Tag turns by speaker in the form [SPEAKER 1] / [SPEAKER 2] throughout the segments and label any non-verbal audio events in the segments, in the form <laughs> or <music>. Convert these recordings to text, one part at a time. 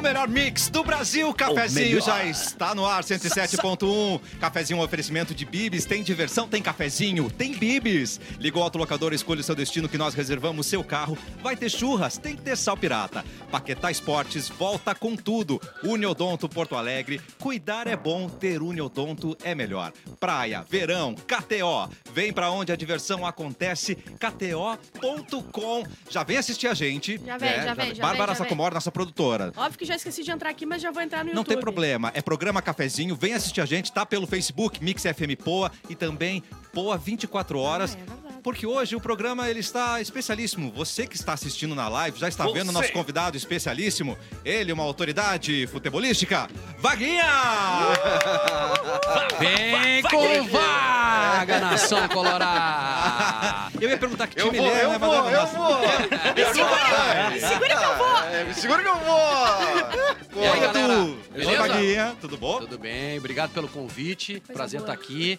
[SPEAKER 1] melhor mix do Brasil. Cafezinho já está no ar, 107.1. Cafezinho é um oferecimento de bibis. Tem diversão, tem cafezinho, tem bibis. Ligou ao locador, escolha o seu destino que nós reservamos seu carro. Vai ter churras, tem que ter sal pirata. Paquetá Esportes volta com tudo. Uniodonto Porto Alegre. Cuidar é bom, ter Uniodonto é melhor. Praia, verão, KTO. Vem pra onde a diversão acontece, kto.com. Já vem assistir a gente. É,
[SPEAKER 2] Já vem, já vem, já
[SPEAKER 1] Bárbara
[SPEAKER 2] vem, já vem.
[SPEAKER 1] Sacomore, nossa produtora.
[SPEAKER 2] Óbvio que já esqueci de entrar aqui, mas já vou entrar no
[SPEAKER 1] Não
[SPEAKER 2] YouTube.
[SPEAKER 1] tem problema, é programa Cafezinho, vem assistir a gente, tá pelo Facebook Mix FM Poa e também Poa 24 horas.
[SPEAKER 2] Ah, é verdade.
[SPEAKER 1] porque hoje o programa ele está especialíssimo. Você que está assistindo na live, já está
[SPEAKER 3] Você.
[SPEAKER 1] vendo o nosso convidado especialíssimo, ele uma autoridade futebolística, Vaguinha!
[SPEAKER 4] Vem com vaga, <laughs> nação colorada!
[SPEAKER 1] Eu ia perguntar que
[SPEAKER 3] Eu
[SPEAKER 1] time
[SPEAKER 3] vou,
[SPEAKER 1] ele é,
[SPEAKER 3] eu
[SPEAKER 1] né,
[SPEAKER 3] vou,
[SPEAKER 1] Madonna?
[SPEAKER 3] eu vou. Me segura, me segura que eu vou. É, Me segura que eu vou.
[SPEAKER 4] E aí,
[SPEAKER 1] Oi,
[SPEAKER 3] Boa.
[SPEAKER 4] galera?
[SPEAKER 1] Edu! Oi,
[SPEAKER 4] Beleza?
[SPEAKER 1] Vaguinha, tudo bom?
[SPEAKER 4] Tudo bem? Obrigado pelo convite. Prazer
[SPEAKER 2] boa.
[SPEAKER 4] estar aqui.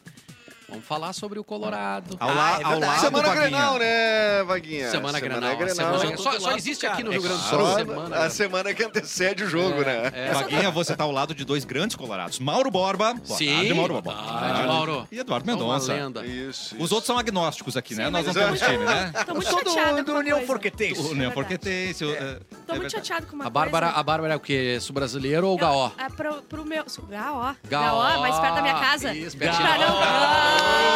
[SPEAKER 4] Vamos falar sobre o Colorado.
[SPEAKER 1] Ao, la- ao lado,
[SPEAKER 3] Semana é
[SPEAKER 1] Vaguinha.
[SPEAKER 3] Grenal, né, Vaguinha?
[SPEAKER 4] Semana Granal.
[SPEAKER 3] Grenal.
[SPEAKER 4] Semana- só, só existe aqui no Rio Grande do Sul.
[SPEAKER 3] Só
[SPEAKER 4] semana é né?
[SPEAKER 3] a
[SPEAKER 4] Grenal.
[SPEAKER 3] semana que antecede o jogo, né?
[SPEAKER 4] É.
[SPEAKER 1] Vaguinha, você tá ao lado de dois grandes colorados. Mauro Borba. Boa
[SPEAKER 4] Sim.
[SPEAKER 1] tarde, Mauro Borba.
[SPEAKER 4] Boa tarde, Mauro.
[SPEAKER 1] E Eduardo
[SPEAKER 4] É uma
[SPEAKER 1] Mendonça.
[SPEAKER 4] lenda.
[SPEAKER 3] Isso.
[SPEAKER 1] Os outros são agnósticos aqui, né?
[SPEAKER 2] Sim,
[SPEAKER 1] Nós não
[SPEAKER 2] mas é.
[SPEAKER 1] temos
[SPEAKER 2] eu-
[SPEAKER 1] time,
[SPEAKER 2] <laughs>
[SPEAKER 1] né?
[SPEAKER 2] Tô muito
[SPEAKER 5] Eu sou
[SPEAKER 2] chateada
[SPEAKER 5] do,
[SPEAKER 2] com
[SPEAKER 5] do
[SPEAKER 2] uma
[SPEAKER 5] União
[SPEAKER 2] coisa. É
[SPEAKER 1] O
[SPEAKER 5] Forquetense.
[SPEAKER 1] neoforquetense. o- é-
[SPEAKER 2] Tô
[SPEAKER 1] é
[SPEAKER 2] muito
[SPEAKER 1] verdade.
[SPEAKER 2] chateada com uma
[SPEAKER 4] A
[SPEAKER 2] coisa.
[SPEAKER 4] Bárbara, a Bárbara é o quê? Sou brasileiro ou
[SPEAKER 2] Eu-
[SPEAKER 4] gaó?
[SPEAKER 2] É pro, pro meu... Sou Gaó. Gaó, mais perto da minha casa.
[SPEAKER 4] Isso,
[SPEAKER 2] Pra
[SPEAKER 4] pertinho.
[SPEAKER 2] não-
[SPEAKER 4] Gaó. Então, então,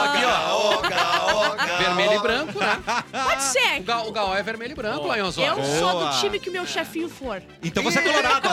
[SPEAKER 4] a gaó.
[SPEAKER 3] Oga,
[SPEAKER 4] Vermelho e branco, né?
[SPEAKER 2] Pode ser.
[SPEAKER 4] O ga- O gaó é vermelho e branco, aí,
[SPEAKER 2] Eu
[SPEAKER 4] Osório.
[SPEAKER 2] sou
[SPEAKER 1] Boa.
[SPEAKER 2] do time que o meu chefinho for.
[SPEAKER 1] Então você é colorada.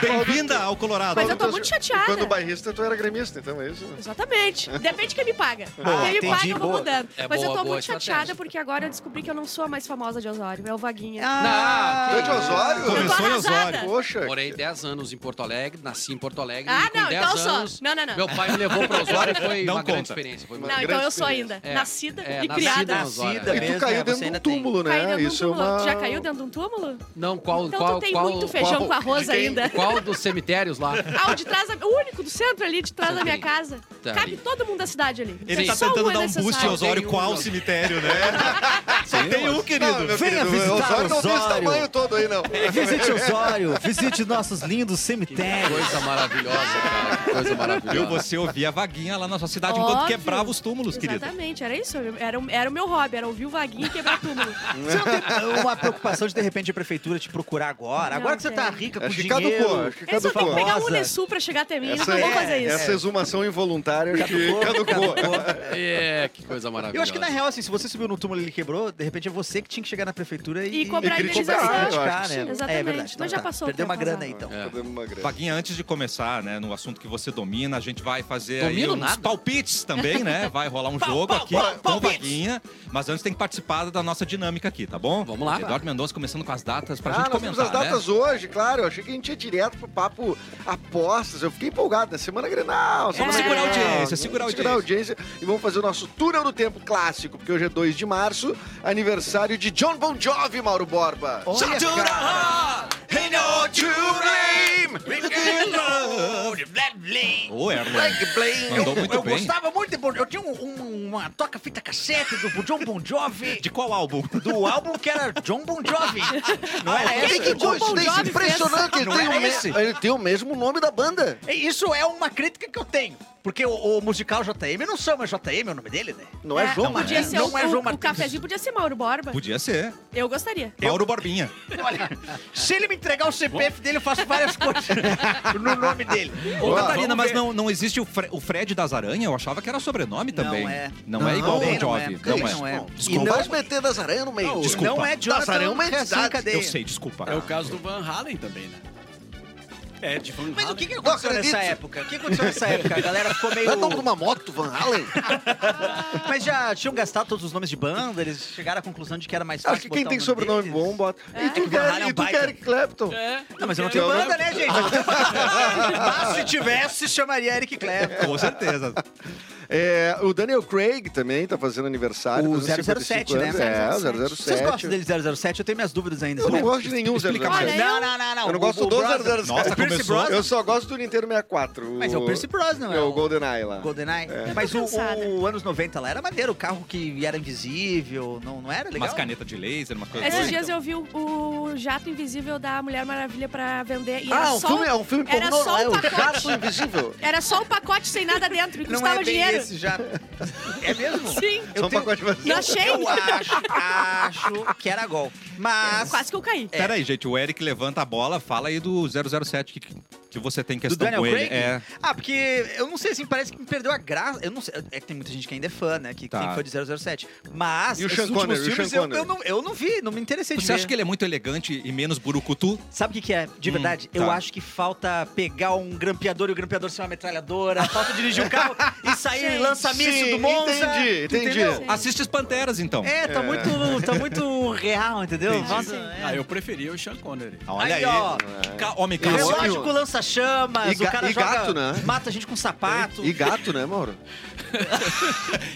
[SPEAKER 1] Bem-vinda ao Colorado.
[SPEAKER 2] Mas eu tô muito chateada.
[SPEAKER 3] Quando bairrista, tu era gremista, então é isso.
[SPEAKER 2] Exatamente. Depende de quem me paga.
[SPEAKER 5] Boa,
[SPEAKER 2] quem me
[SPEAKER 5] entendi,
[SPEAKER 2] paga, eu vou
[SPEAKER 5] boa.
[SPEAKER 2] mudando.
[SPEAKER 4] É
[SPEAKER 2] Mas eu
[SPEAKER 4] boa,
[SPEAKER 2] tô
[SPEAKER 4] boa
[SPEAKER 2] muito chateada
[SPEAKER 4] estratégia.
[SPEAKER 2] porque agora eu descobri que eu não sou a mais famosa de Osório. É o Vaguinha.
[SPEAKER 5] Ah,
[SPEAKER 3] Tu é de Osório?
[SPEAKER 2] eu tô
[SPEAKER 1] começou em
[SPEAKER 2] arrasada.
[SPEAKER 1] Osório.
[SPEAKER 3] Poxa.
[SPEAKER 4] Morei 10 anos em Porto Alegre, nasci em Porto Alegre.
[SPEAKER 2] Ah,
[SPEAKER 4] e com
[SPEAKER 2] não,
[SPEAKER 4] 10
[SPEAKER 2] então só.
[SPEAKER 4] anos,
[SPEAKER 2] Não, não, não.
[SPEAKER 4] Meu pai me levou para Osório e foi
[SPEAKER 1] Não
[SPEAKER 4] uma grande
[SPEAKER 1] conta.
[SPEAKER 4] experiência. Foi uma
[SPEAKER 2] Não,
[SPEAKER 4] grande
[SPEAKER 2] então eu sou
[SPEAKER 3] experiência.
[SPEAKER 2] ainda.
[SPEAKER 4] É.
[SPEAKER 2] Nascida
[SPEAKER 4] É,
[SPEAKER 2] e
[SPEAKER 4] nascida,
[SPEAKER 2] criada.
[SPEAKER 4] nascida.
[SPEAKER 5] Nascida
[SPEAKER 3] E
[SPEAKER 5] mesmo,
[SPEAKER 3] tu
[SPEAKER 2] é,
[SPEAKER 3] caiu
[SPEAKER 5] né? Você
[SPEAKER 3] dentro de um
[SPEAKER 5] ainda tem.
[SPEAKER 3] túmulo,
[SPEAKER 2] Caiu
[SPEAKER 3] né?
[SPEAKER 2] dentro de um
[SPEAKER 3] Isso é
[SPEAKER 2] túmulo.
[SPEAKER 3] uma...
[SPEAKER 2] Tu já caiu dentro de um túmulo?
[SPEAKER 4] Não, qual,
[SPEAKER 2] Então
[SPEAKER 4] qual,
[SPEAKER 2] tu tem
[SPEAKER 4] qual,
[SPEAKER 2] muito feijão
[SPEAKER 4] qual,
[SPEAKER 2] com arroz
[SPEAKER 3] de quem?
[SPEAKER 2] ainda.
[SPEAKER 4] Qual dos cemitérios lá?
[SPEAKER 2] <laughs> Ah, o de trás, da- o único do centro ali, de trás da minha casa.
[SPEAKER 4] Tá
[SPEAKER 2] Cabe
[SPEAKER 4] ali.
[SPEAKER 2] todo mundo da cidade ali.
[SPEAKER 1] Ele
[SPEAKER 2] Sim.
[SPEAKER 1] tá
[SPEAKER 2] Só
[SPEAKER 1] tentando
[SPEAKER 2] é
[SPEAKER 1] dar um boost em
[SPEAKER 2] necessário.
[SPEAKER 1] Osório
[SPEAKER 4] Tem um,
[SPEAKER 1] qual
[SPEAKER 4] não.
[SPEAKER 1] cemitério,
[SPEAKER 3] <laughs>
[SPEAKER 1] né? Só tem um,
[SPEAKER 3] Não,
[SPEAKER 1] querido.
[SPEAKER 3] meu
[SPEAKER 5] Venha
[SPEAKER 3] querido,
[SPEAKER 5] visitar
[SPEAKER 3] Osório não tem esse
[SPEAKER 5] Osório.
[SPEAKER 3] tamanho todo
[SPEAKER 2] <laughs>
[SPEAKER 3] aí, não.
[SPEAKER 5] Visite Osório, visite nossos lindos
[SPEAKER 4] Que
[SPEAKER 5] cemitérios.
[SPEAKER 4] coisa maravilhosa, cara. Que coisa
[SPEAKER 1] Viu?
[SPEAKER 4] maravilhosa.
[SPEAKER 1] Você ouvia a vaguinha lá na sua cidade enquanto
[SPEAKER 2] Óbvio.
[SPEAKER 1] quebrava os túmulos, querida.
[SPEAKER 2] Exatamente, era isso. Era, o- era o meu hobby, era ouvir o Vaguinho e quebrar
[SPEAKER 3] <laughs>
[SPEAKER 2] túmulo.
[SPEAKER 3] É.
[SPEAKER 5] Você não tem uma preocupação de, de repente, a prefeitura te procurar agora?
[SPEAKER 2] Não
[SPEAKER 5] agora que você tá
[SPEAKER 2] tem.
[SPEAKER 5] rica, com
[SPEAKER 3] Acho que
[SPEAKER 5] dinheiro...
[SPEAKER 3] caducou, acho que um
[SPEAKER 2] Eles só tem
[SPEAKER 3] caducou.
[SPEAKER 2] que pegar um o
[SPEAKER 5] famosa.
[SPEAKER 2] Unesul pra chegar até mim, eles não
[SPEAKER 3] é-
[SPEAKER 2] vão fazer isso.
[SPEAKER 3] Essa exumação involuntária acho que <laughs> caducou.
[SPEAKER 5] Caducou, caducou.
[SPEAKER 4] É, que coisa maravilhosa.
[SPEAKER 5] Eu acho que, na real, assim, se você subiu no túmulo e ele quebrou, de repente é você que tinha que chegar na prefeitura e...
[SPEAKER 2] E cobrar
[SPEAKER 5] e
[SPEAKER 2] indenização.
[SPEAKER 5] criticar,
[SPEAKER 3] Eu acho que
[SPEAKER 5] né?
[SPEAKER 2] sim.
[SPEAKER 5] É
[SPEAKER 2] Exatamente.
[SPEAKER 5] verdade.
[SPEAKER 2] Mas já passou o
[SPEAKER 5] Perdeu
[SPEAKER 2] tempo,
[SPEAKER 5] uma grana aí,
[SPEAKER 2] Osório.
[SPEAKER 5] então.
[SPEAKER 4] É.
[SPEAKER 3] Cadê uma grana?
[SPEAKER 1] Vaguinha, antes de começar, né, no assunto que você domina, a gente vai fazer aí
[SPEAKER 4] Domino
[SPEAKER 1] uns
[SPEAKER 4] nada.
[SPEAKER 1] palpites também, né? Vai rolar um jogo
[SPEAKER 5] pau,
[SPEAKER 1] aqui
[SPEAKER 5] pau,
[SPEAKER 1] com o
[SPEAKER 5] palpites.
[SPEAKER 1] Vaguinha, mas antes tem que participar da nossa dinâmica aqui, tá bom?
[SPEAKER 4] Vamos lá.
[SPEAKER 1] Eduardo Mendonça começando com as datas pra
[SPEAKER 3] ah,
[SPEAKER 1] gente
[SPEAKER 3] nós temos
[SPEAKER 1] comentar,
[SPEAKER 3] as datas
[SPEAKER 1] né?
[SPEAKER 3] hoje, claro. Eu achei que a gente ia direto pro papo apostas. Eu fiquei empolgado, né? Semana Grenal, semana
[SPEAKER 5] É.
[SPEAKER 1] segurar a
[SPEAKER 3] Grenal.
[SPEAKER 1] audiência, segurar a
[SPEAKER 3] Vamos audiência. E vamos fazer o nosso túnel do tempo clássico, porque hoje é 2 de março, aniversário de John Bon Jovi, Mauro Borba.
[SPEAKER 5] Olha, cara.
[SPEAKER 1] Ô, Erlon, mandou muito
[SPEAKER 5] eu
[SPEAKER 1] bem.
[SPEAKER 5] gostava muito de Bon Eu tinha um- um- uma toca-fita cassete do John Bon Jovi.
[SPEAKER 1] De qual álbum?
[SPEAKER 5] do álbum que era John Bon Jovi. Não
[SPEAKER 3] É,
[SPEAKER 5] é
[SPEAKER 3] que que coincidência
[SPEAKER 2] Jovi
[SPEAKER 3] impressionante. Ele
[SPEAKER 5] Não
[SPEAKER 3] tem,
[SPEAKER 5] é
[SPEAKER 3] o me-
[SPEAKER 5] esse?
[SPEAKER 3] ele tem o mesmo nome da banda.
[SPEAKER 5] Isso é uma crítica que eu tenho. Porque o, o musical JM não chama JM, é o nome dele, né?
[SPEAKER 3] Não é, João
[SPEAKER 2] podia
[SPEAKER 3] Martins.
[SPEAKER 2] ser
[SPEAKER 5] Não
[SPEAKER 2] o,
[SPEAKER 5] é João
[SPEAKER 2] o- o
[SPEAKER 5] Martins.
[SPEAKER 2] cafezinho podia ser Mauro Borba.
[SPEAKER 1] Podia ser.
[SPEAKER 2] Eu gostaria.
[SPEAKER 1] Mauro Borbinha.
[SPEAKER 5] Olha, se ele me entregar o CPF dele, eu faço várias coisas <laughs> no nome dele.
[SPEAKER 1] Ô,
[SPEAKER 5] Vamos
[SPEAKER 1] Catarina,
[SPEAKER 5] ver.
[SPEAKER 1] mas não, não existe o, Fre- o Fred das Aranhas? Eu achava que era sobrenome
[SPEAKER 5] Não
[SPEAKER 1] também.
[SPEAKER 5] é.
[SPEAKER 1] Não, é igual
[SPEAKER 5] também
[SPEAKER 1] ao Jovi.
[SPEAKER 5] Não é.
[SPEAKER 1] Não é.
[SPEAKER 5] Não é.
[SPEAKER 3] E
[SPEAKER 1] Desculpa.
[SPEAKER 3] não vai meter das aranhas no meio.
[SPEAKER 5] E
[SPEAKER 1] Desculpa.
[SPEAKER 5] Não é Jonathan,
[SPEAKER 3] Nazaré é uma
[SPEAKER 5] reação em
[SPEAKER 3] entidade.
[SPEAKER 5] cadeia.
[SPEAKER 1] Eu sei, desculpa.
[SPEAKER 6] É o caso do Van Halen também, né? É, de Van
[SPEAKER 5] Mas o que, que
[SPEAKER 3] Não
[SPEAKER 5] aconteceu
[SPEAKER 3] acredito.
[SPEAKER 5] nessa época? O que aconteceu nessa época? A galera ficou meio...
[SPEAKER 3] Não é nome de uma moto, Van
[SPEAKER 5] <laughs>
[SPEAKER 3] Halen?
[SPEAKER 5] Mas já tinham gastado todos os nomes de banda? Eles chegaram à conclusão de que era mais fácil
[SPEAKER 3] Acho que quem
[SPEAKER 5] botar
[SPEAKER 3] tem
[SPEAKER 5] o nome
[SPEAKER 3] sobrenome
[SPEAKER 5] deles.
[SPEAKER 3] bom bota. E tu,
[SPEAKER 5] Van Halen
[SPEAKER 3] quer,
[SPEAKER 5] é um
[SPEAKER 3] e tu
[SPEAKER 5] baita. É.
[SPEAKER 3] quer Clapton?
[SPEAKER 5] Não, mas eu não
[SPEAKER 3] Eu
[SPEAKER 5] tenho
[SPEAKER 3] não-
[SPEAKER 5] banda,
[SPEAKER 3] <laughs>
[SPEAKER 5] né, gente? Mas se tivesse, chamaria Eric Clapton.
[SPEAKER 1] Com certeza.
[SPEAKER 3] É, o Daniel Craig também tá fazendo aniversário.
[SPEAKER 5] O
[SPEAKER 3] fazendo
[SPEAKER 5] 007,
[SPEAKER 3] 55 anos.
[SPEAKER 5] né?
[SPEAKER 3] É, o 007.
[SPEAKER 5] Vocês gostam dele 007? Eu tenho minhas dúvidas ainda.
[SPEAKER 3] Eu não
[SPEAKER 5] Né?
[SPEAKER 3] gosto de nenhum 007.
[SPEAKER 1] Explica mais.
[SPEAKER 5] Não, não, não, não.
[SPEAKER 3] Eu não
[SPEAKER 5] O-
[SPEAKER 3] gosto
[SPEAKER 5] o
[SPEAKER 3] do
[SPEAKER 5] Brosnan-
[SPEAKER 3] 007.
[SPEAKER 1] Nossa,
[SPEAKER 3] o Pierce
[SPEAKER 1] começou.
[SPEAKER 3] Brosnan. Eu só gosto do Nintendo 64.
[SPEAKER 5] Mas é o Pierce Brosnan.
[SPEAKER 3] É o É. GoldenEye lá.
[SPEAKER 5] GoldenEye. Mas
[SPEAKER 2] Eu
[SPEAKER 5] o,
[SPEAKER 2] tô cansada.
[SPEAKER 5] o anos 90 lá era maneiro. O carro que era invisível, não, não era legal?
[SPEAKER 1] Umas canetas de laser, umas coisas
[SPEAKER 2] Esses
[SPEAKER 1] assim.
[SPEAKER 2] dias eu vi o, o jato invisível da Mulher Maravilha pra vender. E era
[SPEAKER 3] Ah, um
[SPEAKER 2] só
[SPEAKER 3] filme, é um filme
[SPEAKER 2] era
[SPEAKER 3] pornô,
[SPEAKER 2] só
[SPEAKER 3] não é
[SPEAKER 2] um
[SPEAKER 3] o
[SPEAKER 2] pacote.
[SPEAKER 3] Jato Invisível.
[SPEAKER 2] Era só um pacote sem nada dentro e
[SPEAKER 5] Não
[SPEAKER 2] custava
[SPEAKER 5] é bem
[SPEAKER 2] dinheiro.
[SPEAKER 5] esse já.
[SPEAKER 2] <laughs>
[SPEAKER 5] É mesmo?
[SPEAKER 2] Sim.
[SPEAKER 5] Eu
[SPEAKER 3] Só um
[SPEAKER 5] tenho-
[SPEAKER 3] pacote vazio.
[SPEAKER 2] Não achei.
[SPEAKER 5] Eu acho, acho que era gol.
[SPEAKER 2] <laughs>
[SPEAKER 5] Mas...
[SPEAKER 2] Quase que eu caí.
[SPEAKER 5] É.
[SPEAKER 1] Pera aí, gente, o Eric levanta a bola, fala aí do 007 que, que você tem
[SPEAKER 5] Do
[SPEAKER 1] questão
[SPEAKER 5] Daniel
[SPEAKER 1] com ele.
[SPEAKER 5] Craig?
[SPEAKER 1] É.
[SPEAKER 5] Ah, porque eu não sei, assim, parece que me perdeu a graça. Eu não sei, é que tem muita gente que ainda é fã, né? Que
[SPEAKER 1] Tá.
[SPEAKER 5] tem fã de 007. Mas,
[SPEAKER 3] E o
[SPEAKER 5] esses
[SPEAKER 3] Sean
[SPEAKER 5] últimos
[SPEAKER 3] Connery, o Sean
[SPEAKER 5] filmes eu- eu,
[SPEAKER 3] Connery.
[SPEAKER 5] não, eu não vi, não me interessei de
[SPEAKER 1] Você
[SPEAKER 5] ver.
[SPEAKER 1] acha que ele é muito elegante e menos burucutu?
[SPEAKER 5] Sabe o que, que é? De verdade, eu
[SPEAKER 1] tá.
[SPEAKER 5] acho que falta pegar um grampeador e o grampeador ser uma metralhadora, falta dirigir um
[SPEAKER 1] <laughs>
[SPEAKER 5] carro e sair
[SPEAKER 2] Sim,
[SPEAKER 5] lança-míssil
[SPEAKER 3] sim,
[SPEAKER 5] do Monza.
[SPEAKER 3] entendi, entendi.
[SPEAKER 5] entendeu?
[SPEAKER 2] Sim.
[SPEAKER 1] Assiste as Panteras, então.
[SPEAKER 5] É, tá, Muito, tá muito real, entendeu? Nossa, é.
[SPEAKER 6] Ah, eu preferia o Sean Connery.
[SPEAKER 1] Olha aí.
[SPEAKER 5] Aí, ó.
[SPEAKER 1] Que ca- Homem
[SPEAKER 3] Eu
[SPEAKER 1] calmo.
[SPEAKER 3] acho-
[SPEAKER 5] Relógio com lança-chamas,
[SPEAKER 3] E ga-
[SPEAKER 5] o cara
[SPEAKER 3] e
[SPEAKER 5] joga,
[SPEAKER 3] gato, né?
[SPEAKER 5] mata a gente com um sapato.
[SPEAKER 3] E gato, né, Mauro?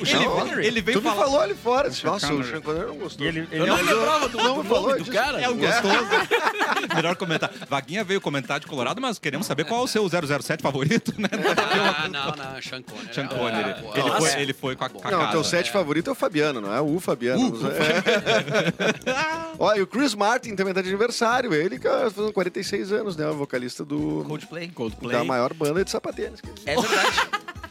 [SPEAKER 1] Ele,
[SPEAKER 3] Não,
[SPEAKER 1] ele, veio
[SPEAKER 3] Tu me
[SPEAKER 1] falar.
[SPEAKER 3] falou ali fora. Nossa, o
[SPEAKER 6] Connery.
[SPEAKER 3] Sean Connery é um não gostou.
[SPEAKER 6] Eu não lembrava do,
[SPEAKER 3] Não
[SPEAKER 6] do
[SPEAKER 3] falou
[SPEAKER 6] nome do
[SPEAKER 3] disso.
[SPEAKER 6] cara.
[SPEAKER 1] um É um gostoso. <laughs> Melhor comentar. Vaguinha veio comentar de Colorado, mas queremos saber qual é o seu 007 favorito, né?
[SPEAKER 4] Ah, não, não, Sean Connery.
[SPEAKER 1] Sean
[SPEAKER 4] Ah,
[SPEAKER 1] Connery.
[SPEAKER 4] boa.
[SPEAKER 1] Ele
[SPEAKER 4] Nossa.
[SPEAKER 1] foi, ele foi com a, com a
[SPEAKER 3] Não, o teu
[SPEAKER 1] casa.
[SPEAKER 3] sete favorito é o Fabiano, não é? O Fabiano. <laughs> É. Ó, e o Chris Martin também tá de aniversário. Ele cara, fazendo 46 anos, né? O vocalista do...
[SPEAKER 5] Coldplay.
[SPEAKER 6] Coldplay,
[SPEAKER 3] Da maior banda de sapatênis. cara.
[SPEAKER 5] É verdade.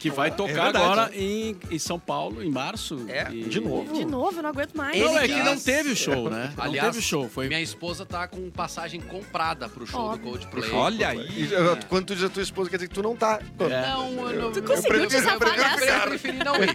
[SPEAKER 3] <laughs>
[SPEAKER 6] que vai tocar
[SPEAKER 1] verdade.
[SPEAKER 6] agora em, em São Paulo, em março.
[SPEAKER 5] É,
[SPEAKER 6] E-
[SPEAKER 3] de novo?
[SPEAKER 2] De novo, eu não aguento mais.
[SPEAKER 5] Ele
[SPEAKER 6] Não, é que
[SPEAKER 5] quis.
[SPEAKER 6] não teve o show, né?
[SPEAKER 4] Aliás,
[SPEAKER 6] não teve o show. Foi
[SPEAKER 4] Minha esposa tá com passagem comprada pro show
[SPEAKER 2] Ó.
[SPEAKER 4] do Coldplay.
[SPEAKER 1] Olha
[SPEAKER 3] E,
[SPEAKER 1] aí.
[SPEAKER 3] uh, quando tu diz a tua esposa, quer dizer que tu não tá.
[SPEAKER 4] É.
[SPEAKER 2] É um
[SPEAKER 4] Não, eu não...
[SPEAKER 2] Tu conseguiu te safar dessa?
[SPEAKER 4] Eu preferi não ir.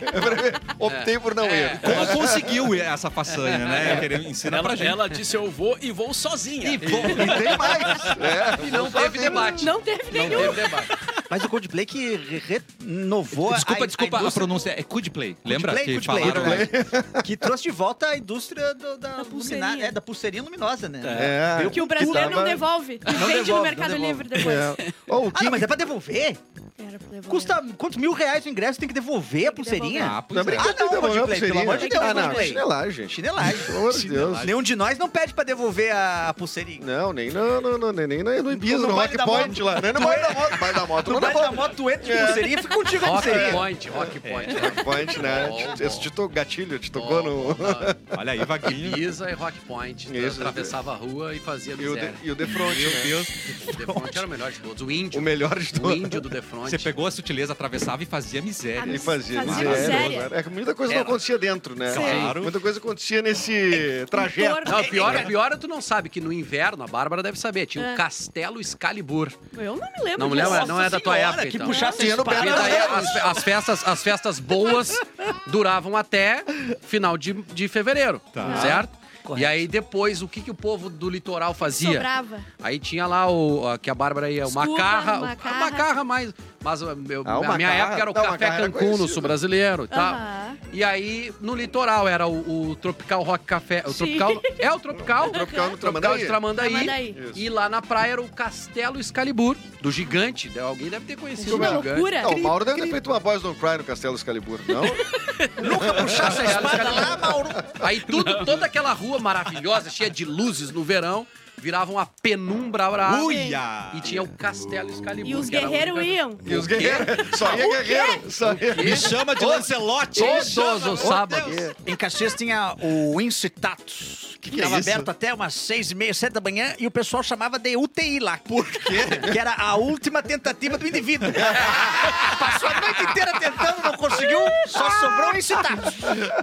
[SPEAKER 3] Optei por não
[SPEAKER 4] É.
[SPEAKER 3] ir.
[SPEAKER 1] Como conseguiu essa façanha, né? Querendo ensinar pra
[SPEAKER 6] Ela,
[SPEAKER 1] gente.
[SPEAKER 6] ela disse, eu vou e vou sozinha.
[SPEAKER 1] E bom,
[SPEAKER 3] E tem mais. né?
[SPEAKER 5] é.
[SPEAKER 4] E não teve debate.
[SPEAKER 2] Não teve
[SPEAKER 4] Não
[SPEAKER 2] nenhum.
[SPEAKER 4] teve debate.
[SPEAKER 5] Mas o Coldplay que re- renovou a-
[SPEAKER 1] Desculpa,
[SPEAKER 5] a,
[SPEAKER 1] desculpa,
[SPEAKER 5] a,
[SPEAKER 1] a,
[SPEAKER 5] indústria-
[SPEAKER 1] pronúncia é Coldplay. Lembra
[SPEAKER 5] Coldplay,
[SPEAKER 1] que
[SPEAKER 5] Coldplay,
[SPEAKER 1] falaram?
[SPEAKER 5] Coldplay, que trouxe de volta a indústria do- da,
[SPEAKER 2] Da
[SPEAKER 5] pulseirinha.
[SPEAKER 2] pulseirinha.
[SPEAKER 5] é, da pulseirinha luminosa, né?
[SPEAKER 3] É.
[SPEAKER 5] Veio
[SPEAKER 2] Que o
[SPEAKER 5] com
[SPEAKER 2] brasileiro
[SPEAKER 5] tudo.
[SPEAKER 2] não devolve. E vende
[SPEAKER 5] Não devolve,
[SPEAKER 2] no
[SPEAKER 5] não
[SPEAKER 2] Mercado
[SPEAKER 5] devolve.
[SPEAKER 2] Livre depois.
[SPEAKER 3] É. Ó, o
[SPEAKER 5] Ah, não, mas
[SPEAKER 3] King...
[SPEAKER 5] é pra devolver?
[SPEAKER 2] Era pra devolver.
[SPEAKER 5] Custa quantos mil reais o ingresso, tem que devolver a pulseirinha?
[SPEAKER 1] Ah,
[SPEAKER 3] tá
[SPEAKER 1] pois é.
[SPEAKER 5] Ah, não, Coldplay, pelo amor de Deus,
[SPEAKER 3] então, Ah, não,
[SPEAKER 5] Coldplay.
[SPEAKER 3] chinelagem.
[SPEAKER 5] Chinelagem.
[SPEAKER 3] Pelo amor de Deus.
[SPEAKER 5] Nenhum de nós não pede pra devolver a pulseirinha.
[SPEAKER 3] Não, nem não, não, não, nem, nem, nem no Ibiza,
[SPEAKER 5] No
[SPEAKER 3] no,
[SPEAKER 5] baile
[SPEAKER 3] Rock
[SPEAKER 5] da
[SPEAKER 3] Point lá. Nem no baile da moto. Baile da moto
[SPEAKER 5] Tu
[SPEAKER 3] não dá
[SPEAKER 5] vai da
[SPEAKER 3] moto. É.
[SPEAKER 5] moto, tu entra tipo, de pulseirinha e fica contigo a
[SPEAKER 4] Rock
[SPEAKER 5] pulseirinha.
[SPEAKER 4] point, rock point.
[SPEAKER 2] É.
[SPEAKER 3] Rock Point, né?
[SPEAKER 4] Bom,
[SPEAKER 3] Te-
[SPEAKER 4] bom.
[SPEAKER 3] Esse te to- gatilho te tocou no...
[SPEAKER 1] Olha aí, Vaguinho.
[SPEAKER 4] Pisa e rock point.
[SPEAKER 3] Isso.
[SPEAKER 4] atravessava a rua e fazia
[SPEAKER 3] E o,
[SPEAKER 4] miséria.
[SPEAKER 3] de, e o The Front,
[SPEAKER 1] Meu
[SPEAKER 3] né?
[SPEAKER 1] Deus.
[SPEAKER 4] O The Front era o melhor de todos. O
[SPEAKER 3] O
[SPEAKER 4] índio.
[SPEAKER 3] melhor de
[SPEAKER 4] O
[SPEAKER 3] tudo. <laughs>
[SPEAKER 4] índio do The Front.
[SPEAKER 1] Você pegou a sutileza, atravessava e fazia miséria.
[SPEAKER 3] E fazia,
[SPEAKER 2] Fazia
[SPEAKER 3] miséria.
[SPEAKER 2] miséria.
[SPEAKER 3] É que muita coisa não acontecia dentro, né?
[SPEAKER 1] Sim. Claro.
[SPEAKER 3] Muita coisa acontecia
[SPEAKER 4] É
[SPEAKER 3] nesse trajeto.
[SPEAKER 4] Não,
[SPEAKER 2] <laughs>
[SPEAKER 4] pior, pior é tu não sabe que no inverno, a Bárbara deve saber, tinha
[SPEAKER 2] É.
[SPEAKER 4] o Castelo Excalibur.
[SPEAKER 2] Eu não me lembro.
[SPEAKER 4] Não me
[SPEAKER 2] disso.
[SPEAKER 4] lembro, não é da tua
[SPEAKER 5] Senhora,
[SPEAKER 4] época,
[SPEAKER 5] que
[SPEAKER 4] então.
[SPEAKER 5] puxasse
[SPEAKER 3] Tinha no
[SPEAKER 5] espada.
[SPEAKER 2] Ah.
[SPEAKER 4] E daí as, fe- as festas, as festas boas duravam até final de, de fevereiro,
[SPEAKER 1] Tá.
[SPEAKER 4] certo?
[SPEAKER 5] Correto.
[SPEAKER 4] E aí depois, o que, que o povo do litoral fazia?
[SPEAKER 2] Sobrava.
[SPEAKER 4] Aí tinha lá o a- que a Bárbara ia, o
[SPEAKER 2] Scuba,
[SPEAKER 4] macarra, o-
[SPEAKER 2] macarra.
[SPEAKER 4] a macarra mais, mas o meu-
[SPEAKER 3] Ah, o
[SPEAKER 4] a minha
[SPEAKER 3] macarra.
[SPEAKER 4] época era o
[SPEAKER 3] Não, o
[SPEAKER 4] café
[SPEAKER 3] macarra era
[SPEAKER 4] Cancún no
[SPEAKER 3] conhecido.
[SPEAKER 4] sul brasileiro, tá?
[SPEAKER 2] Aham.
[SPEAKER 4] E aí no litoral era o, o tropical rock café, o
[SPEAKER 2] Sim.
[SPEAKER 4] tropical é
[SPEAKER 3] <laughs>
[SPEAKER 4] o tropical,
[SPEAKER 3] Tropical no
[SPEAKER 4] tropical de
[SPEAKER 3] Tramandaí.
[SPEAKER 4] Tramandaí.
[SPEAKER 2] Tramandaí.
[SPEAKER 4] E lá na praia era o Castelo Excalibur, do gigante. né? Alguém deve ter conhecido
[SPEAKER 2] Isso é
[SPEAKER 4] o
[SPEAKER 2] uma
[SPEAKER 4] gigante.
[SPEAKER 2] loucura.
[SPEAKER 3] Não, o Mauro deve ter feito uma Boys Don't Cry no Castelo Excalibur,
[SPEAKER 4] <laughs>
[SPEAKER 3] não?
[SPEAKER 5] Nunca puxasse a
[SPEAKER 4] Castelo
[SPEAKER 5] espada lá,
[SPEAKER 4] Excalibur.
[SPEAKER 5] Mauro.
[SPEAKER 4] Aí tudo, toda aquela rua maravilhosa, cheia de luzes no verão, virava uma penumbra brava.
[SPEAKER 1] Uia!
[SPEAKER 4] E tinha o Castelo Excalibur.
[SPEAKER 2] E os
[SPEAKER 4] que era
[SPEAKER 2] guerreiros
[SPEAKER 4] um-
[SPEAKER 2] iam.
[SPEAKER 3] E os guerreiros. Só ia guerreiro. Só ia...
[SPEAKER 1] Me chama de Lancelote.
[SPEAKER 4] Todos os sábados.
[SPEAKER 5] Em Caxias tinha o Incitatus, que, ficava
[SPEAKER 3] é isso?
[SPEAKER 5] aberto até umas seis e meia, sete da manhã, e o pessoal chamava de UTI lá. Por quê? Que era a última tentativa do indivíduo. <laughs> Passou a noite inteira tentando, não conseguiu, só sobrou o Incitatus.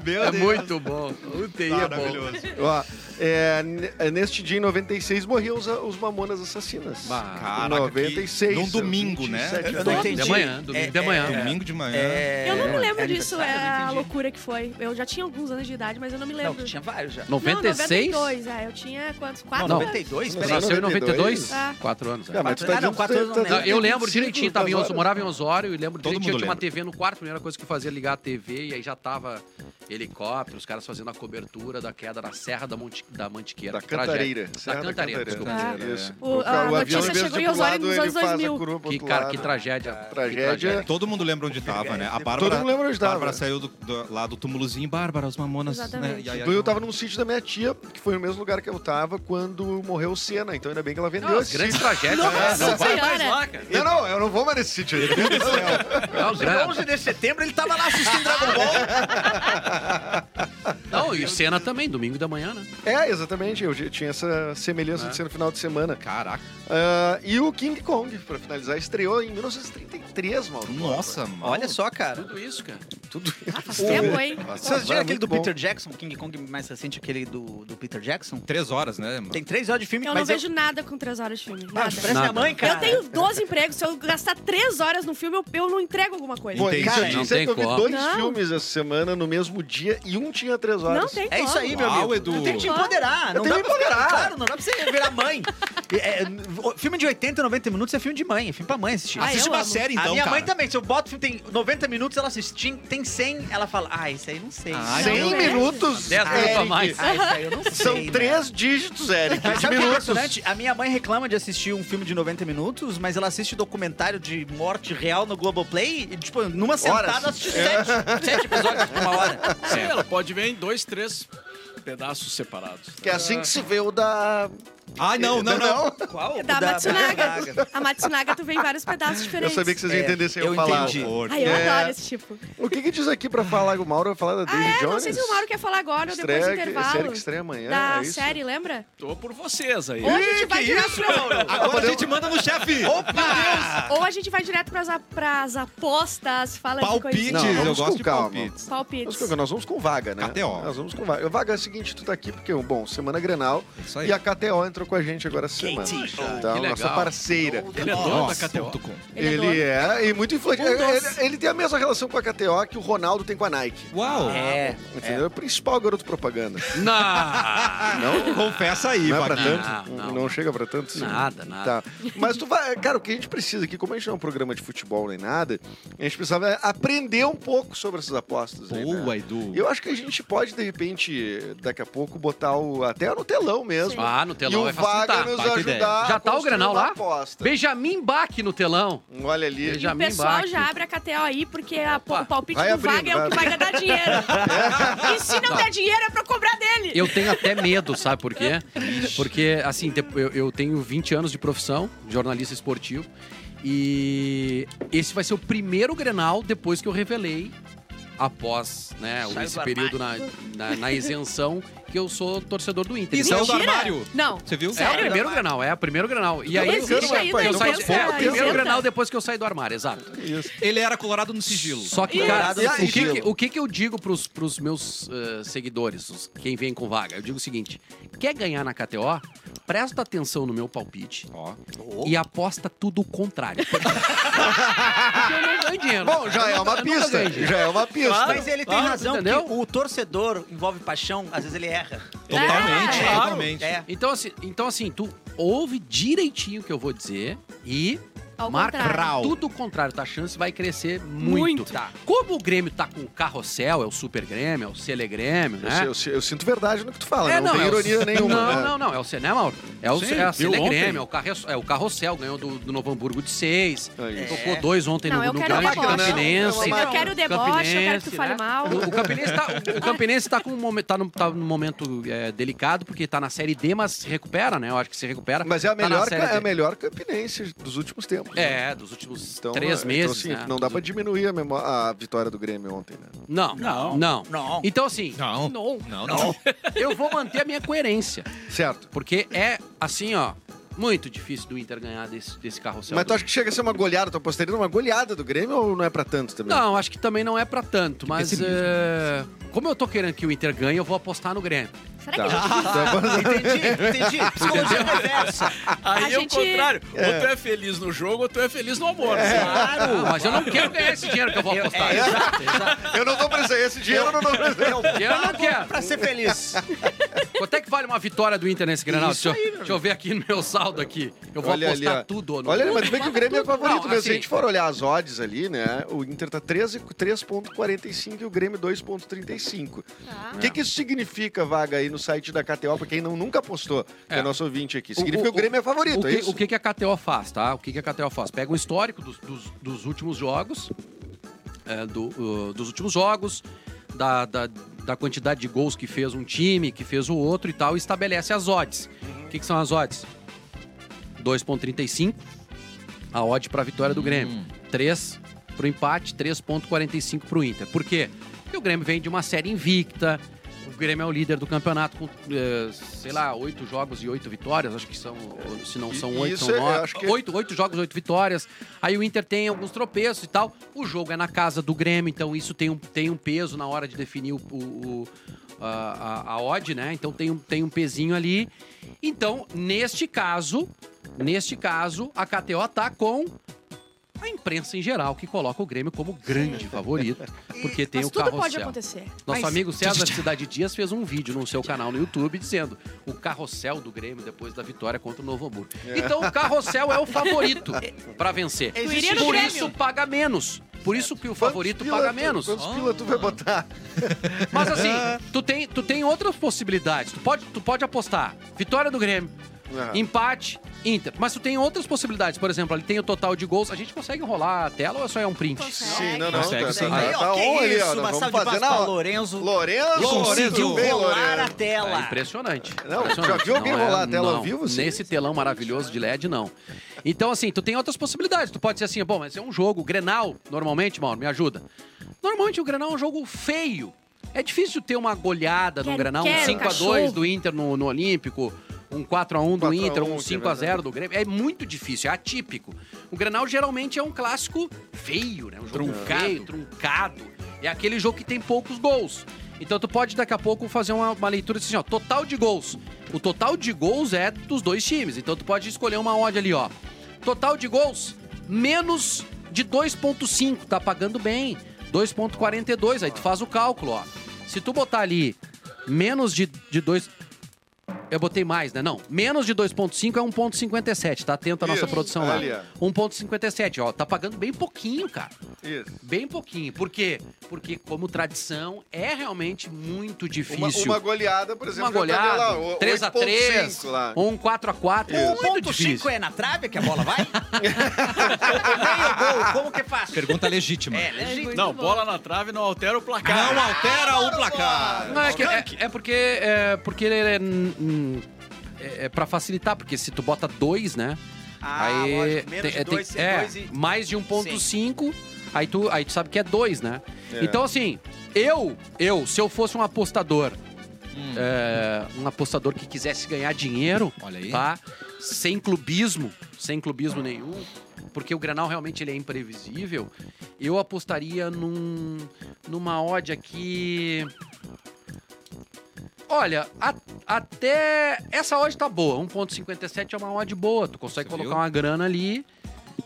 [SPEAKER 1] Meu
[SPEAKER 4] É
[SPEAKER 1] Deus.
[SPEAKER 4] muito bom. UTI é bom.
[SPEAKER 1] Maravilhoso.
[SPEAKER 3] Ó, é, n- é, neste dia, em 96, morriam os, os Mamonas Assassinas.
[SPEAKER 4] Bah,
[SPEAKER 1] Caraca, que-
[SPEAKER 3] 96,
[SPEAKER 1] num domingo, né?
[SPEAKER 3] 27
[SPEAKER 5] Eu não
[SPEAKER 3] anos.
[SPEAKER 5] entendi.
[SPEAKER 4] De manhã, É, domingo de manhã.
[SPEAKER 1] Domingo de manhã.
[SPEAKER 5] É,
[SPEAKER 2] Eu não me lembro
[SPEAKER 5] é
[SPEAKER 2] disso,
[SPEAKER 5] aniversário,
[SPEAKER 2] é a
[SPEAKER 5] não entendi.
[SPEAKER 2] loucura que foi. Eu já tinha alguns anos de idade, mas eu não me
[SPEAKER 5] Não,
[SPEAKER 2] lembro.
[SPEAKER 5] tu tinha vários já. Ah,
[SPEAKER 4] 96, 96?
[SPEAKER 2] 92, é. Eu tinha quantos? Quatro
[SPEAKER 4] Não,
[SPEAKER 2] anos?
[SPEAKER 5] 92?
[SPEAKER 3] Não,
[SPEAKER 5] Peraí.
[SPEAKER 4] Nasceu em 92?
[SPEAKER 3] 92?
[SPEAKER 2] Ah.
[SPEAKER 4] Quatro anos. é.
[SPEAKER 3] Ah, mas tu tá
[SPEAKER 5] Ah, não,
[SPEAKER 3] dizendo
[SPEAKER 5] quatro
[SPEAKER 3] que
[SPEAKER 5] anos
[SPEAKER 3] tu
[SPEAKER 5] não
[SPEAKER 3] tá-
[SPEAKER 5] lembro.
[SPEAKER 4] Não, eu lembro
[SPEAKER 3] 25
[SPEAKER 4] direitinho, tá, tava em
[SPEAKER 3] das
[SPEAKER 4] Oso,
[SPEAKER 3] horas.
[SPEAKER 4] morava em Osório e lembro
[SPEAKER 1] Todo
[SPEAKER 4] direitinho, eu
[SPEAKER 1] mundo
[SPEAKER 4] tinha uma
[SPEAKER 1] lembra.
[SPEAKER 4] TV no quarto, a primeira coisa que eu fazia era ligar a TV e aí já tava helicóptero, os caras fazendo a cobertura da queda na Serra da, Monte, da Mantiqueira.
[SPEAKER 3] Da
[SPEAKER 4] Que tragédia.
[SPEAKER 3] Cantareira. Serra
[SPEAKER 4] Da Cantareira, desculpa.
[SPEAKER 1] Cantareira,
[SPEAKER 3] Isso.
[SPEAKER 1] é.
[SPEAKER 2] O- a
[SPEAKER 3] ca-
[SPEAKER 2] notícia chegou em
[SPEAKER 3] pro
[SPEAKER 2] Osório nos anos
[SPEAKER 3] ele faz a
[SPEAKER 2] 2000.
[SPEAKER 3] curva pro
[SPEAKER 4] Que,
[SPEAKER 3] outro
[SPEAKER 4] cara,
[SPEAKER 3] lado.
[SPEAKER 4] que tragédia.
[SPEAKER 3] Tragédia.
[SPEAKER 1] Todo mundo lembra onde tava, né? A Bárbara,
[SPEAKER 3] Todo mundo lembra onde tava.
[SPEAKER 1] Bárbara saiu do, do- lá do túmulozinho. Bárbara, os mamonas, né?
[SPEAKER 2] Exatamente.
[SPEAKER 1] E aí,
[SPEAKER 3] Eu tava num sítio da minha tia, que foi no mesmo lugar que eu tava quando morreu o Senna. Então ainda bem que ela vendeu
[SPEAKER 4] Não, as
[SPEAKER 3] esse
[SPEAKER 4] grandes
[SPEAKER 3] sítio.
[SPEAKER 4] tragédias.
[SPEAKER 2] Nossa
[SPEAKER 4] né? Não vai
[SPEAKER 2] Senhora.
[SPEAKER 4] mais lá, cara. É
[SPEAKER 3] Não, não, eu não vou mais nesse sítio aí.
[SPEAKER 4] Não, gran-
[SPEAKER 5] 11 de setembro ele tava lá
[SPEAKER 2] <laughs>
[SPEAKER 5] assistindo Dragon Ball.
[SPEAKER 4] não, e o Senna também, domingo da manhã, né?
[SPEAKER 3] <laughs> é, exatamente. Eu tinha essa semelhança
[SPEAKER 4] Ah.
[SPEAKER 3] de ser no final de semana.
[SPEAKER 1] Caraca.
[SPEAKER 3] Ah, e o King Kong, pra finalizar, estreou em 1933, Mauro.
[SPEAKER 1] Nossa, mano.
[SPEAKER 5] Olha só, cara.
[SPEAKER 4] Tudo isso, cara.
[SPEAKER 2] Faz
[SPEAKER 5] tá
[SPEAKER 2] tempo, hein?
[SPEAKER 5] Vocês viram aquele
[SPEAKER 3] muito
[SPEAKER 5] do
[SPEAKER 3] bom.
[SPEAKER 5] Peter Jackson, o King Kong mais recente, aquele do, do Peter Jackson?
[SPEAKER 1] Três horas, né? mano?
[SPEAKER 5] Tem três horas de filme,
[SPEAKER 2] Eu não
[SPEAKER 5] mas
[SPEAKER 2] vejo nada com três horas de filme.
[SPEAKER 5] Ah,
[SPEAKER 2] Nada.
[SPEAKER 5] parece minha
[SPEAKER 4] Nada.
[SPEAKER 5] mãe, cara.
[SPEAKER 2] Eu tenho 12 empregos. Se eu gastar três horas no filme, eu, eu não entrego alguma coisa.
[SPEAKER 3] Pô,
[SPEAKER 1] Entendi.
[SPEAKER 3] cara,
[SPEAKER 5] Não
[SPEAKER 3] disse que
[SPEAKER 4] tem
[SPEAKER 3] eu vi
[SPEAKER 4] como.
[SPEAKER 3] dois
[SPEAKER 2] Não.
[SPEAKER 3] filmes essa semana no mesmo dia e um tinha três horas.
[SPEAKER 2] Não tem
[SPEAKER 5] É isso
[SPEAKER 2] como.
[SPEAKER 5] aí, meu
[SPEAKER 1] Uau,
[SPEAKER 5] amigo.
[SPEAKER 1] Edu.
[SPEAKER 5] Tu tem que te empoderar. Não
[SPEAKER 3] tenho
[SPEAKER 5] dá
[SPEAKER 3] que
[SPEAKER 5] pra
[SPEAKER 3] empoderar.
[SPEAKER 5] ficar, claro, não dá pra você virar mãe. É, é, o filme de 80, 90 minutos é filme de mãe, é filme pra mãe assistir.
[SPEAKER 2] Ah,
[SPEAKER 1] Assiste
[SPEAKER 2] eu
[SPEAKER 1] uma
[SPEAKER 2] amo.
[SPEAKER 1] série,
[SPEAKER 5] a
[SPEAKER 1] então,
[SPEAKER 5] minha
[SPEAKER 1] cara.
[SPEAKER 5] mãe também, se eu boto o filme, tem 90 minutos, ela assiste, tem 100, ela fala, ah, isso aí não sei.
[SPEAKER 1] Ah,
[SPEAKER 5] Não,
[SPEAKER 3] 100
[SPEAKER 2] Não, é.
[SPEAKER 3] minutos,
[SPEAKER 4] Dez minutos a
[SPEAKER 3] Eric.
[SPEAKER 4] mais.
[SPEAKER 5] Ah, isso aí eu não sei.
[SPEAKER 3] São
[SPEAKER 5] né?
[SPEAKER 3] três dígitos, Eric.
[SPEAKER 5] Mas
[SPEAKER 3] De
[SPEAKER 5] sabe o que é
[SPEAKER 3] minutos.
[SPEAKER 5] impressionante? A minha mãe reclama de assistir um filme de 90 minutos, mas ela assiste documentário de morte real no Globoplay e, tipo, numa sentada
[SPEAKER 3] Horas. É.
[SPEAKER 5] assiste sete, sete episódios de uma hora.
[SPEAKER 6] Sim, ela pode ver em dois, três pedaços separados.
[SPEAKER 3] <laughs> Que é assim que se vê o da...
[SPEAKER 1] Ai, Ah, não, não, não.
[SPEAKER 5] Qual?
[SPEAKER 2] É Da Matsunaga. A Matsunaga, tu vem em vários pedaços
[SPEAKER 3] Eu
[SPEAKER 2] diferentes.
[SPEAKER 3] sabia que vocês
[SPEAKER 5] É,
[SPEAKER 3] iam entender sem eu,
[SPEAKER 5] eu
[SPEAKER 3] falar.
[SPEAKER 5] entendi.
[SPEAKER 1] Horror.
[SPEAKER 2] Ai, eu
[SPEAKER 3] É.
[SPEAKER 2] adoro esse tipo.
[SPEAKER 3] O que que diz aqui pra falar? O Mauro vai falar da Daisy
[SPEAKER 2] Ah, é?
[SPEAKER 3] Jones?
[SPEAKER 2] Não sei se o Mauro quer falar agora ou depois do
[SPEAKER 3] Estreia que- Série
[SPEAKER 2] intervalo.
[SPEAKER 3] que estreia amanhã,
[SPEAKER 2] Da
[SPEAKER 3] é isso?
[SPEAKER 2] série, lembra?
[SPEAKER 6] Tô por vocês aí.
[SPEAKER 2] Ou a gente vai direto pra...
[SPEAKER 1] Agora a gente manda no chefe.
[SPEAKER 2] Ou a gente vai direto pras, a- pras apostas, fala de
[SPEAKER 1] Palpites.
[SPEAKER 3] Não,
[SPEAKER 2] coisinha.
[SPEAKER 3] vamos
[SPEAKER 1] eu gosto
[SPEAKER 3] com
[SPEAKER 1] de
[SPEAKER 3] calma.
[SPEAKER 1] palpites.
[SPEAKER 3] Nós,
[SPEAKER 2] Palpites.
[SPEAKER 3] nós vamos com vaga, né?
[SPEAKER 1] KTO.
[SPEAKER 3] Nós vamos com vaga. Vaga é o seguinte, tu tá aqui porque, bom, semana Grenal
[SPEAKER 1] Isso aí. Oh,
[SPEAKER 3] e a KTO entrou com a gente agora essa semana. Então,
[SPEAKER 4] que
[SPEAKER 3] nossa
[SPEAKER 4] legal.
[SPEAKER 3] parceira.
[SPEAKER 6] Ele é dono da KTO.
[SPEAKER 2] Ele é
[SPEAKER 3] Ele é, e muito influente.
[SPEAKER 2] Um
[SPEAKER 3] Ele,
[SPEAKER 2] dos.
[SPEAKER 3] ele tem a mesma relação com a KTO que o Ronaldo tem com a Nike.
[SPEAKER 1] Uau.
[SPEAKER 5] É.
[SPEAKER 3] Entendeu? É o principal garoto propaganda.
[SPEAKER 4] Não!
[SPEAKER 1] <laughs>
[SPEAKER 3] Não?
[SPEAKER 1] Confessa aí,
[SPEAKER 3] Não é pra
[SPEAKER 1] Vaguinho.
[SPEAKER 3] tanto?
[SPEAKER 4] Ah, Não,
[SPEAKER 3] Não,
[SPEAKER 4] não.
[SPEAKER 3] chega pra tanto? sim?
[SPEAKER 4] Nada, nada.
[SPEAKER 3] Tá. Mas tu vai. Cara, o que a gente precisa aqui, como a gente não é um programa de futebol nem nada, a gente precisava aprender um pouco sobre essas apostas. aí, né?
[SPEAKER 4] é
[SPEAKER 1] Boa, Edu.
[SPEAKER 3] Eu acho que a gente pode, de repente, daqui a pouco, botar o, até no telão mesmo.
[SPEAKER 4] Ah, no telão
[SPEAKER 3] e
[SPEAKER 4] vai
[SPEAKER 3] o Vaga
[SPEAKER 4] facilitar.
[SPEAKER 3] nos
[SPEAKER 1] baita ideia.
[SPEAKER 3] ajudar.
[SPEAKER 4] Já
[SPEAKER 3] a
[SPEAKER 4] tá o
[SPEAKER 3] construir
[SPEAKER 4] Grenal
[SPEAKER 3] uma
[SPEAKER 4] lá?
[SPEAKER 3] Aposta.
[SPEAKER 4] Benjamin Bach no telão.
[SPEAKER 3] Olha ali.
[SPEAKER 4] Veja-
[SPEAKER 2] O
[SPEAKER 4] Benjamin
[SPEAKER 2] pessoal
[SPEAKER 4] Bach.
[SPEAKER 2] já abre a KTO aí, porque a-
[SPEAKER 4] Opa.
[SPEAKER 2] o palpite
[SPEAKER 3] Vai
[SPEAKER 2] do
[SPEAKER 3] abrindo,
[SPEAKER 2] Vaga é o que
[SPEAKER 3] vai
[SPEAKER 2] vai dar dinheiro. e se não, der dinheiro, é pra cobrar dele.
[SPEAKER 4] Eu tenho até medo, sabe por quê? Porque, assim, de- eu, eu tenho 20 anos de profissão, jornalista esportivo, e esse vai ser o primeiro Grenal depois que eu revelei, após né,
[SPEAKER 5] Saiu
[SPEAKER 4] esse
[SPEAKER 5] do
[SPEAKER 4] período na, na, na isenção, que eu sou torcedor do Inter.
[SPEAKER 1] Isso
[SPEAKER 4] Então,
[SPEAKER 1] é o do armário.
[SPEAKER 2] Não.
[SPEAKER 1] Você viu?
[SPEAKER 4] é o primeiro Grenal, é o primeiro Grenal. E
[SPEAKER 2] Então
[SPEAKER 4] aí,
[SPEAKER 2] Não existe
[SPEAKER 4] eu- eu
[SPEAKER 2] ainda
[SPEAKER 4] saio-
[SPEAKER 2] isenção,
[SPEAKER 4] é o primeiro
[SPEAKER 2] isenta.
[SPEAKER 4] Grenal depois que eu saí do armário, exato.
[SPEAKER 1] É, Ele era colorado no sigilo.
[SPEAKER 4] Só que,
[SPEAKER 2] Isso.
[SPEAKER 4] cara,
[SPEAKER 3] Dourado no
[SPEAKER 4] o que,
[SPEAKER 3] sigilo.
[SPEAKER 4] que- o que que eu digo pros, pros meus eh, seguidores, os- quem vem com vaga? Eu digo o seguinte: quer ganhar na KTO? Presta atenção no meu palpite
[SPEAKER 1] Ó.
[SPEAKER 4] e aposta tudo o contrário. <laughs> Porque eu não ganho dinheiro.
[SPEAKER 3] Bom, já é uma
[SPEAKER 4] Eu nunca
[SPEAKER 3] pista.
[SPEAKER 4] ganho dinheiro.
[SPEAKER 3] Já é uma pista.
[SPEAKER 5] Mas ele tem
[SPEAKER 4] Claro,
[SPEAKER 5] razão,
[SPEAKER 4] entendeu?
[SPEAKER 5] que o torcedor envolve paixão, às vezes ele erra.
[SPEAKER 1] Totalmente,
[SPEAKER 2] É.
[SPEAKER 1] totalmente.
[SPEAKER 5] É.
[SPEAKER 4] Então assim, então, assim, tu ouve direitinho o que eu vou dizer e
[SPEAKER 2] Ao
[SPEAKER 4] marca
[SPEAKER 2] contrário.
[SPEAKER 4] tudo o contrário. Tua chance vai crescer muito.
[SPEAKER 2] Muito.
[SPEAKER 4] Tá. Como o Grêmio tá com o carrossel, é o Super Grêmio, é o Cele Grêmio,
[SPEAKER 3] Eu,
[SPEAKER 4] né?
[SPEAKER 3] eu- eu sinto verdade no que tu fala, né?
[SPEAKER 4] É,
[SPEAKER 3] não, tem
[SPEAKER 4] é o-
[SPEAKER 3] ironia nenhuma.
[SPEAKER 4] Não,
[SPEAKER 3] né?
[SPEAKER 4] não, não. É o cinema. É o
[SPEAKER 6] Sim,
[SPEAKER 4] é a
[SPEAKER 6] viu
[SPEAKER 4] Cine
[SPEAKER 6] ontem?
[SPEAKER 4] Grêmio, é o, carro, é o Carrossel, ganhou do, do Novo Hamburgo de seis.
[SPEAKER 3] Aí.
[SPEAKER 4] Tocou dois ontem
[SPEAKER 2] É. Não,
[SPEAKER 4] no,
[SPEAKER 2] eu
[SPEAKER 4] no
[SPEAKER 2] quero
[SPEAKER 4] Grêmio
[SPEAKER 2] deboche.
[SPEAKER 4] Campinense.
[SPEAKER 3] Não, eu
[SPEAKER 4] né?
[SPEAKER 2] quero deboche, eu quero que tu
[SPEAKER 4] Campinense,
[SPEAKER 2] fale
[SPEAKER 4] né?
[SPEAKER 2] mal.
[SPEAKER 4] O, o Campinense tá, o, o Campinense tá, com um momen- tá num, tá num momento é, delicado, porque tá na Série D, mas se recupera, né? Eu acho que se recupera.
[SPEAKER 3] Mas é a
[SPEAKER 4] Tá na
[SPEAKER 3] melhor,
[SPEAKER 4] Série
[SPEAKER 3] ca- é
[SPEAKER 4] D.
[SPEAKER 3] a melhor campinense dos últimos tempos. né?
[SPEAKER 4] É, dos últimos três
[SPEAKER 3] é,
[SPEAKER 4] meses.
[SPEAKER 3] Então, assim,
[SPEAKER 4] né?
[SPEAKER 3] não dá
[SPEAKER 4] Dos
[SPEAKER 3] pra diminuir a, memó- a vitória do Grêmio ontem, né?
[SPEAKER 4] Não,
[SPEAKER 6] Não.
[SPEAKER 4] não, não.
[SPEAKER 5] Não.
[SPEAKER 4] Então, assim,
[SPEAKER 1] Não.
[SPEAKER 2] Não.
[SPEAKER 1] Não, não.
[SPEAKER 4] eu vou manter a minha coerência.
[SPEAKER 3] Certo.
[SPEAKER 4] Porque é, assim, ó, muito difícil do Inter ganhar desse, desse carrossel.
[SPEAKER 3] Mas tu
[SPEAKER 4] do-
[SPEAKER 3] acha que chega a ser uma goleada, tu apostaria numa goleada do Grêmio ou não é pra tanto também?
[SPEAKER 4] Não, acho que também não é pra tanto, mas. eh, Como eu tô querendo que o Inter ganhe, eu vou apostar no Grêmio.
[SPEAKER 2] Será que
[SPEAKER 3] Tá.
[SPEAKER 2] a gente diz?
[SPEAKER 5] Entendi, entendi. Psicologia reversa.
[SPEAKER 6] Aí
[SPEAKER 2] A
[SPEAKER 6] é
[SPEAKER 2] gente-
[SPEAKER 6] o contrário. Ou tu é feliz no jogo, ou tu é feliz no amor. Assim,
[SPEAKER 4] Claro, mas eu não quero ganhar esse dinheiro que eu vou apostar.
[SPEAKER 5] exato, exato.
[SPEAKER 3] Eu não vou precisar. Esse dinheiro eu não vou precisar.
[SPEAKER 5] Eu
[SPEAKER 4] Dinheiro eu não quero.
[SPEAKER 5] pra ser feliz.
[SPEAKER 4] Quanto é que vale uma vitória do Inter nesse Grenal?
[SPEAKER 5] Isso
[SPEAKER 4] Deixa, eu- deixa eu ver aqui no meu saldo aqui. Eu
[SPEAKER 3] <laughs>
[SPEAKER 4] vou apostar
[SPEAKER 3] ó.
[SPEAKER 4] tudo. no-
[SPEAKER 3] Olha ali, mas bem que o Grêmio é favorito
[SPEAKER 4] Não,
[SPEAKER 3] mesmo. Se
[SPEAKER 4] assim-
[SPEAKER 3] a gente for olhar as odds ali, né? O Inter tá 13 3,45 e o Grêmio 2,35.
[SPEAKER 2] Tá.
[SPEAKER 3] O que, que isso significa, Vaga, aí no site da KTO, pra quem não, nunca apostou, que é.
[SPEAKER 4] É.
[SPEAKER 3] nosso ouvinte aqui?
[SPEAKER 4] O-
[SPEAKER 3] Significa que o, Grêmio é favorito,
[SPEAKER 4] o que,
[SPEAKER 3] é isso?
[SPEAKER 4] O que, que a KTO faz, tá? O que, que a KTO faz? Pega um histórico dos, dos- dos últimos jogos, é, do, uh, dos últimos jogos, da, da, da quantidade de gols que fez um time, que fez o outro e tal, e estabelece as odds. O que, que são as odds? 2,35, a odd para a vitória do Grêmio. 3 para o empate, 3,45 para o Inter. Por quê? Porque o Grêmio vem de uma série invicta, o Grêmio é o líder do campeonato com, eh, sei lá, oito jogos e oito vitórias, acho que são, ou se não
[SPEAKER 3] E-
[SPEAKER 4] são
[SPEAKER 3] e
[SPEAKER 4] oito,
[SPEAKER 3] isso
[SPEAKER 4] são
[SPEAKER 3] é-
[SPEAKER 4] nove.
[SPEAKER 3] acho que-
[SPEAKER 4] Oito, oito jogos, oito vitórias. Aí o Inter tem alguns tropeços e tal. O jogo é na casa do Grêmio, então isso tem um, tem um peso na hora de definir o, o- o- a, a, a odd, né? Então tem um, tem um pezinho ali. Então, neste caso, neste caso, a KTO tá com a imprensa em geral, que coloca o Grêmio como grande favorito, porque tem
[SPEAKER 2] Mas
[SPEAKER 4] o
[SPEAKER 2] tudo
[SPEAKER 4] carrossel.
[SPEAKER 2] pode acontecer.
[SPEAKER 4] Nosso
[SPEAKER 5] Mas-
[SPEAKER 4] amigo César Cidade Dias fez um vídeo no seu canal no YouTube dizendo o carrossel do Grêmio depois da vitória contra o Novo Hamburgo. Então o carrossel é o favorito pra vencer.
[SPEAKER 5] Tu
[SPEAKER 2] iria no
[SPEAKER 4] Por
[SPEAKER 2] Grêmio.
[SPEAKER 4] isso paga menos. Por isso que o é favorito
[SPEAKER 3] Quantos
[SPEAKER 4] paga
[SPEAKER 3] pila tu-
[SPEAKER 4] menos. Ah.
[SPEAKER 3] Quantos pila tu vai botar?
[SPEAKER 4] Mas assim, tu tem, tu tem outras possibilidades. Tu pode, tu pode apostar. Vitória do Grêmio.
[SPEAKER 3] Ah.
[SPEAKER 4] Empate, Inter. Mas tu tem outras possibilidades. Por exemplo, ali tem o total de gols. A gente consegue rolar a tela ou é só é um print?
[SPEAKER 2] Consegue.
[SPEAKER 3] Sim, não, não.
[SPEAKER 1] Consegue,
[SPEAKER 3] tá,
[SPEAKER 1] sim.
[SPEAKER 3] tá,
[SPEAKER 5] Aí, ó,
[SPEAKER 3] tá
[SPEAKER 5] que
[SPEAKER 3] on ali, ó.
[SPEAKER 5] isso,
[SPEAKER 3] Nós
[SPEAKER 5] uma
[SPEAKER 3] vamos
[SPEAKER 5] salva de
[SPEAKER 3] fazer
[SPEAKER 5] palmas
[SPEAKER 3] na
[SPEAKER 5] pra Lorenzo.
[SPEAKER 3] Lourenço,
[SPEAKER 1] Conseguiu
[SPEAKER 3] tudo bem,
[SPEAKER 5] Rolar a
[SPEAKER 3] Lourenço.
[SPEAKER 4] É
[SPEAKER 5] tela.
[SPEAKER 4] impressionante.
[SPEAKER 3] Não,
[SPEAKER 4] Impressionante.
[SPEAKER 3] já viu alguém
[SPEAKER 4] é-
[SPEAKER 3] rolar a tela ao
[SPEAKER 4] não.
[SPEAKER 3] vivo, assim?
[SPEAKER 4] Nesse telão maravilhoso de LED, não. Então, assim, tu tem outras possibilidades. Tu pode ser assim, bom, mas é um jogo. Grenal, normalmente, Mauro, me ajuda. Normalmente o Grenal é um jogo feio. É difícil ter uma goleada no
[SPEAKER 2] Quero-
[SPEAKER 4] Grenal, um
[SPEAKER 2] quero,
[SPEAKER 4] 5x2
[SPEAKER 2] cachorro.
[SPEAKER 4] do Inter no, no Olímpico, um 4x1 do
[SPEAKER 3] 4 a 1,
[SPEAKER 4] Inter,
[SPEAKER 3] que é
[SPEAKER 4] um 5x0 do Grêmio. É muito difícil, é atípico. O Grenal geralmente é um clássico feio, né? Um jogo
[SPEAKER 6] Truncado.
[SPEAKER 4] feio, truncado. É aquele jogo que tem poucos gols. Então tu pode daqui a pouco fazer uma, uma leitura assim, ó, total de gols. O total de gols é dos dois times. Então tu pode escolher uma odd ali, ó. Total de gols menos de 2.5, tá pagando bem. 2.42, aí tu faz o cálculo, ó. Se tu botar ali menos de, de dois... Eu botei mais, né? Não. Menos de 2.5 é 1.57, tá atento à nossa
[SPEAKER 3] Isso,
[SPEAKER 4] produção lá.
[SPEAKER 3] ali, ó.
[SPEAKER 4] 1.57, ó. Tá pagando bem pouquinho, cara.
[SPEAKER 3] Isso.
[SPEAKER 4] Bem pouquinho. Por quê? Porque, como tradição, é realmente muito
[SPEAKER 3] Uma,
[SPEAKER 4] difícil.
[SPEAKER 3] uma goleada, por exemplo,
[SPEAKER 4] Uma
[SPEAKER 3] já tá lá,
[SPEAKER 4] goleada,
[SPEAKER 3] o-
[SPEAKER 4] 3x3,
[SPEAKER 3] 8.5 lá.
[SPEAKER 4] ou um 4x4, é muito
[SPEAKER 5] 1.5
[SPEAKER 4] difícil.
[SPEAKER 5] é na trave que a bola vai? Meio gol, como que faz?
[SPEAKER 1] Pergunta legítima.
[SPEAKER 5] É, legítimo.
[SPEAKER 6] Não, bola na trave não altera o placar.
[SPEAKER 1] Não altera o placar.
[SPEAKER 4] Não, é, que- é- é porque, é porque ele é, hum, é, é pra facilitar, porque se tu bota 2, né?
[SPEAKER 5] Ah,
[SPEAKER 4] aí
[SPEAKER 5] lógico, menos de
[SPEAKER 4] é,
[SPEAKER 5] dois, se
[SPEAKER 4] é,
[SPEAKER 5] dois e-
[SPEAKER 4] mais de 1.5, aí tu, aí tu sabe que é 2, né? Então, assim, eu, eu, se eu fosse um apostador, é, um apostador que quisesse ganhar dinheiro,
[SPEAKER 1] Olha aí.
[SPEAKER 4] tá? Sem clubismo, sem clubismo nenhum, porque o Granal realmente ele é imprevisível, eu apostaria num, numa odd aqui... Olha, a- até... Essa odd tá boa, 1.57 é uma odd boa, tu consegue
[SPEAKER 1] Você
[SPEAKER 4] colocar
[SPEAKER 1] viu?
[SPEAKER 4] uma grana ali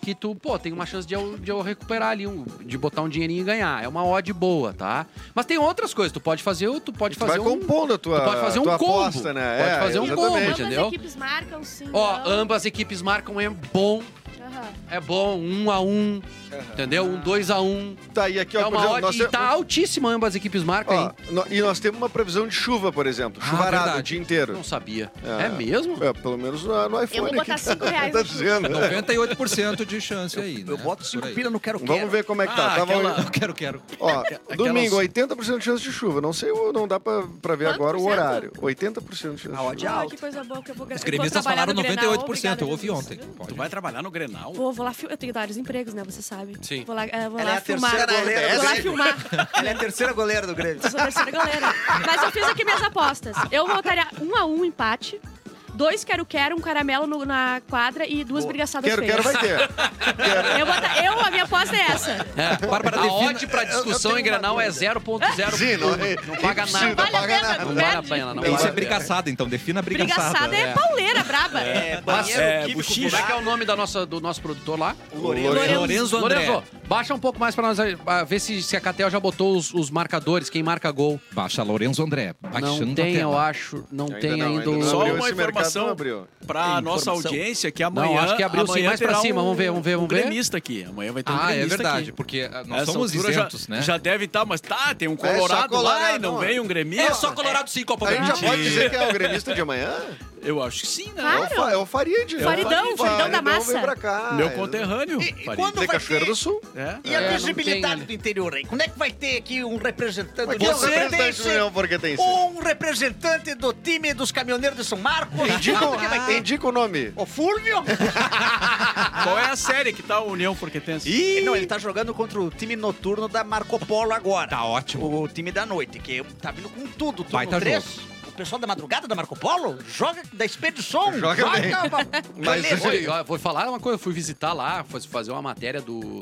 [SPEAKER 4] que tu, pô, tem uma chance de eu, de eu recuperar ali, um- de botar um dinheirinho e ganhar. É uma odd boa, tá? Mas tem outras coisas, tu pode fazer, tu pode
[SPEAKER 3] Tu vai
[SPEAKER 4] fazer um...
[SPEAKER 3] compondo a tua,
[SPEAKER 4] tu pode fazer um
[SPEAKER 3] tua
[SPEAKER 4] combo.
[SPEAKER 3] aposta, né?
[SPEAKER 4] Pode fazer um combo.
[SPEAKER 2] Ambas
[SPEAKER 4] entendeu?
[SPEAKER 2] equipes marcam, sim.
[SPEAKER 4] Ó,
[SPEAKER 2] não.
[SPEAKER 4] ambas equipes marcam, é bom,
[SPEAKER 2] Aham.
[SPEAKER 4] é bom, um a um, entendeu? Um dois a um.
[SPEAKER 3] Tá aí aqui, ó,
[SPEAKER 4] é
[SPEAKER 3] por
[SPEAKER 4] uma
[SPEAKER 3] exemplo,
[SPEAKER 4] odd
[SPEAKER 3] nós
[SPEAKER 4] e
[SPEAKER 3] temos-
[SPEAKER 4] tá altíssima ambas equipes marcam,
[SPEAKER 3] ó,
[SPEAKER 4] hein?
[SPEAKER 3] no- e Ah, nós temos uma previsão de chuva, por exemplo. Chuvarada o
[SPEAKER 1] verdade.
[SPEAKER 3] dia inteiro.
[SPEAKER 4] Não sabia.
[SPEAKER 3] Ah.
[SPEAKER 4] É mesmo?
[SPEAKER 3] É, pelo menos no, no iPhone.
[SPEAKER 2] Eu vou botar
[SPEAKER 3] aqui,
[SPEAKER 2] cinco
[SPEAKER 3] tá-
[SPEAKER 2] reais
[SPEAKER 3] Tá
[SPEAKER 2] no chuva.
[SPEAKER 3] dizendo.
[SPEAKER 1] 98% de chance aí, né?
[SPEAKER 5] Eu boto 5 pila no quero-quero.
[SPEAKER 3] Vamos ver como é que tá.
[SPEAKER 6] Ah,
[SPEAKER 3] Tava-
[SPEAKER 6] aquela-
[SPEAKER 1] Eu quero, quero.
[SPEAKER 3] Ó,
[SPEAKER 6] aquelas-
[SPEAKER 3] domingo, 80% de chance de chuva. Não sei, o- não dá pra, pra ver
[SPEAKER 2] Quanto
[SPEAKER 3] agora o
[SPEAKER 2] por cento?
[SPEAKER 3] horário. 80% de chance de
[SPEAKER 5] Ah, ó,
[SPEAKER 3] chuva.
[SPEAKER 5] de
[SPEAKER 2] Ai,
[SPEAKER 5] alto.
[SPEAKER 2] que coisa boa que eu vou ganhar.
[SPEAKER 1] Os gremistas falaram 98%, eu ouvi ontem.
[SPEAKER 6] Tu vai trabalhar no Grenal?
[SPEAKER 2] Vou, vou lá, fil- eu tenho vários empregos, né? Você sabe.
[SPEAKER 4] Sim.
[SPEAKER 2] Vou lá, eh, vou
[SPEAKER 5] Ela é
[SPEAKER 2] lá
[SPEAKER 5] a
[SPEAKER 2] filmar.
[SPEAKER 5] terceira goleira
[SPEAKER 2] vou lá
[SPEAKER 5] do Grêmio.
[SPEAKER 2] filmar.
[SPEAKER 5] Ela é a terceira goleira do Grêmio.
[SPEAKER 2] Eu sou a terceira goleira. Mas eu fiz aqui minhas apostas. Eu voltaria um a um empate. dois quero-quero, um caramelo no- na quadra e duas brigaçadas
[SPEAKER 3] Quero, quero,
[SPEAKER 2] feias.
[SPEAKER 3] vai ter.
[SPEAKER 2] Eu, vou tá- eu, a minha aposta é essa.
[SPEAKER 4] É, Bárbara, a odd pra discussão em Granal é 0.0.
[SPEAKER 3] Sim, não, é-
[SPEAKER 4] não paga
[SPEAKER 3] é
[SPEAKER 4] nada.
[SPEAKER 3] impossível.
[SPEAKER 2] Vale a
[SPEAKER 3] paga
[SPEAKER 2] pena,
[SPEAKER 3] nada.
[SPEAKER 2] tu
[SPEAKER 4] Não vale a
[SPEAKER 2] perde.
[SPEAKER 4] pena, não assim,
[SPEAKER 1] Isso
[SPEAKER 4] vale
[SPEAKER 1] é
[SPEAKER 4] a pena.
[SPEAKER 1] brigaçada, então. Defina brigaçada. né?
[SPEAKER 2] Brigaçada é
[SPEAKER 4] É.
[SPEAKER 2] pauleira, braba.
[SPEAKER 5] É,
[SPEAKER 4] Mas,
[SPEAKER 5] banheiro
[SPEAKER 6] é,
[SPEAKER 5] químico com
[SPEAKER 6] bochicha.
[SPEAKER 4] Como é que é o nome da nossa, do nosso produtor lá?
[SPEAKER 3] O
[SPEAKER 1] Lorenzo.
[SPEAKER 6] Lorenzo André.
[SPEAKER 4] Lorenzo, baixa um pouco mais pra nós, aí, ah, ver se, se a Catel já botou os, os marcadores, quem marca gol.
[SPEAKER 1] Baixa Lorenzo André. Baixando
[SPEAKER 4] não
[SPEAKER 1] a
[SPEAKER 4] tem,
[SPEAKER 1] tela.
[SPEAKER 4] eu acho, não
[SPEAKER 3] Ainda
[SPEAKER 4] tem
[SPEAKER 3] não,
[SPEAKER 4] ainda,
[SPEAKER 3] ainda
[SPEAKER 4] o-
[SPEAKER 3] não
[SPEAKER 6] Só
[SPEAKER 3] abriu
[SPEAKER 6] uma
[SPEAKER 3] esse mercado, não
[SPEAKER 6] informação
[SPEAKER 3] abriu.
[SPEAKER 6] pra nossa
[SPEAKER 4] Informação.
[SPEAKER 6] audiência que amanhã.
[SPEAKER 4] Não, acho que abriu sim,
[SPEAKER 6] amanhã
[SPEAKER 4] mais pra
[SPEAKER 6] terá
[SPEAKER 4] cima.
[SPEAKER 6] um-
[SPEAKER 4] Vamos ver, vamos ver, vamos
[SPEAKER 6] um
[SPEAKER 4] ver.
[SPEAKER 6] gremista aqui. Amanhã vai ter um
[SPEAKER 1] Ah, é
[SPEAKER 6] gremista
[SPEAKER 1] verdade,
[SPEAKER 6] aqui.
[SPEAKER 1] porque ah, nós
[SPEAKER 6] Essa
[SPEAKER 1] somos
[SPEAKER 6] altura
[SPEAKER 1] isentos,
[SPEAKER 6] já,
[SPEAKER 1] né?
[SPEAKER 6] já deve estar, mas tá, tem um
[SPEAKER 3] só
[SPEAKER 6] colorado, lá e
[SPEAKER 3] colorado,
[SPEAKER 6] não
[SPEAKER 3] ó.
[SPEAKER 6] vem um gremista.
[SPEAKER 4] É só Colorado sim, Copa
[SPEAKER 3] A gente já
[SPEAKER 1] Mentira.
[SPEAKER 3] pode dizer que é o gremista de amanhã?
[SPEAKER 6] Eu acho que sim, né?
[SPEAKER 2] Claro.
[SPEAKER 3] É o, Fa- é o Farid. né?
[SPEAKER 2] Faridão,
[SPEAKER 3] o
[SPEAKER 2] Faridão da massa.
[SPEAKER 3] vem pra cá.
[SPEAKER 6] Meu conterrâneo.
[SPEAKER 5] E- e
[SPEAKER 6] Farid.
[SPEAKER 5] quando-
[SPEAKER 3] De
[SPEAKER 5] vai
[SPEAKER 3] Cachoeira
[SPEAKER 5] ter-
[SPEAKER 3] do Sul.
[SPEAKER 6] É.
[SPEAKER 5] E a
[SPEAKER 4] É, não tem,
[SPEAKER 5] visibilidade
[SPEAKER 4] né?
[SPEAKER 5] do interior aí? Quando é que vai ter aqui um representante
[SPEAKER 3] Mas
[SPEAKER 5] do
[SPEAKER 3] quem é o
[SPEAKER 5] Não,
[SPEAKER 3] representante do
[SPEAKER 5] tem
[SPEAKER 3] União Porquetense?
[SPEAKER 5] esse- Um representante do time dos caminhoneiros de São Marcos?
[SPEAKER 2] <laughs>
[SPEAKER 3] Indica,
[SPEAKER 5] Claro que vai
[SPEAKER 3] o-
[SPEAKER 5] ter.
[SPEAKER 3] indica o nome.
[SPEAKER 5] O Fúlvio?
[SPEAKER 6] Qual é a série que tá o União Forquetense?
[SPEAKER 1] Ih,
[SPEAKER 5] Não, ele tá jogando contra o time noturno da Marco Polo agora.
[SPEAKER 1] tá ótimo.
[SPEAKER 5] O time da noite, que tá vindo com tudo.
[SPEAKER 1] Baita
[SPEAKER 5] Turno 3. O pessoal da madrugada da Marco Polo joga da expedição.
[SPEAKER 3] Joga bem.
[SPEAKER 5] uma
[SPEAKER 4] Mas
[SPEAKER 5] beleza.
[SPEAKER 4] eu, eu vou falar uma coisa, eu fui visitar lá, fui fazer uma matéria do,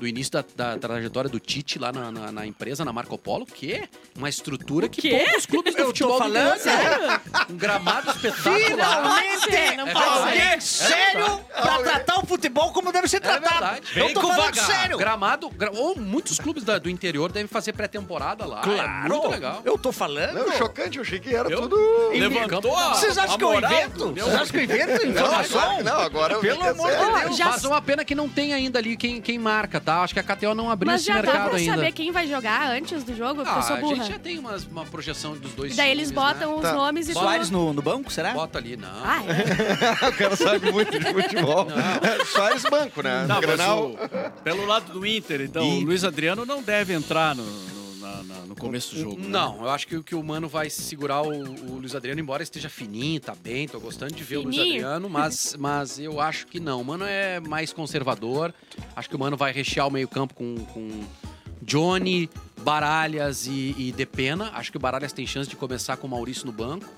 [SPEAKER 4] do início da, da trajetória do Tite lá na, na- na empresa, na Marco Polo, que é uma estrutura que
[SPEAKER 2] quê?
[SPEAKER 4] poucos clubes do
[SPEAKER 5] Eu tô
[SPEAKER 4] futebol do
[SPEAKER 5] falando,
[SPEAKER 4] mundo têm. Um gramado espetacular.
[SPEAKER 2] Pode ser, não pode ser.
[SPEAKER 6] Alguém?
[SPEAKER 5] Sério, pra tratar o futebol como deve ser
[SPEAKER 4] É
[SPEAKER 5] tratado.
[SPEAKER 4] verdade.
[SPEAKER 5] eu tô falando
[SPEAKER 4] vagar.
[SPEAKER 5] sério.
[SPEAKER 4] Gramado, gra- ou muitos clubes da- do interior devem fazer pré-temporada lá. É
[SPEAKER 5] Claro.
[SPEAKER 4] muito legal.
[SPEAKER 5] Eu tô falando.
[SPEAKER 3] Não, chocante, eu achei que era
[SPEAKER 6] Eu-
[SPEAKER 3] tudo.
[SPEAKER 6] Levantou a
[SPEAKER 5] Vocês acham
[SPEAKER 6] a
[SPEAKER 5] que eu
[SPEAKER 6] moral
[SPEAKER 5] invento?
[SPEAKER 6] do meu-
[SPEAKER 5] Vocês acham que eu invento
[SPEAKER 6] é
[SPEAKER 3] Não, claro que
[SPEAKER 5] informação?
[SPEAKER 3] não, agora eu vi
[SPEAKER 5] Pelo
[SPEAKER 3] que é
[SPEAKER 5] amor de
[SPEAKER 3] sério.
[SPEAKER 2] Deus. Já-
[SPEAKER 4] Mas é uma pena que não tem ainda ali quem, quem marca, tá? Acho que a KTO não abriu
[SPEAKER 2] Mas
[SPEAKER 4] esse
[SPEAKER 2] já dá
[SPEAKER 4] mercado
[SPEAKER 2] pra
[SPEAKER 4] ainda.
[SPEAKER 2] saber quem vai jogar antes do jogo, porque
[SPEAKER 4] Ah,
[SPEAKER 2] eu sou
[SPEAKER 4] a gente né?
[SPEAKER 2] burra.
[SPEAKER 4] já tem umas- uma projeção dos dois
[SPEAKER 2] E daí
[SPEAKER 4] times,
[SPEAKER 2] eles botam os
[SPEAKER 3] Tá.
[SPEAKER 2] nomes e
[SPEAKER 5] Soares
[SPEAKER 2] tudo.
[SPEAKER 5] no, no banco, será?
[SPEAKER 4] Né? Bota ali, não.
[SPEAKER 2] Ah, é.
[SPEAKER 3] O cara sabe muito de futebol. É, Só esse banco, né?
[SPEAKER 6] Não,
[SPEAKER 3] No
[SPEAKER 6] Tá, mas
[SPEAKER 3] Granal.
[SPEAKER 6] o- pelo lado do Inter, então, o
[SPEAKER 1] Inter.
[SPEAKER 6] Luiz Adriano não deve entrar no, no- na- na- no começo do jogo. né?
[SPEAKER 4] Não, eu acho que, o- que o Mano vai segurar o, o Luiz Adriano, embora esteja fininho, tá bem, tô gostando de ver o Luiz
[SPEAKER 2] Fininho?
[SPEAKER 4] Adriano, mas, mas eu acho que não. O Mano é mais conservador, acho que o Mano vai rechear o meio campo com, com Johnny, Baralhas e, e Depena. Acho que o Baralhas tem chance de começar com o Maurício no banco.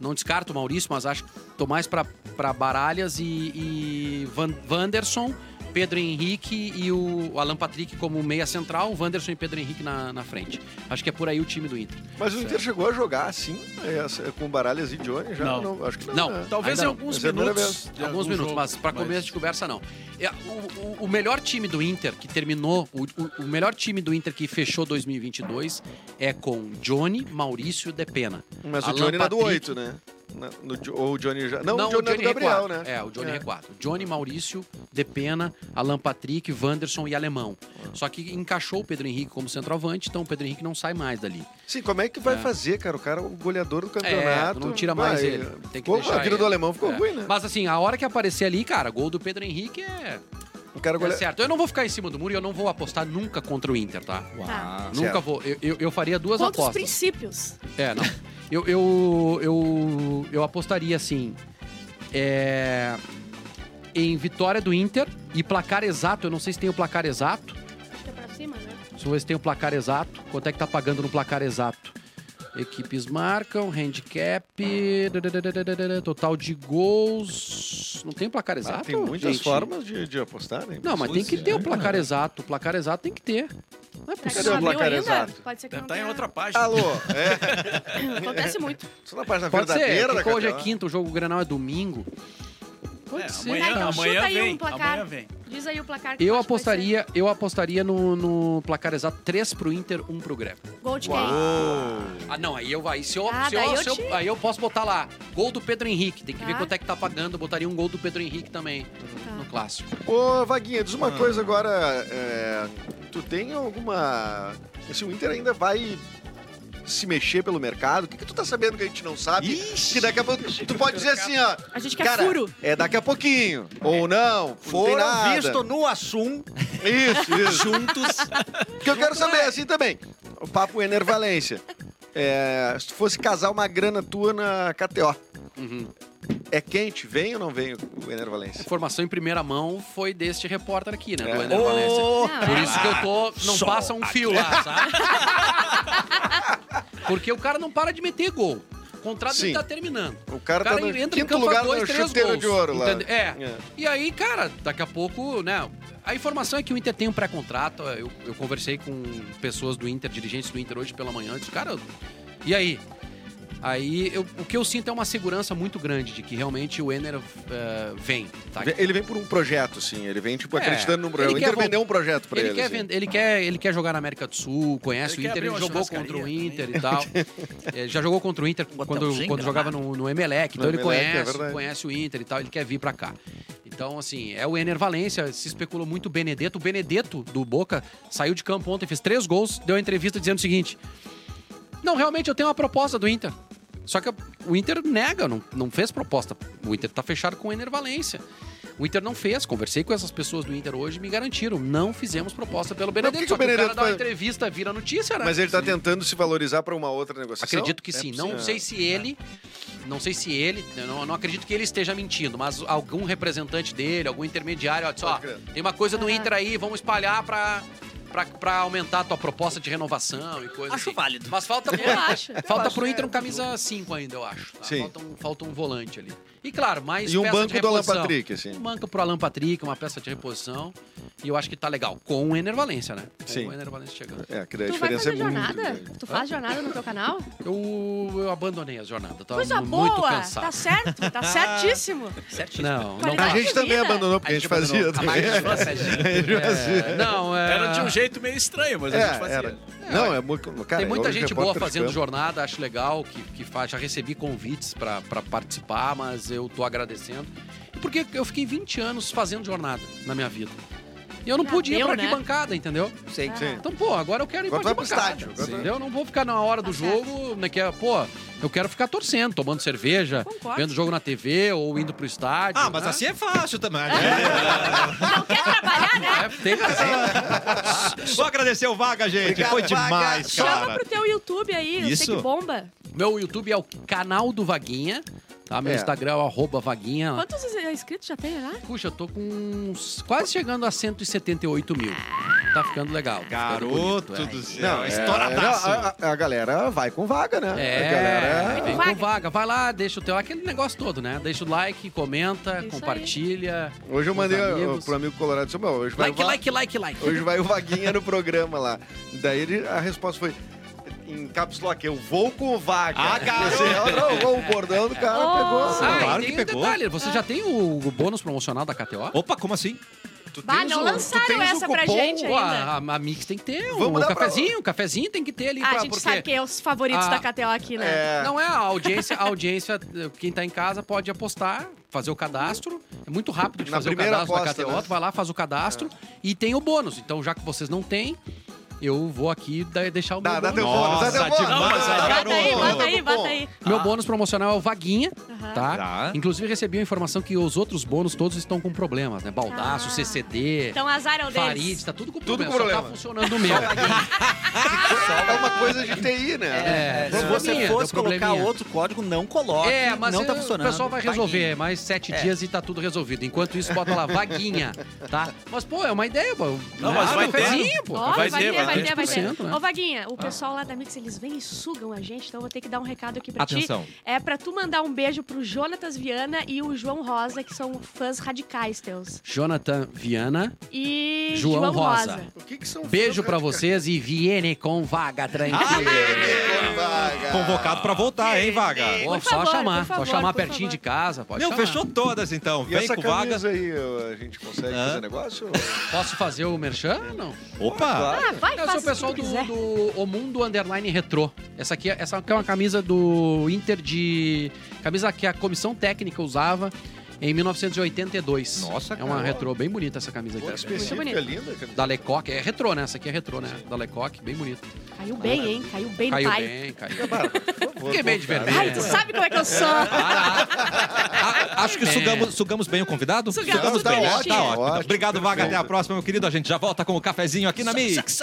[SPEAKER 4] Não descarto o Maurício, mas acho que tô mais pra, pra Baralhas e, e Van- Wanderson, Pedro Henrique e o Alan Patrick como meia central, o Wanderson e Pedro Henrique na, na frente. Acho que é por aí o time do Inter.
[SPEAKER 3] Mas o Inter chegou a jogar assim, é, com baralhas e Johnny já?
[SPEAKER 6] Não.
[SPEAKER 3] acho que não.
[SPEAKER 4] Não,
[SPEAKER 3] né?
[SPEAKER 6] Talvez em
[SPEAKER 4] Ainda não.
[SPEAKER 6] alguns
[SPEAKER 3] Mas é a primeira
[SPEAKER 6] minutos. de
[SPEAKER 4] Alguns
[SPEAKER 6] algum
[SPEAKER 4] minutos,
[SPEAKER 6] jogo,
[SPEAKER 4] mas para começo de conversa, não. É, o, o- o melhor time do Inter que terminou, o, o- o melhor time do Inter que fechou 2022 é com Johnny, Maurício e Depena.
[SPEAKER 3] Mas o
[SPEAKER 4] Alan
[SPEAKER 3] Johnny não é do
[SPEAKER 4] Patrick-
[SPEAKER 3] 8, né? Na- no Jo- ou o Johnny já. Não, o Johnny, é do Gabriel,
[SPEAKER 4] Requadro.
[SPEAKER 3] né?
[SPEAKER 4] É, o Johnny é. Requadro. Johnny, Maurício, Depena, Alan Patrick, Wanderson e Alemão.
[SPEAKER 3] É.
[SPEAKER 4] Só que encaixou o Pedro Henrique como centroavante, então o Pedro Henrique não sai mais dali.
[SPEAKER 3] Sim, como é que vai fazer, cara? O cara é o goleador do campeonato.
[SPEAKER 4] É, não tira mais
[SPEAKER 3] vai-
[SPEAKER 4] ele. Tem que
[SPEAKER 3] Pô,
[SPEAKER 4] deixar
[SPEAKER 3] a vida
[SPEAKER 4] ele.
[SPEAKER 3] do alemão ficou
[SPEAKER 4] É.
[SPEAKER 3] ruim, né?
[SPEAKER 4] Mas assim, a hora que aparecer ali, cara, gol do Pedro Henrique é,
[SPEAKER 3] O cara é
[SPEAKER 4] é
[SPEAKER 3] gole...
[SPEAKER 4] certo. Eu não vou ficar em cima do muro e eu não vou apostar nunca contra o Inter, tá?
[SPEAKER 2] Tá.
[SPEAKER 4] Nunca
[SPEAKER 3] Certo.
[SPEAKER 4] vou. Eu, eu, eu faria duas
[SPEAKER 2] Contra os
[SPEAKER 4] apostas.
[SPEAKER 2] princípios.
[SPEAKER 4] É, não. Eu, eu, eu, eu apostaria assim. é, em vitória do Inter e placar exato. Eu não sei se tem o placar exato.
[SPEAKER 2] Acho que é pra cima, né?
[SPEAKER 4] Deixa eu ver se tem o placar exato. Quanto é que tá pagando no placar exato? Equipes marcam, handicap, dadadadadadada, total de gols. Não tem o placar
[SPEAKER 3] Ah,
[SPEAKER 4] exato?
[SPEAKER 3] tem muitas
[SPEAKER 4] é gente?
[SPEAKER 3] formas de, de apostar, né?
[SPEAKER 4] Não, mas tem que ter o placar exato. O placar exato tem que ter. Não
[SPEAKER 2] Será
[SPEAKER 4] é
[SPEAKER 2] que
[SPEAKER 4] possível.
[SPEAKER 3] Cadê o
[SPEAKER 2] não abriu
[SPEAKER 3] placar
[SPEAKER 2] ainda?
[SPEAKER 3] exato?
[SPEAKER 2] Pode ser que
[SPEAKER 6] Deve
[SPEAKER 2] não
[SPEAKER 6] estar Tá em
[SPEAKER 2] tenha-
[SPEAKER 6] outra página.
[SPEAKER 3] Alô,
[SPEAKER 2] <laughs>
[SPEAKER 3] é.
[SPEAKER 2] Acontece muito.
[SPEAKER 3] Só na página
[SPEAKER 4] Pode ser.
[SPEAKER 3] verdadeira né, da
[SPEAKER 4] Ficou hoje é
[SPEAKER 3] KTO.
[SPEAKER 4] quinta, o jogo Grenal é domingo. Pode
[SPEAKER 6] É,
[SPEAKER 4] ser.
[SPEAKER 6] amanhã,
[SPEAKER 4] cara.
[SPEAKER 2] Então,
[SPEAKER 6] amanhã
[SPEAKER 2] chuta aí um
[SPEAKER 6] vem,
[SPEAKER 2] placar.
[SPEAKER 6] amanhã vem.
[SPEAKER 2] Diz aí o placar que
[SPEAKER 4] Eu
[SPEAKER 2] tu acha que vai ser.
[SPEAKER 4] apostaria, eu apostaria no, no placar exato 3 pro Inter, 1 pro Grêmio.
[SPEAKER 2] Gol de
[SPEAKER 3] Uau.
[SPEAKER 2] quem?
[SPEAKER 4] Ah, não, aí eu aí se eu,
[SPEAKER 2] Ah,
[SPEAKER 4] se eu-
[SPEAKER 2] daí eu
[SPEAKER 4] se eu-
[SPEAKER 2] te-
[SPEAKER 4] aí eu posso botar lá gol do Pedro Henrique, tem que ver
[SPEAKER 2] Tá.
[SPEAKER 4] quanto é que tá pagando, eu botaria um gol do Pedro Henrique também no clássico.
[SPEAKER 3] Ô, Vaguinha, diz uma
[SPEAKER 4] Ah.
[SPEAKER 3] coisa agora. é, tu tem alguma. Se o Inter ainda vai se mexer pelo mercado, o que, que tu tá sabendo que a gente não sabe?
[SPEAKER 1] Ixi.
[SPEAKER 3] Que daqui a pouco. Tu pode dizer assim, ó.
[SPEAKER 2] A gente quer
[SPEAKER 3] Cara,
[SPEAKER 2] furo.
[SPEAKER 3] é daqui a pouquinho. Ou não. Não tem
[SPEAKER 5] Foram
[SPEAKER 3] nada.
[SPEAKER 5] visto no Assum.
[SPEAKER 3] Isso, isso.
[SPEAKER 1] Juntos.
[SPEAKER 3] Porque eu quero saber assim também. O papo Ener Valência. É, se tu fosse casar uma grana tua na KTO,
[SPEAKER 4] Uhum.
[SPEAKER 3] é quente? Vem ou não vem o Ener Valência?
[SPEAKER 4] Informação em primeira mão foi deste repórter aqui, né,
[SPEAKER 3] É.
[SPEAKER 4] do Ender Valencia.
[SPEAKER 5] Ô,
[SPEAKER 2] Não,
[SPEAKER 4] Por
[SPEAKER 2] é.
[SPEAKER 4] isso que eu tô não
[SPEAKER 3] <laughs>
[SPEAKER 5] Só
[SPEAKER 4] passa um fio lá, sabe? Porque o cara não para de meter gol. contrato
[SPEAKER 3] Sim.
[SPEAKER 4] dele tá terminando.
[SPEAKER 3] O cara tá no
[SPEAKER 4] entra em
[SPEAKER 3] quinto
[SPEAKER 4] campo
[SPEAKER 3] lugar
[SPEAKER 4] a dois,
[SPEAKER 3] no
[SPEAKER 4] três
[SPEAKER 3] chuteiro
[SPEAKER 4] gols,
[SPEAKER 3] de ouro lá.
[SPEAKER 4] entende? É.
[SPEAKER 3] É.
[SPEAKER 4] E aí, cara, daqui a pouco, né? A informação é que o Inter tem um pré-contrato. Eu, eu conversei com pessoas do Inter, dirigentes do Inter hoje pela manhã. Eu disse, cara, e aí? Aí eu- o que eu sinto é uma segurança muito grande de que realmente o Ener eh, vem. Tá?
[SPEAKER 3] Ele vem por um projeto, sim. Ele vem, tipo,
[SPEAKER 4] É,
[SPEAKER 3] acreditando num projeto.
[SPEAKER 4] ele
[SPEAKER 3] O
[SPEAKER 4] quer
[SPEAKER 3] Inter
[SPEAKER 4] vol-
[SPEAKER 3] vendeu um projeto pra ele.
[SPEAKER 4] Ele, quer
[SPEAKER 3] assim.
[SPEAKER 4] vender- ele, quer, ele quer jogar na América do Sul, conhece o
[SPEAKER 6] Ele quer
[SPEAKER 4] Inter,
[SPEAKER 6] abrir
[SPEAKER 4] ele
[SPEAKER 6] uma
[SPEAKER 4] jogou contra o
[SPEAKER 6] churrascaria né?
[SPEAKER 4] Inter e
[SPEAKER 6] <laughs>
[SPEAKER 4] tal. É, já jogou contra o Inter
[SPEAKER 5] Um
[SPEAKER 4] quando,
[SPEAKER 5] hotelzinho
[SPEAKER 4] quando jogava no, no Emelec, então
[SPEAKER 3] No
[SPEAKER 4] ele
[SPEAKER 3] Emelec, é
[SPEAKER 4] conhece,
[SPEAKER 3] verdade.
[SPEAKER 4] conhece o Inter e tal, ele quer vir pra cá. Então, assim, é o Ener Valência, se especulou muito o Benedetto. O Benedetto, do Boca, saiu de campo ontem, fez três gols, deu uma entrevista dizendo o seguinte... Não, realmente eu tenho uma proposta do Inter. Só que o Inter nega, não, não fez proposta. O Inter tá fechado com o Ener Valência. O Inter não fez. Conversei com essas pessoas do Inter hoje e me garantiram. Não fizemos proposta pelo
[SPEAKER 3] por que
[SPEAKER 4] Benedetto.
[SPEAKER 3] que
[SPEAKER 4] Só
[SPEAKER 3] o
[SPEAKER 4] que o cara
[SPEAKER 3] Benedetto
[SPEAKER 4] dá uma
[SPEAKER 3] vai-
[SPEAKER 4] entrevista, vira notícia, né?
[SPEAKER 3] Mas ele tá tentando se valorizar pra uma outra negociação?
[SPEAKER 4] Acredito que
[SPEAKER 3] É
[SPEAKER 4] sim.
[SPEAKER 3] possível.
[SPEAKER 4] Não sei se ele. Não sei se ele. eu Não, eu não acredito que ele esteja mentindo, mas algum representante dele, algum intermediário, ó, disse, ó,
[SPEAKER 3] Pode crer.
[SPEAKER 4] tem uma coisa do Inter aí, vamos espalhar pra. Pra, pra aumentar a tua proposta de renovação e coisa
[SPEAKER 5] Acho
[SPEAKER 4] assim.
[SPEAKER 5] válido.
[SPEAKER 4] Mas falta
[SPEAKER 2] <laughs> Eu acho. é,
[SPEAKER 4] Falta pro Inter um camisa 5 ainda, eu acho. tá?
[SPEAKER 3] Sim.
[SPEAKER 4] Falta, um, falta um volante ali. E claro, mais
[SPEAKER 3] E um
[SPEAKER 4] peça
[SPEAKER 3] banco
[SPEAKER 4] de
[SPEAKER 3] do Alan
[SPEAKER 4] reposição.
[SPEAKER 3] Patrick, assim.
[SPEAKER 4] Um banco pro Alan Patrick, uma peça de reposição. E eu acho que tá legal. Com o Ener Valência, né? Com
[SPEAKER 3] Sim.
[SPEAKER 4] o Ener Valência chegando.
[SPEAKER 3] É, que daí a
[SPEAKER 2] Tu vai
[SPEAKER 3] diferença
[SPEAKER 2] fazer
[SPEAKER 3] é muito.
[SPEAKER 2] jornada?
[SPEAKER 3] grande.
[SPEAKER 2] Tu faz jornada no teu canal?
[SPEAKER 4] Eu, eu abandonei a jornada. Tava
[SPEAKER 2] Coisa
[SPEAKER 4] mu- muito
[SPEAKER 2] boa!
[SPEAKER 4] cansado.
[SPEAKER 2] Tá certo, tá certíssimo.
[SPEAKER 5] Certinho.
[SPEAKER 4] Não, não.
[SPEAKER 2] Qualidade.
[SPEAKER 3] A gente também
[SPEAKER 2] Vida.
[SPEAKER 3] abandonou, porque a gente fazia.
[SPEAKER 4] abandonou.
[SPEAKER 3] também.
[SPEAKER 5] A mais fácil,
[SPEAKER 3] A gente fazia.
[SPEAKER 4] É, não, é...
[SPEAKER 6] Era de um jeito meio estranho, mas a gente
[SPEAKER 3] É,
[SPEAKER 6] fazia.
[SPEAKER 3] era. Não, é muito. Cara,
[SPEAKER 4] Tem muita
[SPEAKER 3] hoje
[SPEAKER 4] gente boa
[SPEAKER 3] repórter de
[SPEAKER 4] fazendo
[SPEAKER 3] campo.
[SPEAKER 4] jornada, acho legal, que, que faz. Já recebi convites pra pra participar, mas eu tô agradecendo. Porque eu fiquei 20 anos fazendo jornada na minha vida. E eu não
[SPEAKER 2] Ah,
[SPEAKER 4] podia ir
[SPEAKER 2] deu,
[SPEAKER 4] pra
[SPEAKER 2] né?
[SPEAKER 4] arquibancada, entendeu?
[SPEAKER 5] Sei.
[SPEAKER 3] Sim.
[SPEAKER 4] Então, pô, agora eu quero ir
[SPEAKER 3] Agora
[SPEAKER 4] pra
[SPEAKER 3] vai pro
[SPEAKER 4] arquibancada,
[SPEAKER 3] estádio, agora vai.
[SPEAKER 4] entendeu? Eu não vou ficar na hora
[SPEAKER 2] Tá
[SPEAKER 4] do
[SPEAKER 2] certo.
[SPEAKER 4] jogo, né, que é, pô, eu quero ficar torcendo, tomando cerveja,
[SPEAKER 2] Concordo.
[SPEAKER 4] vendo jogo na TV ou indo pro estádio.
[SPEAKER 1] Ah, mas
[SPEAKER 4] né?
[SPEAKER 1] assim é fácil também. né?
[SPEAKER 3] né?
[SPEAKER 4] É, tem razão.
[SPEAKER 1] Vou agradecer o Vaga, gente.
[SPEAKER 3] Obrigado,
[SPEAKER 1] Foi
[SPEAKER 3] Vaga.
[SPEAKER 1] demais,
[SPEAKER 2] Chama
[SPEAKER 1] cara.
[SPEAKER 2] pro teu YouTube aí, eu sei
[SPEAKER 1] Isso.
[SPEAKER 2] que bomba.
[SPEAKER 4] Meu YouTube é o canal do Vaguinha. Tá? Meu
[SPEAKER 3] É.
[SPEAKER 4] Instagram é o arroba Vaguinha.
[SPEAKER 2] Quantos inscritos já tem lá?
[SPEAKER 4] Puxa, eu tô com uns- quase chegando a 178 mil. Tá ficando legal. tá ficando
[SPEAKER 1] Garoto
[SPEAKER 4] bonito, é.
[SPEAKER 1] do céu.
[SPEAKER 3] Não, é,
[SPEAKER 1] estouradaço.
[SPEAKER 3] a, a- a galera vai com vaga, né? A
[SPEAKER 4] É,
[SPEAKER 3] galera.
[SPEAKER 4] vem
[SPEAKER 2] Vaga.
[SPEAKER 4] com vaga. Vai lá, deixa o teu aquele negócio todo, né? Deixa o like, comenta,
[SPEAKER 2] Isso aí.
[SPEAKER 4] compartilha.
[SPEAKER 3] Hoje eu
[SPEAKER 4] com os
[SPEAKER 3] mandei ó,
[SPEAKER 4] amigos.
[SPEAKER 3] pro amigo colorado disse, "Meu, hoje vai, o
[SPEAKER 4] Like,
[SPEAKER 3] Va-
[SPEAKER 4] like, like, like.
[SPEAKER 3] hoje vai o Vaguinha no programa lá. Daí ele- a resposta foi, em caps lock, eu vou com o Vaga.
[SPEAKER 1] Ah, garoto!
[SPEAKER 3] Assim, ó, não, ó, o bordão do cara
[SPEAKER 2] Oh.
[SPEAKER 3] pegou.
[SPEAKER 4] Ah,
[SPEAKER 3] né?
[SPEAKER 1] Claro
[SPEAKER 4] e
[SPEAKER 1] que
[SPEAKER 4] tem um
[SPEAKER 1] pegou.
[SPEAKER 4] detalhe, você já tem o, o bônus promocional da KTO?
[SPEAKER 3] é.
[SPEAKER 1] Opa, como assim?
[SPEAKER 3] Tu um
[SPEAKER 2] Bah,
[SPEAKER 3] tens
[SPEAKER 2] não
[SPEAKER 3] o- tu tens
[SPEAKER 2] lançaram
[SPEAKER 3] o
[SPEAKER 4] um
[SPEAKER 2] essa pra
[SPEAKER 3] cupom?
[SPEAKER 2] gente
[SPEAKER 4] Pô,
[SPEAKER 2] ainda.
[SPEAKER 4] a, a Mix tem que ter um,
[SPEAKER 3] Vamos dar pra-
[SPEAKER 4] cafezinho, um cafezinho tem que ter ali.
[SPEAKER 2] Ah,
[SPEAKER 4] pra,
[SPEAKER 2] a gente
[SPEAKER 4] porque...
[SPEAKER 2] sabe quem é os favoritos da
[SPEAKER 4] Ah,
[SPEAKER 2] KTO aqui, né?
[SPEAKER 3] É,
[SPEAKER 4] Não é a audiência, a audiência, quem tá em casa pode apostar, fazer o cadastro. É muito rápido de
[SPEAKER 3] Na
[SPEAKER 4] fazer o
[SPEAKER 3] primeira
[SPEAKER 4] cadastro
[SPEAKER 3] aposta,
[SPEAKER 4] da KTO,
[SPEAKER 3] né?
[SPEAKER 4] tu vai lá, faz o cadastro e tem o bônus. Então, já que vocês não têm, eu vou aqui da- deixar o meu
[SPEAKER 3] Dá, dá
[SPEAKER 4] bônus.
[SPEAKER 3] teu bônus, dá teu
[SPEAKER 1] Nossa,
[SPEAKER 3] bônus.
[SPEAKER 1] demais,
[SPEAKER 3] dá, dá,
[SPEAKER 1] garoto.
[SPEAKER 2] Bota aí,
[SPEAKER 3] teu bônus.
[SPEAKER 2] bota aí, bota aí.
[SPEAKER 4] Meu bônus promocional é o Vaguinha,
[SPEAKER 2] Aham.
[SPEAKER 4] tá?
[SPEAKER 1] Tá.
[SPEAKER 4] Inclusive, recebi a informação que os outros bônus todos estão com problemas, né? Baldaço,
[SPEAKER 2] Ah.
[SPEAKER 4] CCD,
[SPEAKER 2] Então azar é o
[SPEAKER 4] Farid,
[SPEAKER 2] deles.
[SPEAKER 4] tá tudo com
[SPEAKER 3] Tudo
[SPEAKER 4] problema.
[SPEAKER 3] com
[SPEAKER 4] Só tá
[SPEAKER 3] problema.
[SPEAKER 4] funcionando o meu.
[SPEAKER 3] É uma coisa de TI, né?
[SPEAKER 4] É,
[SPEAKER 5] Se você
[SPEAKER 4] probleminha,
[SPEAKER 5] fosse
[SPEAKER 4] deu
[SPEAKER 5] colocar
[SPEAKER 4] probleminha.
[SPEAKER 5] outro código, não coloque.
[SPEAKER 4] É, mas
[SPEAKER 5] não
[SPEAKER 4] eu-
[SPEAKER 5] tá funcionando.
[SPEAKER 4] o pessoal vai resolver. mais sete
[SPEAKER 5] É.
[SPEAKER 4] dias e tá tudo resolvido. Enquanto isso, bota lá vaguinha, tá? Mas, pô, é uma ideia, pô.
[SPEAKER 6] Não, mas
[SPEAKER 4] Ah,
[SPEAKER 6] vai ter.
[SPEAKER 4] cafezinho, pô.
[SPEAKER 2] Ó,
[SPEAKER 6] Vai
[SPEAKER 2] vai,
[SPEAKER 6] ter,
[SPEAKER 2] ter,
[SPEAKER 6] vai
[SPEAKER 2] vai
[SPEAKER 6] ter.
[SPEAKER 2] ter, vai ter.
[SPEAKER 4] 10%, né?
[SPEAKER 2] Ô, Vaguinha, o pessoal lá da Mix, eles vêm e sugam a gente, então eu vou ter que dar um recado aqui pra ti.
[SPEAKER 1] Atenção.
[SPEAKER 2] É pra tu mandar um beijo pro Jonatas Viana e o João Rosa, que são fãs radicais teus.
[SPEAKER 4] Jonathan Viana,
[SPEAKER 2] E
[SPEAKER 4] João Rosa.
[SPEAKER 3] O que que são
[SPEAKER 4] beijo pra vocês e viene com vaga, tranquilo.
[SPEAKER 3] Ah,
[SPEAKER 2] Ah, é.
[SPEAKER 3] Vaga.
[SPEAKER 1] Convocado pra voltar, hein, Vaga?
[SPEAKER 4] Pô,
[SPEAKER 2] Por
[SPEAKER 4] só
[SPEAKER 2] favor,
[SPEAKER 4] chamar,
[SPEAKER 2] por favor,
[SPEAKER 4] só chamar
[SPEAKER 2] por
[SPEAKER 4] pertinho
[SPEAKER 2] favor.
[SPEAKER 4] de casa, pode
[SPEAKER 1] Meu,
[SPEAKER 4] chamar.
[SPEAKER 1] fechou todas, então.
[SPEAKER 3] E
[SPEAKER 1] Vem
[SPEAKER 3] essa
[SPEAKER 1] com Vaga.
[SPEAKER 3] camisa aí, ó, a gente consegue
[SPEAKER 1] Hã?
[SPEAKER 3] fazer negócio?
[SPEAKER 4] Posso fazer o merchan? Não.
[SPEAKER 1] Opa!
[SPEAKER 2] Ah, vai,
[SPEAKER 4] Eu
[SPEAKER 2] faz
[SPEAKER 4] sou
[SPEAKER 2] o
[SPEAKER 4] o
[SPEAKER 2] que
[SPEAKER 4] pessoal
[SPEAKER 2] tu
[SPEAKER 4] do,
[SPEAKER 2] quiser.
[SPEAKER 4] do O Mundo Underline Retrô. Essa aqui, é- essa aqui é uma camisa do Inter de. Camisa que a comissão técnica usava em 1982.
[SPEAKER 1] Nossa,
[SPEAKER 4] É uma
[SPEAKER 1] cara.
[SPEAKER 4] retrô bem bonita essa camisa
[SPEAKER 3] Pô, que
[SPEAKER 4] aqui.
[SPEAKER 3] específica, é
[SPEAKER 2] bonito.
[SPEAKER 3] linda. cara.
[SPEAKER 4] Da Lecoque, é retrô, né? Essa aqui é retrô, né? Da Lecoque, bem bonita.
[SPEAKER 2] Caiu bem, hein? Caiu bem no
[SPEAKER 4] Caiu
[SPEAKER 2] pai.
[SPEAKER 4] bem, caiu.
[SPEAKER 3] Cara, por favor,
[SPEAKER 4] Fiquei meio de
[SPEAKER 3] cara.
[SPEAKER 4] vermelho.
[SPEAKER 2] <laughs> Ai, tu sabe como é que eu sou.
[SPEAKER 1] A- Ah, acho que
[SPEAKER 4] É.
[SPEAKER 1] sugamos, sugamos bem o convidado.
[SPEAKER 2] Sugamos,
[SPEAKER 3] tá
[SPEAKER 1] bem, né?
[SPEAKER 3] ótimo,
[SPEAKER 1] Tá ótimo.
[SPEAKER 3] ótimo,
[SPEAKER 1] Obrigado, Vaga. Até
[SPEAKER 3] perfeito.
[SPEAKER 1] a próxima, meu querido. A gente já volta com o cafezinho aqui na Mix.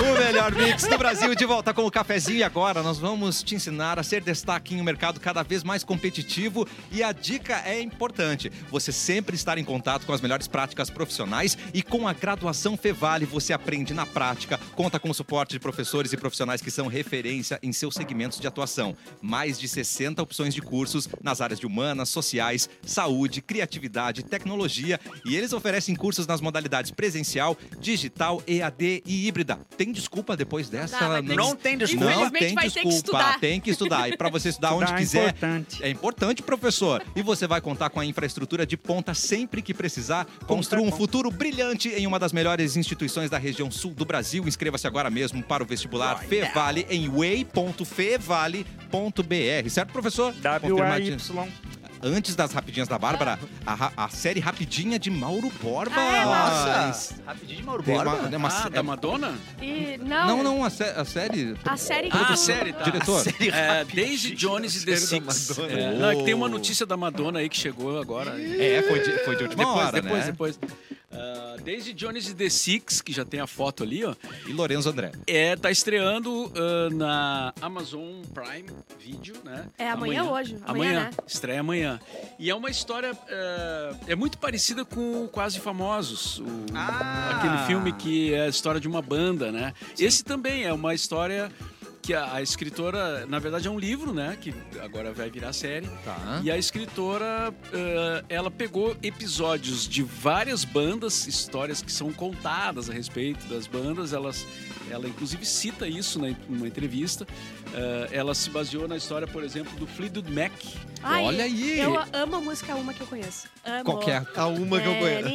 [SPEAKER 1] O melhor mix do Brasil de volta com o cafezinho. E agora nós vamos te ensinar a ser destaque em um mercado cada vez mais competitivo. E a dica é importante: você sempre estar em contato com as melhores práticas profissionais e com a graduação Fevale você aprende na prática, conta com o suporte de professores e profissionais que são referência em seus segmentos de atuação. Mais de 60 opções de cursos nas áreas de humanas, sociais, saúde, criatividade, tecnologia e eles oferecem cursos nas modalidades presencial, digital, EAD e híbrida. Tem desculpa depois dessa?
[SPEAKER 2] vai ter que-
[SPEAKER 4] Não tem desculpa.
[SPEAKER 1] Não
[SPEAKER 2] Infelizmente
[SPEAKER 1] tem
[SPEAKER 2] vai ter que
[SPEAKER 1] desculpa,
[SPEAKER 2] estudar.
[SPEAKER 1] tem que estudar. E para você estudar onde
[SPEAKER 5] Tá,
[SPEAKER 1] quiser,
[SPEAKER 5] importante.
[SPEAKER 1] é importante, professor. E você vai contar com a infraestrutura de ponta sempre que precisar. Construa um futuro brilhante em uma das melhores instituições da região sul do Brasil. Inscreva-se agora mesmo para o vestibular Fevale em way.fevale.br. Certo, professor? Confirmar
[SPEAKER 5] W-A-Y.
[SPEAKER 1] de- Antes das rapidinhas da Bárbara, a, ra- a série Rapidinha de Mauro Borba.
[SPEAKER 2] Ah, é?
[SPEAKER 4] Nossa! Rapidinho, Mauro
[SPEAKER 1] Tem uma,
[SPEAKER 4] Borba.
[SPEAKER 1] é uma-
[SPEAKER 6] ah,
[SPEAKER 1] é-
[SPEAKER 6] da Madonna?
[SPEAKER 2] E, não,
[SPEAKER 1] Não, não, a, sé- a série.
[SPEAKER 2] A série que
[SPEAKER 6] Ah,
[SPEAKER 2] tu-
[SPEAKER 6] a série, tá.
[SPEAKER 1] Diretor.
[SPEAKER 6] É, Daisy Jones e The Six. É. Não, é que tem uma notícia da Madonna aí que chegou agora.
[SPEAKER 1] É, foi de, foi de última
[SPEAKER 6] depois,
[SPEAKER 1] hora,
[SPEAKER 6] depois,
[SPEAKER 1] né?
[SPEAKER 6] depois. Ah, Daisy Jones e The Six, que já tem a foto ali, ó,
[SPEAKER 1] E Lorenzo André.
[SPEAKER 6] é, tá estreando ah, na Amazon Prime Video, né?
[SPEAKER 2] É, amanhã ou hoje?
[SPEAKER 6] Amanhã,
[SPEAKER 2] Amanhã, né?
[SPEAKER 6] estreia amanhã. E é uma história, ah, é muito parecida com o Quase Famosos, o- aquele filme que é a história de uma banda, né? Esse também é uma história que a, a escritora, na verdade é um livro, né? Que agora vai virar série.
[SPEAKER 1] Tá.
[SPEAKER 6] E a escritora, eh, ela pegou episódios de várias bandas, histórias que são contadas a respeito das bandas. Elas, ela inclusive cita isso na, numa entrevista. Eh, ela se baseou na história, por exemplo, do Fleetwood Mac.
[SPEAKER 2] Ai,
[SPEAKER 1] Olha aí.
[SPEAKER 2] Eu amo a música Uma que eu conheço. Amo.
[SPEAKER 1] Qual que é?
[SPEAKER 3] A uma que eu conheço.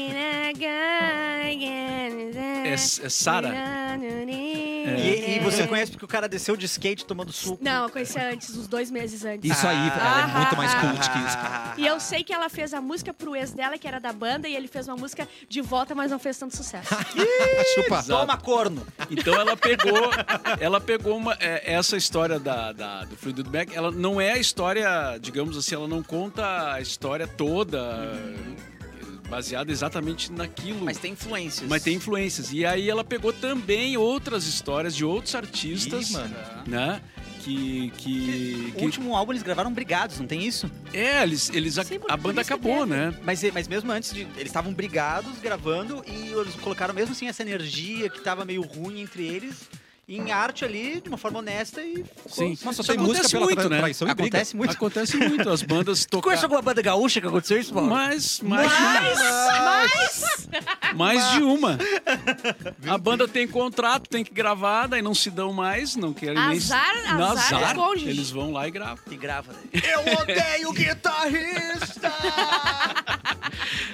[SPEAKER 6] É, é Sara.
[SPEAKER 5] É.
[SPEAKER 4] E, e você conhece porque o cara desceu de skate tomando suco.
[SPEAKER 2] Não, eu conheci antes, uns dois meses antes.
[SPEAKER 1] Isso aí, ela é muito mais cult que isso.
[SPEAKER 4] Ah,
[SPEAKER 2] E eu sei que ela fez a música pro ex dela, que era da banda, e ele fez uma música de volta, mas não fez tanto sucesso.
[SPEAKER 3] é
[SPEAKER 1] Chupa.
[SPEAKER 4] Toma corno.
[SPEAKER 6] Então ela pegou, ela pegou uma, é, essa história da, da- do Fleetwood Mac. Ela não é a história, digamos assim, ela não conta a história toda eh, baseada exatamente naquilo.
[SPEAKER 5] Mas tem influências.
[SPEAKER 6] Mas tem influências. E aí ela pegou também outras histórias de outros artistas,
[SPEAKER 1] Ih, mano.
[SPEAKER 6] né? Que. que,
[SPEAKER 5] O último álbum eles gravaram brigados, não tem isso?
[SPEAKER 6] que- é, eles, eles a,
[SPEAKER 2] Sim, por-
[SPEAKER 6] a
[SPEAKER 2] por
[SPEAKER 6] banda
[SPEAKER 2] isso que
[SPEAKER 6] acabou,
[SPEAKER 2] teve.
[SPEAKER 6] né?
[SPEAKER 5] Mas, mas mesmo antes de. Eles estavam brigados gravando e eles colocaram mesmo assim essa energia que tava meio ruim entre eles em arte ali, de uma forma honesta e. ficou-
[SPEAKER 6] Sim.
[SPEAKER 1] Mas só
[SPEAKER 6] Isso
[SPEAKER 1] tem música
[SPEAKER 6] acontece
[SPEAKER 1] pela
[SPEAKER 6] muito,
[SPEAKER 1] tra-
[SPEAKER 6] né?
[SPEAKER 1] traição e briga.
[SPEAKER 5] Acontece muito.
[SPEAKER 6] Acontece muito, as
[SPEAKER 5] <laughs>
[SPEAKER 6] bandas
[SPEAKER 4] Tu conhece
[SPEAKER 6] tocaram.
[SPEAKER 4] alguma banda gaúcha que aconteceu isso, Mauro?
[SPEAKER 6] Mais, mais, mais de uma. A banda tem contrato, tem que gravar, daí não se dão mais, não querem nem. se-
[SPEAKER 2] Azar,
[SPEAKER 6] No
[SPEAKER 2] azar, é cônjuge.
[SPEAKER 6] Eles vão lá e gravam.
[SPEAKER 4] E grava, né?
[SPEAKER 3] Eu odeio
[SPEAKER 4] <laughs>
[SPEAKER 3] guitarrista!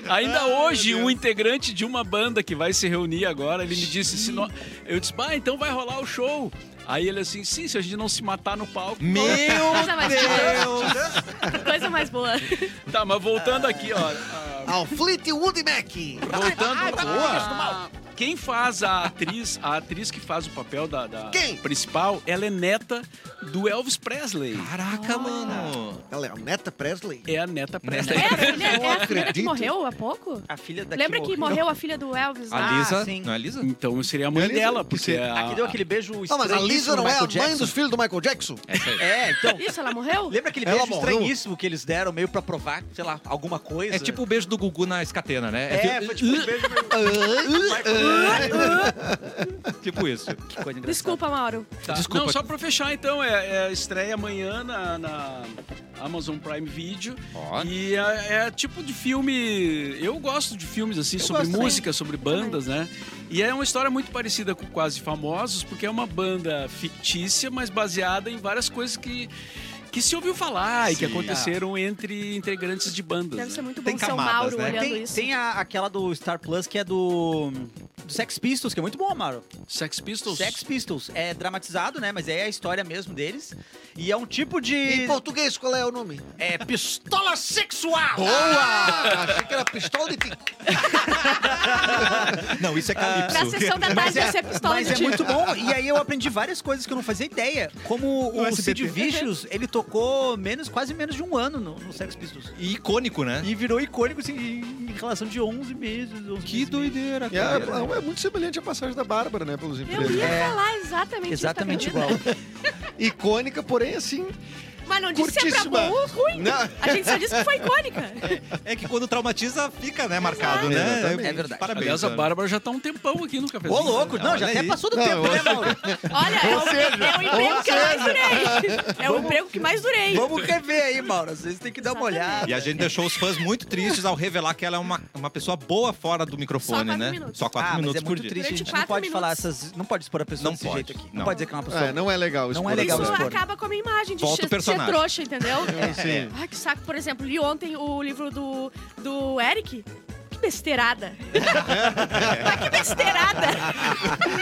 [SPEAKER 6] Ainda
[SPEAKER 3] Ai,
[SPEAKER 6] hoje,
[SPEAKER 3] meu Deus.
[SPEAKER 6] um integrante de uma banda que vai se reunir agora, ele me disse: se nó- Eu disse, bah, então vai rolar o show. Aí ele assim, sim, se a gente não se matar no palco.
[SPEAKER 1] Meu
[SPEAKER 2] Coisa mais
[SPEAKER 1] Deus!
[SPEAKER 2] Coisa mais boa.
[SPEAKER 6] Tá, mas voltando aqui, ó. ah,
[SPEAKER 4] Ao Fleetwood Mac.
[SPEAKER 6] Voltando.
[SPEAKER 2] tá
[SPEAKER 1] Boa!
[SPEAKER 6] Ah, Quem faz a atriz, a atriz que faz o papel da, da
[SPEAKER 4] Quem?
[SPEAKER 6] principal, ela é neta do Elvis Presley.
[SPEAKER 1] Caraca, mano!
[SPEAKER 4] Ela é a Neta Presley.
[SPEAKER 6] É a neta Presley.
[SPEAKER 2] É a filha, é a filha que morreu há pouco?
[SPEAKER 5] A filha da
[SPEAKER 2] Lembra que morreu a filha do Elvis? lá?
[SPEAKER 1] A Lisa.
[SPEAKER 5] sim.
[SPEAKER 1] Não é Lisa?
[SPEAKER 6] Então seria a mãe
[SPEAKER 3] É a Lisa,
[SPEAKER 6] dela,
[SPEAKER 3] que
[SPEAKER 6] porque
[SPEAKER 3] se-
[SPEAKER 6] a,
[SPEAKER 5] Aqui deu aquele beijo
[SPEAKER 4] Não, mas a Lisa não
[SPEAKER 5] estranhíssimo do
[SPEAKER 4] é a
[SPEAKER 5] Michael
[SPEAKER 4] mãe
[SPEAKER 5] Jackson.
[SPEAKER 4] dos filhos do Michael Jackson?
[SPEAKER 5] É, então.
[SPEAKER 2] Isso, ela morreu?
[SPEAKER 5] Lembra aquele
[SPEAKER 3] Ela
[SPEAKER 5] beijo
[SPEAKER 3] morreu.
[SPEAKER 5] estranhíssimo que eles deram, meio pra provar, sei lá, alguma coisa?
[SPEAKER 1] É tipo o beijo do Gugu na escatena, né?
[SPEAKER 5] É, foi tipo um beijo meio.
[SPEAKER 1] tipo, tipo isso.
[SPEAKER 5] Que coisa engraçada.
[SPEAKER 2] Desculpa, Mauro.
[SPEAKER 6] Tá.
[SPEAKER 1] Desculpa.
[SPEAKER 6] Não, só pra fechar então, é, é estreia amanhã na, na Amazon Prime Video.
[SPEAKER 1] Ó.
[SPEAKER 6] E é, é tipo de filme. Eu gosto de filmes assim, sobre
[SPEAKER 5] gosto também.
[SPEAKER 6] música, sobre bandas, né? E é uma história muito parecida com Quase Famosos, porque é uma banda fictícia, mas baseada em várias coisas que. Que se ouviu falar e que
[SPEAKER 5] ah.
[SPEAKER 6] aconteceram entre integrantes de bandas.
[SPEAKER 2] Deve
[SPEAKER 6] né?
[SPEAKER 2] ser muito bom
[SPEAKER 1] Tem
[SPEAKER 2] São
[SPEAKER 1] camadas,
[SPEAKER 2] Mauro
[SPEAKER 1] né?
[SPEAKER 2] olhando
[SPEAKER 5] É, Tem,
[SPEAKER 2] isso.
[SPEAKER 5] tem a- aquela do Star Plus que é do, do Sex Pistols, que é muito bom, Amaro.
[SPEAKER 6] Sex Pistols?
[SPEAKER 5] Sex Pistols. É dramatizado, né? Mas é a história mesmo deles. E é um tipo
[SPEAKER 4] Em
[SPEAKER 5] de.
[SPEAKER 4] português, qual é o nome?
[SPEAKER 5] É pistola sexual! Ah!
[SPEAKER 4] Boa! Achei que era pistola de pique.
[SPEAKER 1] <laughs> Não, isso é
[SPEAKER 2] Na
[SPEAKER 1] calypso.
[SPEAKER 2] sessão da tarde vai Ah, ser pistola
[SPEAKER 5] Mas
[SPEAKER 2] de
[SPEAKER 5] é
[SPEAKER 2] tiro.
[SPEAKER 5] muito bom. E aí eu aprendi várias coisas que eu não fazia ideia. Como
[SPEAKER 1] No
[SPEAKER 5] o Sid
[SPEAKER 1] SBT.
[SPEAKER 5] Vicious, ele tocou menos, quase menos de um ano no, no Sex Pistols.
[SPEAKER 1] E icônico, né?
[SPEAKER 5] E virou icônico, assim, em em relação de 11 meses. 11 meses e meio.
[SPEAKER 1] doideira,
[SPEAKER 3] É, é, é é muito semelhante à passagem da Bárbara, né? Pelos
[SPEAKER 2] Eu
[SPEAKER 3] empregos.
[SPEAKER 2] ia
[SPEAKER 5] É.
[SPEAKER 2] falar exatamente isso,
[SPEAKER 5] Exatamente
[SPEAKER 2] tá
[SPEAKER 4] <laughs>
[SPEAKER 5] igual.
[SPEAKER 2] acredita?
[SPEAKER 3] Icônica, porém, assim.
[SPEAKER 2] Mas não disse se é pra
[SPEAKER 3] Curtíssima.
[SPEAKER 2] bom ou ruim.
[SPEAKER 3] Não.
[SPEAKER 2] A gente só disse que foi icônica.
[SPEAKER 1] É que quando traumatiza, fica, né, marcado, né?
[SPEAKER 3] Exatamente.
[SPEAKER 5] É verdade.
[SPEAKER 1] Parabéns.
[SPEAKER 6] Aliás, a
[SPEAKER 1] Ana.
[SPEAKER 6] Bárbara já tá um tempão aqui no cafezinho.
[SPEAKER 5] Ô, louco,
[SPEAKER 1] né?
[SPEAKER 5] não, já
[SPEAKER 1] Olha
[SPEAKER 5] até
[SPEAKER 1] aí.
[SPEAKER 5] passou do tempo, né, Mauro?
[SPEAKER 2] Olha, é o, é o emprego que eu mais durei. É o emprego que mais durei.
[SPEAKER 5] Vamos rever aí, Mauro. Vocês têm que dar uma olhada.
[SPEAKER 1] E é a gente deixou os fãs muito tristes ao revelar que ela é uma, uma pessoa boa fora do microfone,
[SPEAKER 2] quatro
[SPEAKER 1] né?
[SPEAKER 2] minutos.
[SPEAKER 1] Só quatro
[SPEAKER 5] ah, mas
[SPEAKER 1] minutos
[SPEAKER 5] é
[SPEAKER 1] por
[SPEAKER 5] muito
[SPEAKER 1] dia.
[SPEAKER 5] triste, a gente não
[SPEAKER 2] Durante
[SPEAKER 5] pode
[SPEAKER 2] quatro
[SPEAKER 5] falar
[SPEAKER 2] minutos.
[SPEAKER 5] essas... Não pode expor a pessoa
[SPEAKER 1] Não
[SPEAKER 5] desse
[SPEAKER 1] pode,
[SPEAKER 5] jeito aqui. Não.
[SPEAKER 1] não.
[SPEAKER 5] pode dizer que é uma pessoa...
[SPEAKER 3] Ah, não é legal isso.
[SPEAKER 5] Não é legal
[SPEAKER 2] Isso
[SPEAKER 5] expor.
[SPEAKER 2] acaba com a minha imagem de
[SPEAKER 1] Volta o
[SPEAKER 2] ser- ser
[SPEAKER 1] personagem.
[SPEAKER 2] trouxa, entendeu?
[SPEAKER 5] É.
[SPEAKER 3] Sim.
[SPEAKER 2] Ai, que saco. Por exemplo, li ontem o livro do, do Eric. Que besteirada. Mas que besteirada.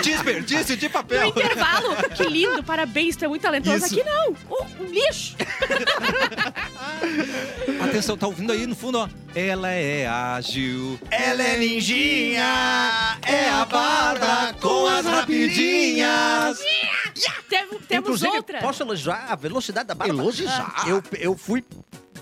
[SPEAKER 1] Desperdício de
[SPEAKER 2] No
[SPEAKER 1] papel.
[SPEAKER 2] intervalo. Que lindo, parabéns, tu é muito talentoso.
[SPEAKER 3] Isso.
[SPEAKER 2] Aqui não. Um lixo.
[SPEAKER 1] Atenção, tá ouvindo aí no fundo, ó. Ela é ágil.
[SPEAKER 5] Ela é ninjinha, é a barba
[SPEAKER 1] com as rapidinhas.
[SPEAKER 2] Teve- Temos
[SPEAKER 5] Inclusive,
[SPEAKER 2] outra.
[SPEAKER 5] posso elogiar a velocidade da barba? Ah,
[SPEAKER 3] Elogiar?
[SPEAKER 5] Eu, eu fui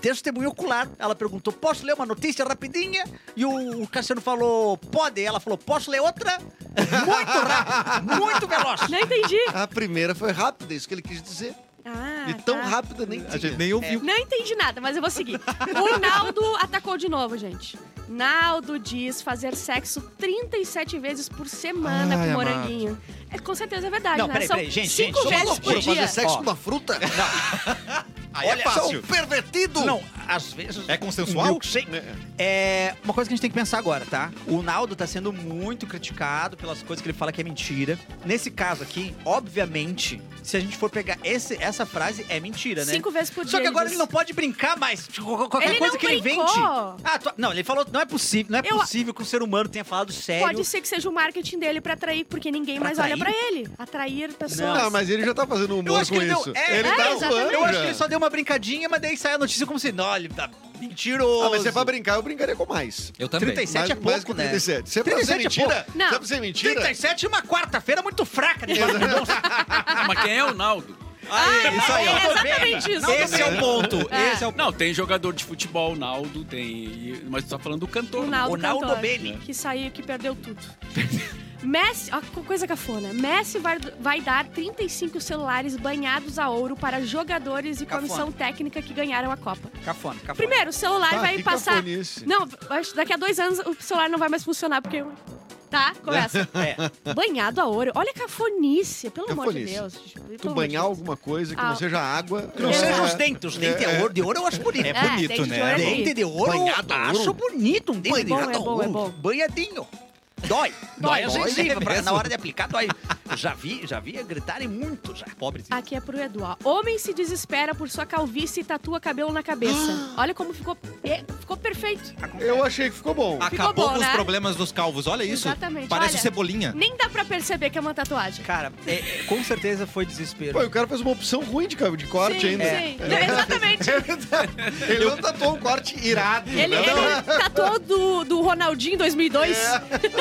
[SPEAKER 5] testemunho ocular. Ela perguntou, posso ler uma notícia rapidinha? E o, o Cassiano falou, pode. Ela falou, posso ler outra? Muito rápido, muito veloz.
[SPEAKER 2] Não entendi.
[SPEAKER 3] A primeira foi rápida, é isso que ele quis dizer.
[SPEAKER 2] Ah,
[SPEAKER 3] E tão
[SPEAKER 2] tá.
[SPEAKER 3] rápida nem
[SPEAKER 1] A gente
[SPEAKER 3] tinha.
[SPEAKER 1] nem ouviu.
[SPEAKER 2] Não entendi nada, mas eu vou seguir. O Naldo atacou de novo, gente. Naldo diz fazer sexo 37 vezes por semana
[SPEAKER 1] Ai,
[SPEAKER 2] com
[SPEAKER 1] amado.
[SPEAKER 2] moranguinho. É, com certeza é verdade,
[SPEAKER 5] Não,
[SPEAKER 2] né?
[SPEAKER 5] peraí,
[SPEAKER 2] São
[SPEAKER 5] peraí, gente,
[SPEAKER 2] cinco
[SPEAKER 5] gente,
[SPEAKER 2] vezes por dia.
[SPEAKER 3] fazer sexo
[SPEAKER 5] Ó.
[SPEAKER 3] com uma
[SPEAKER 5] <laughs>
[SPEAKER 3] fruta?
[SPEAKER 1] Aí é fácil.
[SPEAKER 3] pervertido!
[SPEAKER 5] Não, às vezes...
[SPEAKER 1] É
[SPEAKER 5] Um
[SPEAKER 1] consensual?
[SPEAKER 5] milkshake. É uma coisa que a gente tem que pensar agora, tá? O Naldo tá sendo muito criticado pelas coisas que ele fala que é mentira. Nesse caso aqui, obviamente, se a gente for pegar esse- essa frase, é mentira, né?
[SPEAKER 2] Cinco vezes por dia.
[SPEAKER 5] Só que agora
[SPEAKER 2] diz.
[SPEAKER 5] ele não tá pode brincar mais. Tipo, qual- Qualquer
[SPEAKER 2] Ele
[SPEAKER 5] coisa
[SPEAKER 2] não
[SPEAKER 5] que ele
[SPEAKER 2] brincou.
[SPEAKER 5] invente. Ah, tu- não, ele falou, não é possível, não é
[SPEAKER 2] Eu-
[SPEAKER 5] possível que um ser humano tenha falado sério.
[SPEAKER 2] Pode ser que seja o marketing dele pra atrair, porque ninguém
[SPEAKER 5] Pra
[SPEAKER 2] mais olha pra
[SPEAKER 5] atrair?
[SPEAKER 2] ele. Atrair pessoas.
[SPEAKER 3] Não, mas ele já tá fazendo
[SPEAKER 5] Eu
[SPEAKER 3] humor
[SPEAKER 5] acho
[SPEAKER 3] com
[SPEAKER 5] que ele
[SPEAKER 3] isso.
[SPEAKER 5] deu. É,
[SPEAKER 3] ele
[SPEAKER 5] é,
[SPEAKER 3] tá
[SPEAKER 2] exatamente.
[SPEAKER 3] zoando
[SPEAKER 5] Eu acho
[SPEAKER 3] já.
[SPEAKER 5] que ele só deu uma brincadinha, mas daí sai a notícia como se, não, ele tá mentiroso.
[SPEAKER 3] Ah, mas se é pra brincar, eu brincaria com mais.
[SPEAKER 1] Eu também.
[SPEAKER 5] 37
[SPEAKER 3] mais,
[SPEAKER 5] é
[SPEAKER 3] mais que
[SPEAKER 5] pouco, né?
[SPEAKER 3] 37. Se é pra
[SPEAKER 5] 37
[SPEAKER 3] ser
[SPEAKER 5] é
[SPEAKER 3] mentira,
[SPEAKER 5] pouco.
[SPEAKER 3] se
[SPEAKER 2] Não.
[SPEAKER 3] é pra ser mentira...
[SPEAKER 5] 37 é uma quarta-feira muito fraca. De
[SPEAKER 6] Mas quem é o Naldo?
[SPEAKER 2] Ah,
[SPEAKER 5] isso aí.
[SPEAKER 2] é exatamente isso.
[SPEAKER 5] Esse é o ponto.
[SPEAKER 2] É.
[SPEAKER 5] Esse é o
[SPEAKER 6] Não, tem jogador de futebol, Naldo, tem. Mas tu tá falando do cantor.
[SPEAKER 2] O
[SPEAKER 6] né?
[SPEAKER 2] Naldo,
[SPEAKER 5] O Naldo
[SPEAKER 2] Cantor,
[SPEAKER 5] Bene.
[SPEAKER 2] Que saiu, que perdeu tudo. Messi, ó, co- coisa cafona. né? Messi vai, vai dar 35 celulares banhados a ouro para jogadores e
[SPEAKER 5] Cafona.
[SPEAKER 2] comissão técnica que ganharam a Copa.
[SPEAKER 5] Cafona, cafona.
[SPEAKER 2] Primeiro, o celular
[SPEAKER 3] Tá,
[SPEAKER 2] vai
[SPEAKER 3] que
[SPEAKER 2] passar.
[SPEAKER 3] cafonice.
[SPEAKER 2] Não, acho que daqui a dois anos o celular não vai mais funcionar, porque. Tá,
[SPEAKER 3] <laughs>
[SPEAKER 2] começa.
[SPEAKER 5] É.
[SPEAKER 2] Banhado a ouro. Olha a cafonice, pelo
[SPEAKER 3] Cafonice.
[SPEAKER 2] amor de Deus. Pelo amor
[SPEAKER 3] Tu
[SPEAKER 2] de
[SPEAKER 3] banhar
[SPEAKER 2] Deus.
[SPEAKER 3] alguma coisa que
[SPEAKER 2] Ah.
[SPEAKER 3] não seja água...
[SPEAKER 5] Não
[SPEAKER 3] é-
[SPEAKER 5] sejam os dentes. Os dentes é ouro. De ouro eu acho bonito.
[SPEAKER 2] É,
[SPEAKER 1] bonito,
[SPEAKER 2] dente de
[SPEAKER 1] né?
[SPEAKER 2] ouro é
[SPEAKER 5] Dente
[SPEAKER 2] bonito.
[SPEAKER 5] de ouro
[SPEAKER 3] Banhado
[SPEAKER 5] eu
[SPEAKER 3] a
[SPEAKER 5] acho
[SPEAKER 3] ouro.
[SPEAKER 5] bonito. Um dente de
[SPEAKER 2] Banhado
[SPEAKER 5] ouro.
[SPEAKER 2] a ouro.
[SPEAKER 5] Banhadinho. Dói.
[SPEAKER 2] é Dói, é
[SPEAKER 5] Dói, a
[SPEAKER 2] dói
[SPEAKER 5] gengiva. pra- Na hora de aplicar, dói. Eu Já vi, já vi gritarem muito já. Pobres.
[SPEAKER 2] Aqui é pro Edu, ó. Homem se desespera por sua calvície e tatua cabelo na cabeça. Olha como ficou, é, ficou perfeito.
[SPEAKER 3] Eu achei que ficou bom.
[SPEAKER 1] Acabou
[SPEAKER 2] bom,
[SPEAKER 1] com os
[SPEAKER 2] né?
[SPEAKER 1] problemas dos calvos. Olha isso.
[SPEAKER 2] Exatamente,
[SPEAKER 1] Parece
[SPEAKER 2] olha.
[SPEAKER 1] cebolinha.
[SPEAKER 2] Nem dá pra perceber que é uma tatuagem.
[SPEAKER 5] Cara, é- é, com certeza foi desespero.
[SPEAKER 3] Pô, e o cara fez uma opção ruim de, ca- de corte
[SPEAKER 2] sim,
[SPEAKER 3] ainda.
[SPEAKER 2] sim. Não, exatamente.
[SPEAKER 3] Ele não tatuou um corte irado.
[SPEAKER 2] Ele, é
[SPEAKER 3] né?
[SPEAKER 2] ele tatuou do, do Ronaldinho em 2002.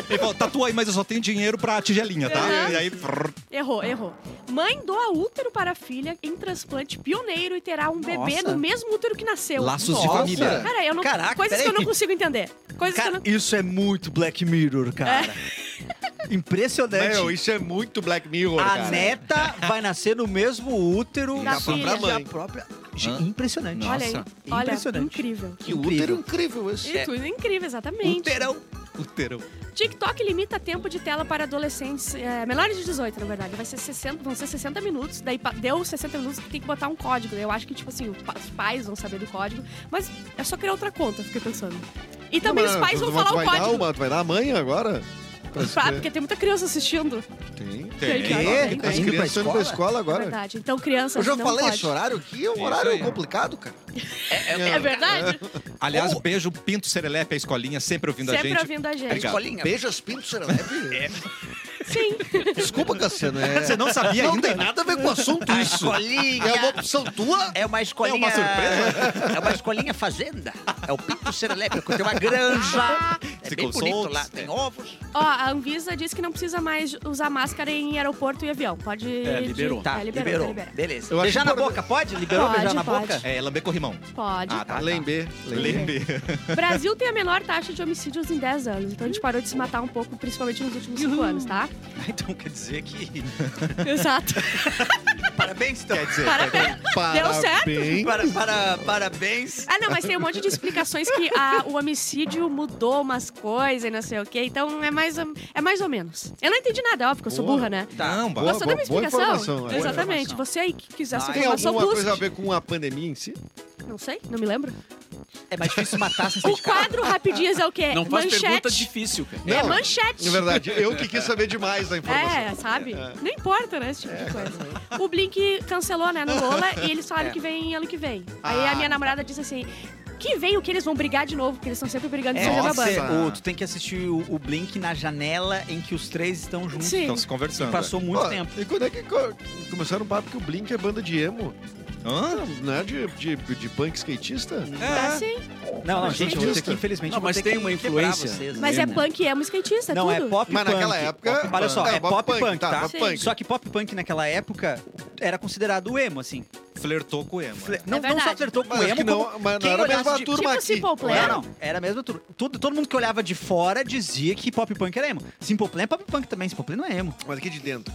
[SPEAKER 1] Ele falou, tatua aí, mas eu só tenho dinheiro pra tigelinha, tá?
[SPEAKER 2] Uhum.
[SPEAKER 1] E aí... frrr.
[SPEAKER 2] Errou, errou. Mãe doa útero para a filha em transplante pioneiro e terá um bebê
[SPEAKER 5] Nossa.
[SPEAKER 2] no mesmo útero que nasceu.
[SPEAKER 1] Laços de
[SPEAKER 3] Nossa.
[SPEAKER 1] família.
[SPEAKER 2] Cara, eu não.
[SPEAKER 5] Caraca,
[SPEAKER 2] coisas que eu
[SPEAKER 5] peraí.
[SPEAKER 2] não consigo entender. Coisas
[SPEAKER 5] Cara,
[SPEAKER 2] que eu
[SPEAKER 5] isso é muito Black Mirror, cara.
[SPEAKER 2] É.
[SPEAKER 5] Impressionante.
[SPEAKER 3] Meu, isso é muito Black Mirror,
[SPEAKER 2] Ah,
[SPEAKER 5] a
[SPEAKER 3] cara.
[SPEAKER 2] né?
[SPEAKER 5] neta vai nascer no mesmo útero
[SPEAKER 2] Da
[SPEAKER 5] que
[SPEAKER 2] filha.
[SPEAKER 5] a própria. Gente, Impressionante.
[SPEAKER 2] não. Olha aí. Olha,
[SPEAKER 5] Impressionante.
[SPEAKER 2] incrível.
[SPEAKER 3] Que útero incrível esse.
[SPEAKER 2] E tudo é incrível, exatamente.
[SPEAKER 5] Uterão.
[SPEAKER 1] Uterão.
[SPEAKER 2] TikTok limita tempo de tela para adolescentes, é, menores de 18, na verdade. Vai ser 60, vão ser 60 minutos, daí pa- deu 60 minutos, tem que botar um código. Eu acho que, tipo assim, o pa- os pais vão saber do código, mas é só criar outra conta, fiquei pensando. E também
[SPEAKER 3] Mas
[SPEAKER 2] os pais
[SPEAKER 3] tu-
[SPEAKER 2] vão
[SPEAKER 3] mas
[SPEAKER 2] falar
[SPEAKER 3] tu
[SPEAKER 2] o
[SPEAKER 3] vai Dar
[SPEAKER 2] código.
[SPEAKER 3] uma, tu vai dar amanhã agora?
[SPEAKER 2] <laughs> Pra- porque tem muita criança assistindo.
[SPEAKER 3] Tem.
[SPEAKER 5] É,
[SPEAKER 1] Tem.
[SPEAKER 2] Que-
[SPEAKER 5] Quê?
[SPEAKER 2] Tem,
[SPEAKER 3] As
[SPEAKER 2] tem.
[SPEAKER 5] indo pra
[SPEAKER 3] crianças estão indo pra
[SPEAKER 5] escola?
[SPEAKER 3] escola
[SPEAKER 2] É
[SPEAKER 3] agora.
[SPEAKER 2] verdade. Então, crianças.
[SPEAKER 3] Eu já
[SPEAKER 2] não
[SPEAKER 3] falei
[SPEAKER 2] pode.
[SPEAKER 3] esse horário aqui, é um
[SPEAKER 1] Isso
[SPEAKER 3] horário
[SPEAKER 1] aí.
[SPEAKER 3] complicado, cara.
[SPEAKER 2] É verdade?
[SPEAKER 1] Aliás, beijo, Pinto Serelepe, a escolinha, sempre ouvindo a
[SPEAKER 2] Oh. Sempre
[SPEAKER 1] gente.
[SPEAKER 2] ouvindo a gente.
[SPEAKER 1] Obrigado.
[SPEAKER 5] Escolinha.
[SPEAKER 3] Beijas, pintos,
[SPEAKER 5] né?
[SPEAKER 3] serelepe.
[SPEAKER 5] É.
[SPEAKER 2] Sim.
[SPEAKER 3] Desculpa, Cassiano. É...
[SPEAKER 1] Você não sabia
[SPEAKER 3] Não
[SPEAKER 1] ainda?
[SPEAKER 3] tem nada a ver com o assunto
[SPEAKER 5] A
[SPEAKER 3] isso.
[SPEAKER 5] escolinha.
[SPEAKER 3] É uma opção tua?
[SPEAKER 5] É uma
[SPEAKER 1] É
[SPEAKER 5] escolinha.
[SPEAKER 1] uma surpresa?
[SPEAKER 5] É uma escolinha fazenda. É o Pinto Serelepe, que tem uma granja. É bem
[SPEAKER 1] Sickle
[SPEAKER 5] bonito
[SPEAKER 1] Salts,
[SPEAKER 5] lá. Tem ovos.
[SPEAKER 2] Ó, a Anvisa diz que não precisa mais usar máscara em aeroporto e avião. Pode.
[SPEAKER 7] É, liberou.
[SPEAKER 2] Tá, liberou. liberou.
[SPEAKER 5] Beleza.
[SPEAKER 3] Eu acho
[SPEAKER 5] beijar na
[SPEAKER 3] importante-
[SPEAKER 5] boca, pode? Liberou
[SPEAKER 2] Pode,
[SPEAKER 5] beijar na
[SPEAKER 2] pode.
[SPEAKER 5] boca?
[SPEAKER 1] É, lamber corrimão.
[SPEAKER 2] Pode.
[SPEAKER 1] Ah, tá.
[SPEAKER 3] Lembrei.
[SPEAKER 1] Lembre.
[SPEAKER 2] Brasil tem a menor taxa de homicídios em 10 anos, então a gente parou de se matar um pouco, principalmente nos últimos 5 anos, tá?
[SPEAKER 5] Então quer dizer que.
[SPEAKER 2] <laughs> Exato. <laughs>
[SPEAKER 5] Parabéns, então. Quer dizer.
[SPEAKER 2] Parabéns. Deu certo.
[SPEAKER 5] Para, para, parabéns.
[SPEAKER 2] Ah, não, mas tem um monte de explicações que ah, o homicídio mudou umas coisas e não sei o quê, então é mais, ou- é mais ou menos. Eu não entendi nada, óbvio, que eu sou burra, né?
[SPEAKER 3] Tá.
[SPEAKER 1] Não,
[SPEAKER 2] Mas só deu uma
[SPEAKER 3] boa- boa
[SPEAKER 2] explicação.
[SPEAKER 3] informação, né?
[SPEAKER 2] Exatamente. Você aí que quiser essa
[SPEAKER 5] Ah,
[SPEAKER 3] Tem
[SPEAKER 2] informação,
[SPEAKER 3] alguma coisa a
[SPEAKER 2] busque.
[SPEAKER 3] ver com a pandemia em si?
[SPEAKER 2] Não sei, não me lembro.
[SPEAKER 5] É mais difícil
[SPEAKER 2] <laughs>
[SPEAKER 5] matar sem
[SPEAKER 2] O quadro rapidinhas é o quê?
[SPEAKER 7] Não faz
[SPEAKER 2] manchete.
[SPEAKER 7] pergunta difícil, cara.
[SPEAKER 2] É
[SPEAKER 3] Não.
[SPEAKER 2] manchete.
[SPEAKER 3] Na verdade, eu que quis saber demais da informação.
[SPEAKER 2] É, sabe? Não importa, né? Esse tipo
[SPEAKER 5] É.
[SPEAKER 2] de coisa. O Blink cancelou, né, no Lola, e eles
[SPEAKER 5] <laughs> É.
[SPEAKER 2] falaram que vem ano que vem.
[SPEAKER 5] Ah,
[SPEAKER 2] Aí a minha
[SPEAKER 5] tá.
[SPEAKER 2] namorada disse assim: que vem o que eles vão brigar de novo, porque eles estão sempre brigando de
[SPEAKER 5] É,
[SPEAKER 2] é,
[SPEAKER 5] tem que
[SPEAKER 2] babando.
[SPEAKER 5] ser- o- tu tem que assistir o, o Blink na janela em que os três estão juntos.
[SPEAKER 2] Sim.
[SPEAKER 1] Estão tá. se conversando.
[SPEAKER 5] Passou muito
[SPEAKER 3] Ó,
[SPEAKER 5] tempo.
[SPEAKER 3] E quando é que co- começaram o papo que o Blink é banda de emo?
[SPEAKER 1] Hã?
[SPEAKER 3] Não, não é de, de, de punk skatista?
[SPEAKER 2] Tá sim.
[SPEAKER 5] Não, não,
[SPEAKER 3] mas
[SPEAKER 5] gente, eu
[SPEAKER 3] justo.
[SPEAKER 5] vou ter que, infelizmente,
[SPEAKER 6] Não,
[SPEAKER 5] vou
[SPEAKER 6] mas
[SPEAKER 5] ter
[SPEAKER 6] tem
[SPEAKER 5] que
[SPEAKER 6] uma
[SPEAKER 5] quebrar
[SPEAKER 6] influência.
[SPEAKER 5] vocês,
[SPEAKER 2] Mas
[SPEAKER 5] né?
[SPEAKER 2] é punk e emo skatista, é
[SPEAKER 5] Não,
[SPEAKER 2] tudo.
[SPEAKER 5] é pop
[SPEAKER 3] Mas
[SPEAKER 5] punk.
[SPEAKER 3] naquela época-
[SPEAKER 5] Pop- olha só,
[SPEAKER 3] É,
[SPEAKER 5] é,
[SPEAKER 3] pop
[SPEAKER 5] pop,
[SPEAKER 3] punk,
[SPEAKER 5] punk,
[SPEAKER 3] tá,
[SPEAKER 5] tá?
[SPEAKER 3] pop punk.
[SPEAKER 5] Só que pop punk naquela época era considerado emo, assim.
[SPEAKER 1] Flertou com o emo.
[SPEAKER 5] Fle- Não, não
[SPEAKER 2] É verdade.
[SPEAKER 5] só acertou com
[SPEAKER 3] Mas acho
[SPEAKER 5] emo,
[SPEAKER 3] que não,
[SPEAKER 5] como
[SPEAKER 3] mas não
[SPEAKER 5] quem
[SPEAKER 3] era a
[SPEAKER 5] olhasse
[SPEAKER 3] mesma
[SPEAKER 5] de-
[SPEAKER 3] turma
[SPEAKER 2] tipo
[SPEAKER 3] aqui.
[SPEAKER 2] Simple Plan.
[SPEAKER 5] Não, não, era a mesma turma. Todo, todo mundo que olhava de fora dizia que pop punk era emo. Simple Plan é pop punk também, Simple Plan não é emo.
[SPEAKER 3] Mas aqui de dentro.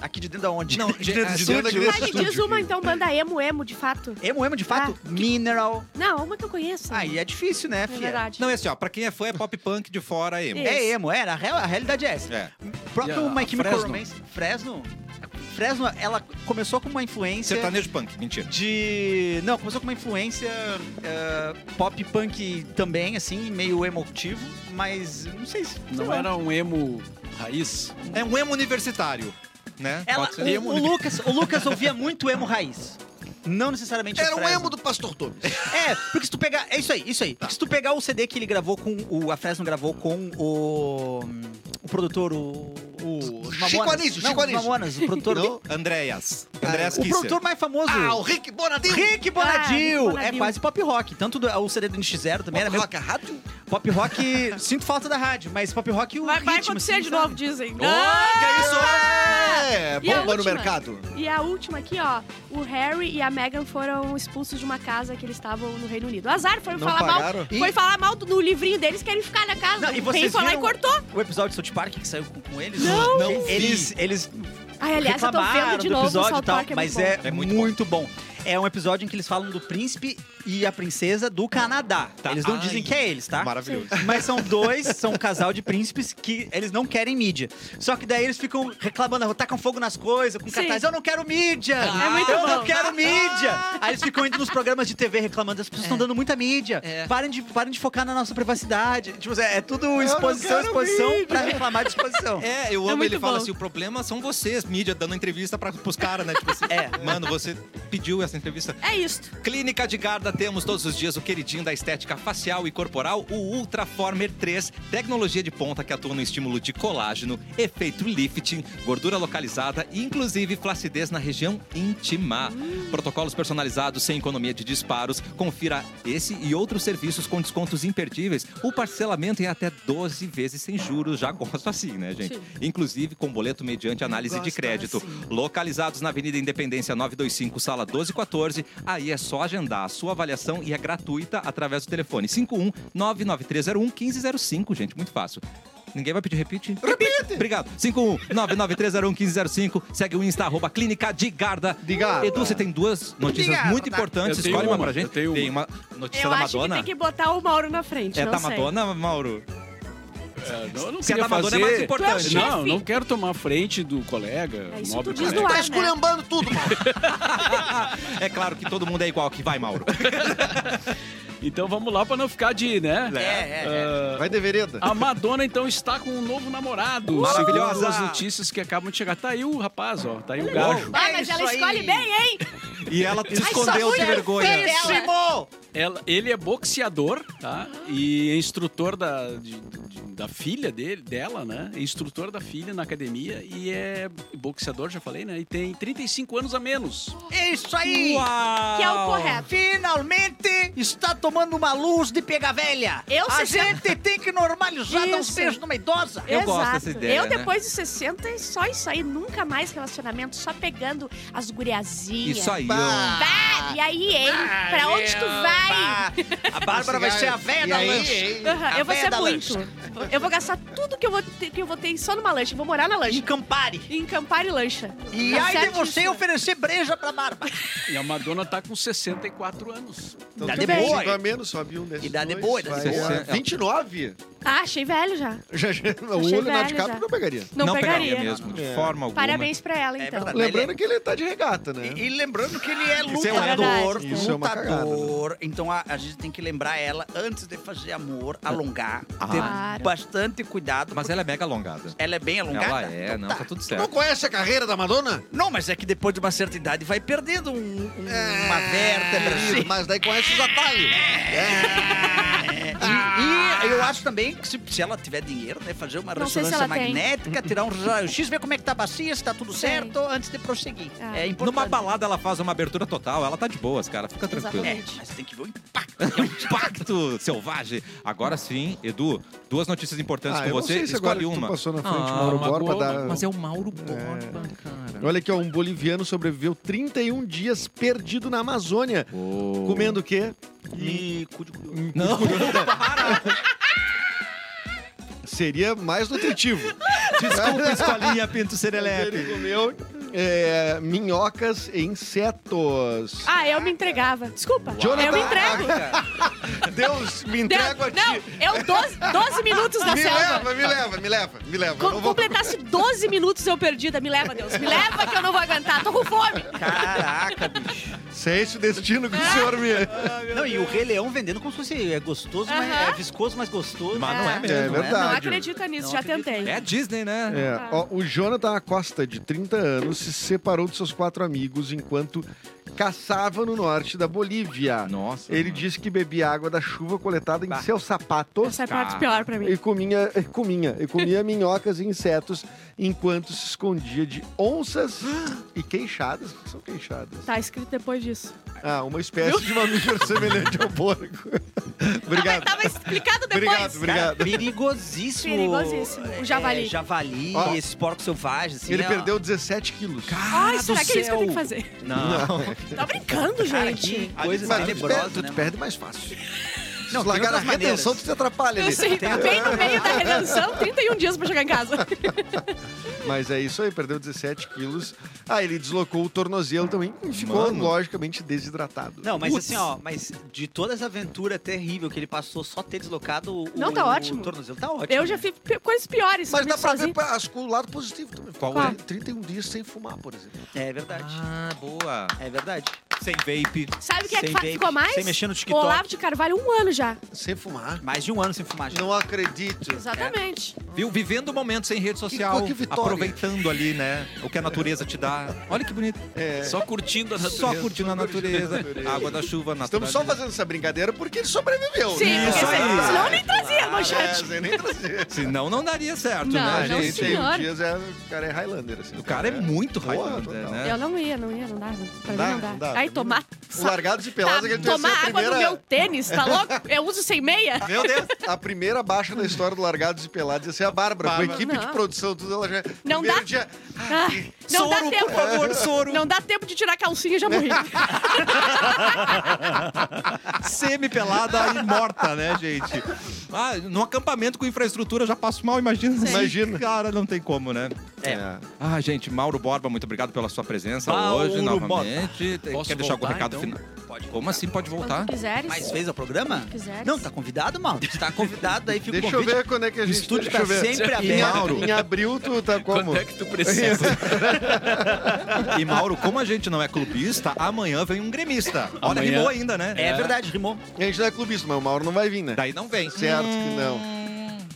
[SPEAKER 5] Aqui <laughs> de dentro da onde?
[SPEAKER 1] Não, de dentro, de
[SPEAKER 3] Estúdio.
[SPEAKER 1] dentro.
[SPEAKER 2] Tá, me diz uma então, banda emo, emo, de fato.
[SPEAKER 5] Emo, emo, de fato? Mineral.
[SPEAKER 2] Não, uma que eu conheço.
[SPEAKER 5] Aí é difícil, né,
[SPEAKER 2] É
[SPEAKER 5] filha?
[SPEAKER 2] verdade.
[SPEAKER 1] Não, é assim, ó. Pra quem é fã, é pop punk de fora, emo.
[SPEAKER 2] É.
[SPEAKER 5] É emo, é. na real- A realidade é essa.
[SPEAKER 1] É.
[SPEAKER 5] O próprio
[SPEAKER 6] E a-
[SPEAKER 5] My
[SPEAKER 6] a
[SPEAKER 5] Chemical
[SPEAKER 6] Fresno?
[SPEAKER 5] Romance... Fresno? Fresno, ela começou com uma influência...
[SPEAKER 1] Sertanejo punk, mentira.
[SPEAKER 5] De. Não, começou com uma influência eh, pop punk também, assim, meio emotivo, mas não sei se. sei
[SPEAKER 6] Não
[SPEAKER 5] lá.
[SPEAKER 6] era um emo raiz?
[SPEAKER 1] É um emo universitário, né?
[SPEAKER 5] Ela,
[SPEAKER 1] Pode ser.
[SPEAKER 5] o, o Lucas, o Lucas ouvia muito emo raiz. Não necessariamente o
[SPEAKER 3] Era um
[SPEAKER 5] Fresno.
[SPEAKER 3] emo do Pastor Tá. Tomes.
[SPEAKER 5] É, porque se tu pegar. É isso aí, isso aí. Porque se tu pegar o CD que ele gravou com. O, a Fresno gravou com o. O produtor, o. o
[SPEAKER 3] Chico Anísio,
[SPEAKER 5] Não,
[SPEAKER 3] Chico
[SPEAKER 5] o
[SPEAKER 3] Anísio.
[SPEAKER 5] Mamonas, o produtor. Ah,
[SPEAKER 3] Não?
[SPEAKER 1] Andreas. Andreas
[SPEAKER 5] O
[SPEAKER 1] Kisser.
[SPEAKER 5] produtor mais famoso.
[SPEAKER 3] Ah, o Rick Bonadinho.
[SPEAKER 5] Rick
[SPEAKER 2] Rick
[SPEAKER 5] Bonadil!
[SPEAKER 2] Bonadil.
[SPEAKER 5] é quase pop rock. Tanto do- o CD do NX0 também era meio
[SPEAKER 3] Rock é Rádio.
[SPEAKER 5] Pop rock, <laughs> sinto falta da rádio, mas pop rock o
[SPEAKER 2] Vai, vai
[SPEAKER 5] ritmo,
[SPEAKER 2] acontecer
[SPEAKER 5] assim,
[SPEAKER 2] de
[SPEAKER 5] sabe?
[SPEAKER 2] novo, dizem.
[SPEAKER 5] Ah!
[SPEAKER 3] É,
[SPEAKER 2] E a
[SPEAKER 3] bomba no
[SPEAKER 2] última?
[SPEAKER 3] mercado.
[SPEAKER 2] E a última aqui, ó. O Harry e a Meghan foram expulsos de uma casa que eles estavam no Reino Unido. Azar, foram
[SPEAKER 3] Não
[SPEAKER 2] falar mal.
[SPEAKER 3] pagaram?
[SPEAKER 2] Foi falar mal do- no livrinho deles, querem ficar na casa.
[SPEAKER 5] Não, e
[SPEAKER 2] Quem
[SPEAKER 5] vocês
[SPEAKER 2] foi lá e
[SPEAKER 5] viram-
[SPEAKER 2] cortou.
[SPEAKER 5] O episódio de South Park que saiu com, com eles?
[SPEAKER 2] Não.
[SPEAKER 1] Não
[SPEAKER 5] eles, eles
[SPEAKER 2] Ai, aliás, eu tô
[SPEAKER 5] reclamaram
[SPEAKER 2] vendo de
[SPEAKER 5] do
[SPEAKER 2] novo o
[SPEAKER 5] episódio
[SPEAKER 2] South
[SPEAKER 5] e tal,
[SPEAKER 2] Park, é
[SPEAKER 5] mas
[SPEAKER 2] muito
[SPEAKER 5] é,
[SPEAKER 1] É muito
[SPEAKER 5] muito, bom. É um episódio em que eles falam do príncipe e a princesa do Canadá.
[SPEAKER 1] Tá.
[SPEAKER 5] Eles não
[SPEAKER 1] Ai.
[SPEAKER 5] dizem que é eles, tá?
[SPEAKER 1] Maravilhoso.
[SPEAKER 5] Mas são dois, são um casal de príncipes que eles não querem mídia. Só que daí eles ficam reclamando, "Ah, tacam fogo nas coisas, com
[SPEAKER 2] Sim.
[SPEAKER 5] cartaz, eu não quero mídia!
[SPEAKER 2] É muito
[SPEAKER 5] eu
[SPEAKER 2] bom.
[SPEAKER 5] não
[SPEAKER 2] <laughs>
[SPEAKER 5] quero mídia! Aí eles ficam indo nos programas de TV reclamando, as
[SPEAKER 2] É.
[SPEAKER 5] pessoas estão dando muita mídia. Parem, de, parem de focar na nossa privacidade. Tipo, é, é tudo exposição, exposição pra reclamar de exposição.
[SPEAKER 1] É, eu
[SPEAKER 2] É
[SPEAKER 1] amo
[SPEAKER 2] muito
[SPEAKER 1] ele fala
[SPEAKER 2] bom.
[SPEAKER 1] assim, o problema são vocês, mídia, dando entrevista pra, pros caras, né? Tipo assim,
[SPEAKER 5] <laughs> É.
[SPEAKER 1] mano, você pediu essa entrevista.
[SPEAKER 2] É isto.
[SPEAKER 1] Clínica de Garda, temos todos os dias o queridinho da estética facial e corporal, o Ultraformer 3, tecnologia de ponta que atua no estímulo de colágeno, efeito lifting, gordura localizada e inclusive flacidez na região íntima. Protocolos personalizados sem economia de disparos. Confira esse e outros serviços com descontos imperdíveis. O parcelamento em até 12 vezes sem juros. Já gosto assim, né, gente?
[SPEAKER 2] Sim.
[SPEAKER 1] Inclusive com boleto mediante análise de
[SPEAKER 2] Gosto
[SPEAKER 1] crédito.
[SPEAKER 2] assim.
[SPEAKER 1] Localizados na Avenida Independência 925, sala 1214. Aí é só agendar a sua avaliação e é gratuita através do telefone 51 99301 1505, gente. Muito fácil. Ninguém vai pedir repite? Repite! Obrigado. 51 99301 1505. Segue o Insta, arroba Clínica de Garda.
[SPEAKER 3] De Garda.
[SPEAKER 1] Edu, você tem duas notícias
[SPEAKER 5] De Garda.
[SPEAKER 1] muito importantes.
[SPEAKER 6] Eu tenho
[SPEAKER 1] Escolhe uma,
[SPEAKER 6] uma,
[SPEAKER 1] pra gente.
[SPEAKER 6] eu tenho
[SPEAKER 1] Tem uma notícia
[SPEAKER 2] eu
[SPEAKER 1] é da
[SPEAKER 2] acho que
[SPEAKER 1] Madonna.
[SPEAKER 2] tem que botar o Mauro na frente.
[SPEAKER 1] É
[SPEAKER 2] não
[SPEAKER 1] da
[SPEAKER 2] sei.
[SPEAKER 1] Madonna, Mauro?
[SPEAKER 6] É, não, eu não
[SPEAKER 1] Se a
[SPEAKER 6] queria
[SPEAKER 1] da Madonna
[SPEAKER 6] fazer...
[SPEAKER 1] é mais
[SPEAKER 2] Tu é o
[SPEAKER 1] importante.
[SPEAKER 2] chefe.
[SPEAKER 6] Não, não quero tomar frente do colega.
[SPEAKER 2] É isso
[SPEAKER 6] nobre
[SPEAKER 2] tu diz
[SPEAKER 6] colega.
[SPEAKER 2] no ar,
[SPEAKER 3] Tá
[SPEAKER 2] né?
[SPEAKER 3] esculhambando tudo, mano.
[SPEAKER 1] É claro que todo mundo é igual aqui. Vai, Mauro.
[SPEAKER 6] Então vamos lá pra não ficar de, né?
[SPEAKER 1] É,
[SPEAKER 6] Ah,
[SPEAKER 3] Vai de vereda.
[SPEAKER 6] a Madonna então está com um novo namorado.
[SPEAKER 1] Maravilhosa.
[SPEAKER 6] Segundo As notícias que acabam de chegar. Tá aí o rapaz, ó. Tá aí o gajo.
[SPEAKER 2] Ah, mas
[SPEAKER 5] É
[SPEAKER 2] ela
[SPEAKER 5] isso aí.
[SPEAKER 2] escolhe bem, hein?
[SPEAKER 1] E ela se
[SPEAKER 2] Ai,
[SPEAKER 1] escondeu
[SPEAKER 2] só
[SPEAKER 1] de
[SPEAKER 2] mulher
[SPEAKER 1] vergonha.
[SPEAKER 2] feia.
[SPEAKER 5] Péssimo!
[SPEAKER 6] ela- ele é boxeador, tá? E é instrutor da, de- de- da filha dele, dela, né? É instrutor da filha na academia e é boxeador, já falei, né? E tem 35 anos a menos.
[SPEAKER 5] É isso aí!
[SPEAKER 2] Que é o correto.
[SPEAKER 5] Finalmente está tomando uma luz de pega velha.
[SPEAKER 2] Eu
[SPEAKER 5] a
[SPEAKER 2] sei- tá-
[SPEAKER 5] gente tem que normalizar dar uns
[SPEAKER 2] Isso.
[SPEAKER 5] beijos numa idosa.
[SPEAKER 8] Eu
[SPEAKER 2] Exato.
[SPEAKER 8] gosto dessa ideia,
[SPEAKER 2] Eu,
[SPEAKER 8] né?
[SPEAKER 2] depois dos 60, é só isso aí. Nunca mais relacionamento, só pegando as guriazinhas.
[SPEAKER 8] Isso aí, ó.
[SPEAKER 2] Bah, e aí, hein? pra onde tu vai?
[SPEAKER 5] Ah, a Bárbara vai ser a véia
[SPEAKER 3] E
[SPEAKER 5] da
[SPEAKER 3] aí,
[SPEAKER 5] lancha.
[SPEAKER 2] Aham,
[SPEAKER 5] A
[SPEAKER 2] eu vou
[SPEAKER 5] véia
[SPEAKER 2] ser
[SPEAKER 5] da
[SPEAKER 2] muito. Eu vou gastar tudo que eu vou ter, que eu vou ter só numa lancha. Eu vou morar na lancha.
[SPEAKER 5] Encampare.
[SPEAKER 2] Em Campari Lancha.
[SPEAKER 5] E
[SPEAKER 2] Tá
[SPEAKER 5] aí de
[SPEAKER 2] certo
[SPEAKER 5] você
[SPEAKER 2] isso.
[SPEAKER 5] oferecer breja pra Bárbara.
[SPEAKER 6] E a Madonna tá com 64 anos.
[SPEAKER 3] Então,
[SPEAKER 5] Dá
[SPEAKER 3] tem
[SPEAKER 5] de boa,
[SPEAKER 3] 25
[SPEAKER 5] hein?
[SPEAKER 3] a menos, sobe um desses.
[SPEAKER 5] Idade
[SPEAKER 3] dois,
[SPEAKER 5] boa, idade
[SPEAKER 3] vai um.
[SPEAKER 8] boa.
[SPEAKER 3] a 29?
[SPEAKER 2] Ah, achei velho já.
[SPEAKER 3] <laughs> Já, já, o
[SPEAKER 2] Achei
[SPEAKER 3] Leonardo
[SPEAKER 2] velho
[SPEAKER 3] DiCaprio
[SPEAKER 2] já.
[SPEAKER 3] não pegaria.
[SPEAKER 2] Não, pegaria.
[SPEAKER 1] mesmo, de
[SPEAKER 3] É.
[SPEAKER 1] forma alguma.
[SPEAKER 2] Parabéns pra ela,
[SPEAKER 5] É
[SPEAKER 2] então.
[SPEAKER 5] verdade.
[SPEAKER 3] Lembrando que ele tá de regata, né?
[SPEAKER 5] E, e lembrando que ele é
[SPEAKER 1] Isso é uma
[SPEAKER 5] lutador,
[SPEAKER 2] verdade.
[SPEAKER 3] um Isso é uma cagada,
[SPEAKER 5] lutador. Então a, a gente tem que lembrar ela antes de fazer amor, alongar, ter
[SPEAKER 3] Ah.
[SPEAKER 2] Claro.
[SPEAKER 5] bastante cuidado.
[SPEAKER 8] Mas ela é mega alongada.
[SPEAKER 5] Ela é bem alongada?
[SPEAKER 8] Ela é,
[SPEAKER 5] Então
[SPEAKER 8] não,
[SPEAKER 5] tá.
[SPEAKER 8] tá tudo
[SPEAKER 3] Tu não
[SPEAKER 8] certo.
[SPEAKER 3] conhece a carreira da Madonna?
[SPEAKER 5] Não, mas é que depois de uma certa idade vai perdendo um- um-
[SPEAKER 3] Ah,
[SPEAKER 5] uma vértebra.
[SPEAKER 3] Isso,
[SPEAKER 5] assim.
[SPEAKER 3] Mas daí conhece os atalhos.
[SPEAKER 5] É. E, e eu acho também que se, se ela tiver dinheiro, né, fazer uma
[SPEAKER 2] Não sei se
[SPEAKER 5] ressonância
[SPEAKER 2] ela tem.
[SPEAKER 5] magnética, tirar um raio-x, ver como é que tá a bacia, se tá tudo
[SPEAKER 2] Sei.
[SPEAKER 5] certo, antes de prosseguir.
[SPEAKER 2] Ah.
[SPEAKER 5] É importante.
[SPEAKER 8] Numa balada ela faz uma abertura total, ela tá de boas, cara. Fica tranquilo.
[SPEAKER 5] É,
[SPEAKER 2] Exatamente.
[SPEAKER 5] mas tem que ver o impacto.
[SPEAKER 8] Impacto selvagem. Agora sim, Edu, duas notícias importantes
[SPEAKER 3] Ah,
[SPEAKER 8] Então, com
[SPEAKER 3] eu não
[SPEAKER 8] você.
[SPEAKER 3] sei se agora
[SPEAKER 8] Escolhe
[SPEAKER 3] que tu
[SPEAKER 8] uma.
[SPEAKER 3] passou na frente
[SPEAKER 8] Ah,
[SPEAKER 3] do Mauro
[SPEAKER 6] uma
[SPEAKER 3] Borba.
[SPEAKER 6] boa,
[SPEAKER 3] da-
[SPEAKER 8] Mas é o Mauro Borba, cara.
[SPEAKER 3] Olha aqui, ó, um boliviano sobreviveu 31 dias perdido na Amazônia.
[SPEAKER 8] Ô.
[SPEAKER 3] Comendo o quê?
[SPEAKER 5] E cu de cu.
[SPEAKER 8] Não,
[SPEAKER 3] Seria mais <laughs> nutritivo.
[SPEAKER 8] <laughs> desculpa, escolinha Pinto
[SPEAKER 3] <laughs> Ele
[SPEAKER 8] Serelepe.
[SPEAKER 3] comeu é, minhocas e insetos.
[SPEAKER 2] Ah, eu me entregava. Desculpa.
[SPEAKER 3] Jonathan-
[SPEAKER 2] Eu me
[SPEAKER 3] <laughs>
[SPEAKER 2] entrego.
[SPEAKER 3] Deus, me
[SPEAKER 2] Deu-
[SPEAKER 3] entrego a
[SPEAKER 2] Não,
[SPEAKER 3] ti.
[SPEAKER 2] eu 12, 12 minutos na
[SPEAKER 3] me
[SPEAKER 2] selva.
[SPEAKER 3] leva, me leva, me leva, me leva.
[SPEAKER 2] Co-
[SPEAKER 3] Não vou-
[SPEAKER 2] completasse 12 minutos eu perdida. Me leva, Deus. Me leva que eu não vou aguentar. Tô com fome.
[SPEAKER 5] <laughs> Caraca, bicho.
[SPEAKER 3] Se é esse o destino que o senhor me...
[SPEAKER 5] Não, e o Rei Leão vendendo como se fosse é gostoso, mas
[SPEAKER 2] Aham.
[SPEAKER 5] é viscoso, mas gostoso.
[SPEAKER 8] Mas não é mesmo.
[SPEAKER 3] É
[SPEAKER 2] Não
[SPEAKER 3] verdade.
[SPEAKER 2] acredita nisso,
[SPEAKER 5] Não
[SPEAKER 2] já
[SPEAKER 5] acredito.
[SPEAKER 2] tentei.
[SPEAKER 8] É a Disney, né?
[SPEAKER 3] <laughs> É, ó, o Jonathan Acosta, de 30 anos, se separou de seus quatro amigos enquanto caçava no norte da Bolívia.
[SPEAKER 8] Nossa.
[SPEAKER 3] É. Ele
[SPEAKER 8] mano.
[SPEAKER 3] disse que bebia água da chuva coletada em
[SPEAKER 8] Bah.
[SPEAKER 3] seu sapato
[SPEAKER 2] Essa é a parte pior pra mim.
[SPEAKER 3] e comia, e comia, e comia
[SPEAKER 5] <laughs>
[SPEAKER 3] minhocas e insetos enquanto se escondia de onças
[SPEAKER 5] Ah.
[SPEAKER 3] e queixadas. O que são queixadas?
[SPEAKER 2] Tá escrito depois disso.
[SPEAKER 3] Ah, uma espécie de mamífero semelhante ao porco. <laughs> obrigado.
[SPEAKER 5] Ah,
[SPEAKER 2] Tava, tava explicado depois.
[SPEAKER 3] Obrigado, obrigado.
[SPEAKER 5] Perigosíssimo.
[SPEAKER 2] Perigosíssimo. O javali.
[SPEAKER 5] É, javali,
[SPEAKER 3] Ó.
[SPEAKER 5] esses porcos selvagens. Assim,
[SPEAKER 3] Ele
[SPEAKER 5] ó.
[SPEAKER 3] perdeu 17 quilos.
[SPEAKER 5] Ah,
[SPEAKER 2] Ai, será que é isso que eu tenho que fazer?
[SPEAKER 8] Não.
[SPEAKER 2] Tá brincando,
[SPEAKER 5] Cara,
[SPEAKER 2] gente.
[SPEAKER 5] que coisa
[SPEAKER 3] Mas tu,
[SPEAKER 5] tenebrosa,
[SPEAKER 3] perde, tu
[SPEAKER 5] né? mano?
[SPEAKER 3] perde mais fácil.
[SPEAKER 5] Não,
[SPEAKER 3] Se largar
[SPEAKER 5] tem
[SPEAKER 3] a
[SPEAKER 5] outras
[SPEAKER 3] retenção,
[SPEAKER 5] maneiras.
[SPEAKER 3] tu se atrapalha né?
[SPEAKER 2] Eu
[SPEAKER 3] ali.
[SPEAKER 2] sei, tá bem no meio da redenção, 31 dias pra chegar em casa.
[SPEAKER 3] Mas é isso aí, perdeu 17 quilos. Ah, ele deslocou o tornozelo também e ficou,
[SPEAKER 8] Mano.
[SPEAKER 3] logicamente, desidratado.
[SPEAKER 5] Não, mas
[SPEAKER 8] Putz.
[SPEAKER 5] assim, ó, mas de toda essa aventura terrível que ele passou, só ter deslocado o,
[SPEAKER 2] Não,
[SPEAKER 5] o,
[SPEAKER 2] tá ótimo.
[SPEAKER 5] o tornozelo, tá ótimo.
[SPEAKER 2] Eu já fiz pi- coisas piores.
[SPEAKER 3] Mas dá
[SPEAKER 2] comigo
[SPEAKER 3] pra ver
[SPEAKER 2] sozinha.
[SPEAKER 3] pra- as- o lado positivo também.
[SPEAKER 8] Qual
[SPEAKER 2] é?
[SPEAKER 3] 31 dias sem fumar, por exemplo.
[SPEAKER 5] É verdade.
[SPEAKER 8] Ah, boa.
[SPEAKER 5] É verdade.
[SPEAKER 8] Sem vape.
[SPEAKER 2] Sabe o que é que
[SPEAKER 5] Sem
[SPEAKER 2] fa-
[SPEAKER 5] vape,
[SPEAKER 2] ficou mais?
[SPEAKER 5] Sem mexer no
[SPEAKER 2] O
[SPEAKER 5] TikTok.
[SPEAKER 2] Olavo de Carvalho, um ano já.
[SPEAKER 3] Sem fumar.
[SPEAKER 5] Mais de um ano sem fumar. já.
[SPEAKER 3] Não acredito.
[SPEAKER 5] É.
[SPEAKER 2] Exatamente.
[SPEAKER 8] Viu? Vivendo o momento sem rede social.
[SPEAKER 3] que vitória.
[SPEAKER 8] aproveitando ali, né? O que a natureza te dá. Olha que bonito.
[SPEAKER 3] É.
[SPEAKER 6] Só curtindo a natureza.
[SPEAKER 8] Só curtindo a natureza. Água da chuva,
[SPEAKER 3] Estamos
[SPEAKER 8] natureza.
[SPEAKER 3] só fazendo essa brincadeira porque ele sobreviveu.
[SPEAKER 2] Sim,
[SPEAKER 3] né?
[SPEAKER 2] porque
[SPEAKER 8] Isso
[SPEAKER 2] senão-
[SPEAKER 8] aí.
[SPEAKER 2] senão eu nem
[SPEAKER 5] Ah,
[SPEAKER 2] trazia a
[SPEAKER 3] É,
[SPEAKER 2] manchete.
[SPEAKER 3] sem nem trazer.
[SPEAKER 8] Senão não daria certo,
[SPEAKER 2] Não,
[SPEAKER 8] né,
[SPEAKER 2] não,
[SPEAKER 8] gente?
[SPEAKER 1] um
[SPEAKER 2] sim.
[SPEAKER 3] 31
[SPEAKER 2] senhor.
[SPEAKER 3] dias é, o cara é Highlander, assim.
[SPEAKER 1] né?
[SPEAKER 8] O cara é muito
[SPEAKER 3] Porra,
[SPEAKER 8] raivoso,
[SPEAKER 3] total.
[SPEAKER 5] é.
[SPEAKER 8] né?
[SPEAKER 2] Eu não ia, não ia, não dá. né? Pra
[SPEAKER 3] Dá,
[SPEAKER 2] mim não dá.
[SPEAKER 3] não dá, pra
[SPEAKER 2] Aí
[SPEAKER 3] mim
[SPEAKER 2] tomar.
[SPEAKER 3] O Largados e Pelados é que ele tem
[SPEAKER 2] tá, tomar
[SPEAKER 3] assim, a
[SPEAKER 2] água
[SPEAKER 3] primeira...
[SPEAKER 2] do meu tênis, tá louco? Eu uso sem
[SPEAKER 3] <laughs>
[SPEAKER 2] meia?
[SPEAKER 3] Meu Deus! A primeira baixa na história do Largados e Pelados ia ser a Bárbara, com a
[SPEAKER 8] Bárbara.
[SPEAKER 3] equipe de
[SPEAKER 2] Não.
[SPEAKER 3] produção, tudo ela já.
[SPEAKER 2] Não
[SPEAKER 3] primeiro
[SPEAKER 2] dá.
[SPEAKER 3] Dia,
[SPEAKER 2] Ah, não dá
[SPEAKER 8] Soro,
[SPEAKER 2] tempo.
[SPEAKER 8] por favor, soro.
[SPEAKER 2] Não dá tempo de tirar a calcinha, já
[SPEAKER 3] <laughs>
[SPEAKER 2] morri.
[SPEAKER 8] Semi-pelada e morta, né, gente? Ah, num acampamento com infraestrutura eu já passo mal, imagina.
[SPEAKER 2] Sim.
[SPEAKER 3] Imagina.
[SPEAKER 8] Cara, não tem como, né?
[SPEAKER 3] é.
[SPEAKER 8] Ah, gente, Mauro Borba, muito obrigado pela sua presença
[SPEAKER 6] Mauro
[SPEAKER 8] hoje
[SPEAKER 6] Borba.
[SPEAKER 8] novamente. Tem-
[SPEAKER 6] Posso
[SPEAKER 8] Quer deixar algum
[SPEAKER 6] voltar,
[SPEAKER 8] recado
[SPEAKER 6] então?
[SPEAKER 8] final?
[SPEAKER 5] Pode.
[SPEAKER 8] Como assim pode voltar?
[SPEAKER 1] Tá.
[SPEAKER 2] Quando quiseres.
[SPEAKER 5] Mais vezes ao programa?
[SPEAKER 2] Quiseres.
[SPEAKER 5] Não, tá convidado, mal. Tá convidado, aí fica o
[SPEAKER 3] Deixa eu
[SPEAKER 5] convite.
[SPEAKER 3] ver quando é que a
[SPEAKER 5] O
[SPEAKER 3] gente.
[SPEAKER 5] estúdio
[SPEAKER 3] deixa
[SPEAKER 5] tá
[SPEAKER 3] eu ver.
[SPEAKER 5] sempre
[SPEAKER 3] Em,
[SPEAKER 5] aberto.
[SPEAKER 3] Mauro. em abril tu tá como?
[SPEAKER 6] Quanto é que
[SPEAKER 3] <laughs>
[SPEAKER 6] tu precisa?
[SPEAKER 8] E Mauro, como a gente não é clubista, amanhã vem um gremista. Olha,
[SPEAKER 6] Amanhã.
[SPEAKER 8] rimou ainda, né?
[SPEAKER 5] É verdade, rimou.
[SPEAKER 3] A gente não é clubista, mas o Mauro não vai vir, né?
[SPEAKER 8] Daí não vem.
[SPEAKER 3] Certo que não.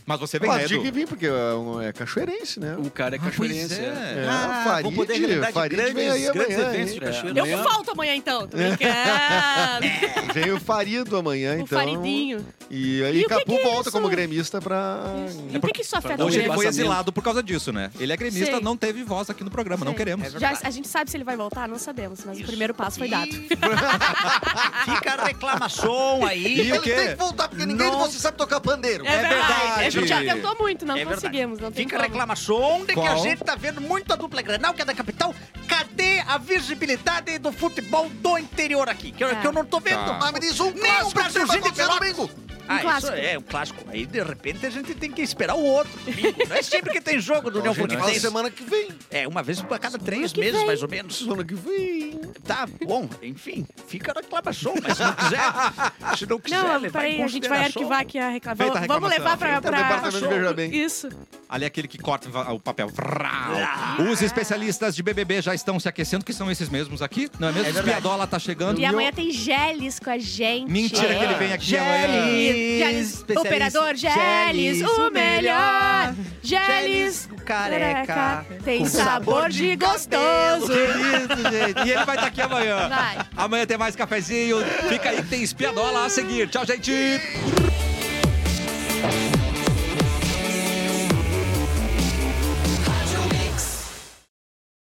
[SPEAKER 1] Mas você vem, né,
[SPEAKER 3] Mas tinha que
[SPEAKER 1] Edu? Ah,
[SPEAKER 3] vir, porque é, um- é cachoeirense, né?
[SPEAKER 6] O
[SPEAKER 8] Ah,
[SPEAKER 6] cara é cachoeirense. é.
[SPEAKER 3] É,
[SPEAKER 5] Ah, vou poder realizar de grandes- grandes eventos de
[SPEAKER 3] hein?
[SPEAKER 5] cachoeira.
[SPEAKER 2] Eu
[SPEAKER 6] Amanhã-
[SPEAKER 2] falto amanhã, então. Tô
[SPEAKER 1] <laughs>
[SPEAKER 2] brincando.
[SPEAKER 3] <laughs>
[SPEAKER 1] É,
[SPEAKER 3] Vem o Farido amanhã,
[SPEAKER 2] o
[SPEAKER 3] então.
[SPEAKER 2] faridinho.
[SPEAKER 3] E aí
[SPEAKER 2] E o que
[SPEAKER 3] Capu
[SPEAKER 2] que é
[SPEAKER 3] volta
[SPEAKER 2] isso?
[SPEAKER 3] como gremista pra.
[SPEAKER 2] E o que que isso afeta o
[SPEAKER 1] É Hoje ele
[SPEAKER 2] Grêmio?
[SPEAKER 1] foi exilado por causa disso, né? Ele é gremista,
[SPEAKER 2] Sei.
[SPEAKER 1] não teve voz aqui no programa, não
[SPEAKER 2] Sei.
[SPEAKER 1] queremos.
[SPEAKER 2] Já, a gente sabe se ele vai voltar? Não sabemos, mas o primeiro passo foi dado.
[SPEAKER 5] é Fica a reclamação aí.
[SPEAKER 1] E o quê?
[SPEAKER 9] Tem que voltar, porque ninguém de vocês sabe tocar pandeiro.
[SPEAKER 2] <laughs> É
[SPEAKER 1] verdade.
[SPEAKER 2] A gente já tentou muito, não
[SPEAKER 5] É verdade.
[SPEAKER 2] conseguimos. Não tem
[SPEAKER 5] Fica a
[SPEAKER 2] como.
[SPEAKER 5] reclamação de que a
[SPEAKER 1] Qual?
[SPEAKER 5] gente tá vendo muito a dupla Grenal, que é da capital. Cadê a visibilidade do futebol do interior aqui? Que, eu-
[SPEAKER 2] É.
[SPEAKER 5] que eu não tô vendo. Ah,
[SPEAKER 1] Tá.
[SPEAKER 9] Mas me diz um
[SPEAKER 5] Nem o
[SPEAKER 9] clássico que vai
[SPEAKER 5] Brasilzinho de
[SPEAKER 9] acontecer
[SPEAKER 5] Pelotas.
[SPEAKER 9] domingo.
[SPEAKER 5] Ah,
[SPEAKER 2] clássico.
[SPEAKER 5] isso é um clássico. Aí, de repente, a gente tem que esperar o outro. domingo. Não é sempre que tem jogo do União
[SPEAKER 1] gente,
[SPEAKER 9] Fala
[SPEAKER 5] Portuguesa.
[SPEAKER 9] semana que vem.
[SPEAKER 5] É, uma vez a cada três
[SPEAKER 2] que
[SPEAKER 5] meses,
[SPEAKER 2] vem.
[SPEAKER 5] mais ou menos.
[SPEAKER 3] Semana que vem.
[SPEAKER 5] Tá bom, enfim, fica na reclamação, mas se não quiser, se não quiser,
[SPEAKER 2] Não,
[SPEAKER 5] levar em
[SPEAKER 2] peraí, a gente vai
[SPEAKER 5] consideração-
[SPEAKER 2] arquivar aqui a reclamação.
[SPEAKER 1] Feita a
[SPEAKER 2] Vamos vamos levar
[SPEAKER 1] reclamação.
[SPEAKER 2] pra.
[SPEAKER 3] Feita o
[SPEAKER 2] pra...
[SPEAKER 3] departamento Veja Bem.
[SPEAKER 2] Isso.
[SPEAKER 1] Ali é aquele que corta o papel. Vrau. Os especialistas de BBB já estão se aquecendo, que são esses mesmos aqui, não é mesmo?
[SPEAKER 5] verdade.
[SPEAKER 1] Espiadola tá chegando.
[SPEAKER 2] E amanhã tem Geles com a gente.
[SPEAKER 1] Mentira que ele vem aqui amanhã. <laughs>
[SPEAKER 2] Geles, Geles, Operador Geles, o melhor. Geles,
[SPEAKER 5] Geles, careca.
[SPEAKER 2] Tem
[SPEAKER 5] com
[SPEAKER 2] sabor
[SPEAKER 5] sabor
[SPEAKER 2] de
[SPEAKER 5] de
[SPEAKER 2] gostoso.
[SPEAKER 1] Que isso, gente. E ele vai estar aqui amanhã.
[SPEAKER 2] Vai.
[SPEAKER 1] Amanhã tem mais cafezinho. Fica aí que tem espiadola a seguir. Tchau, gente.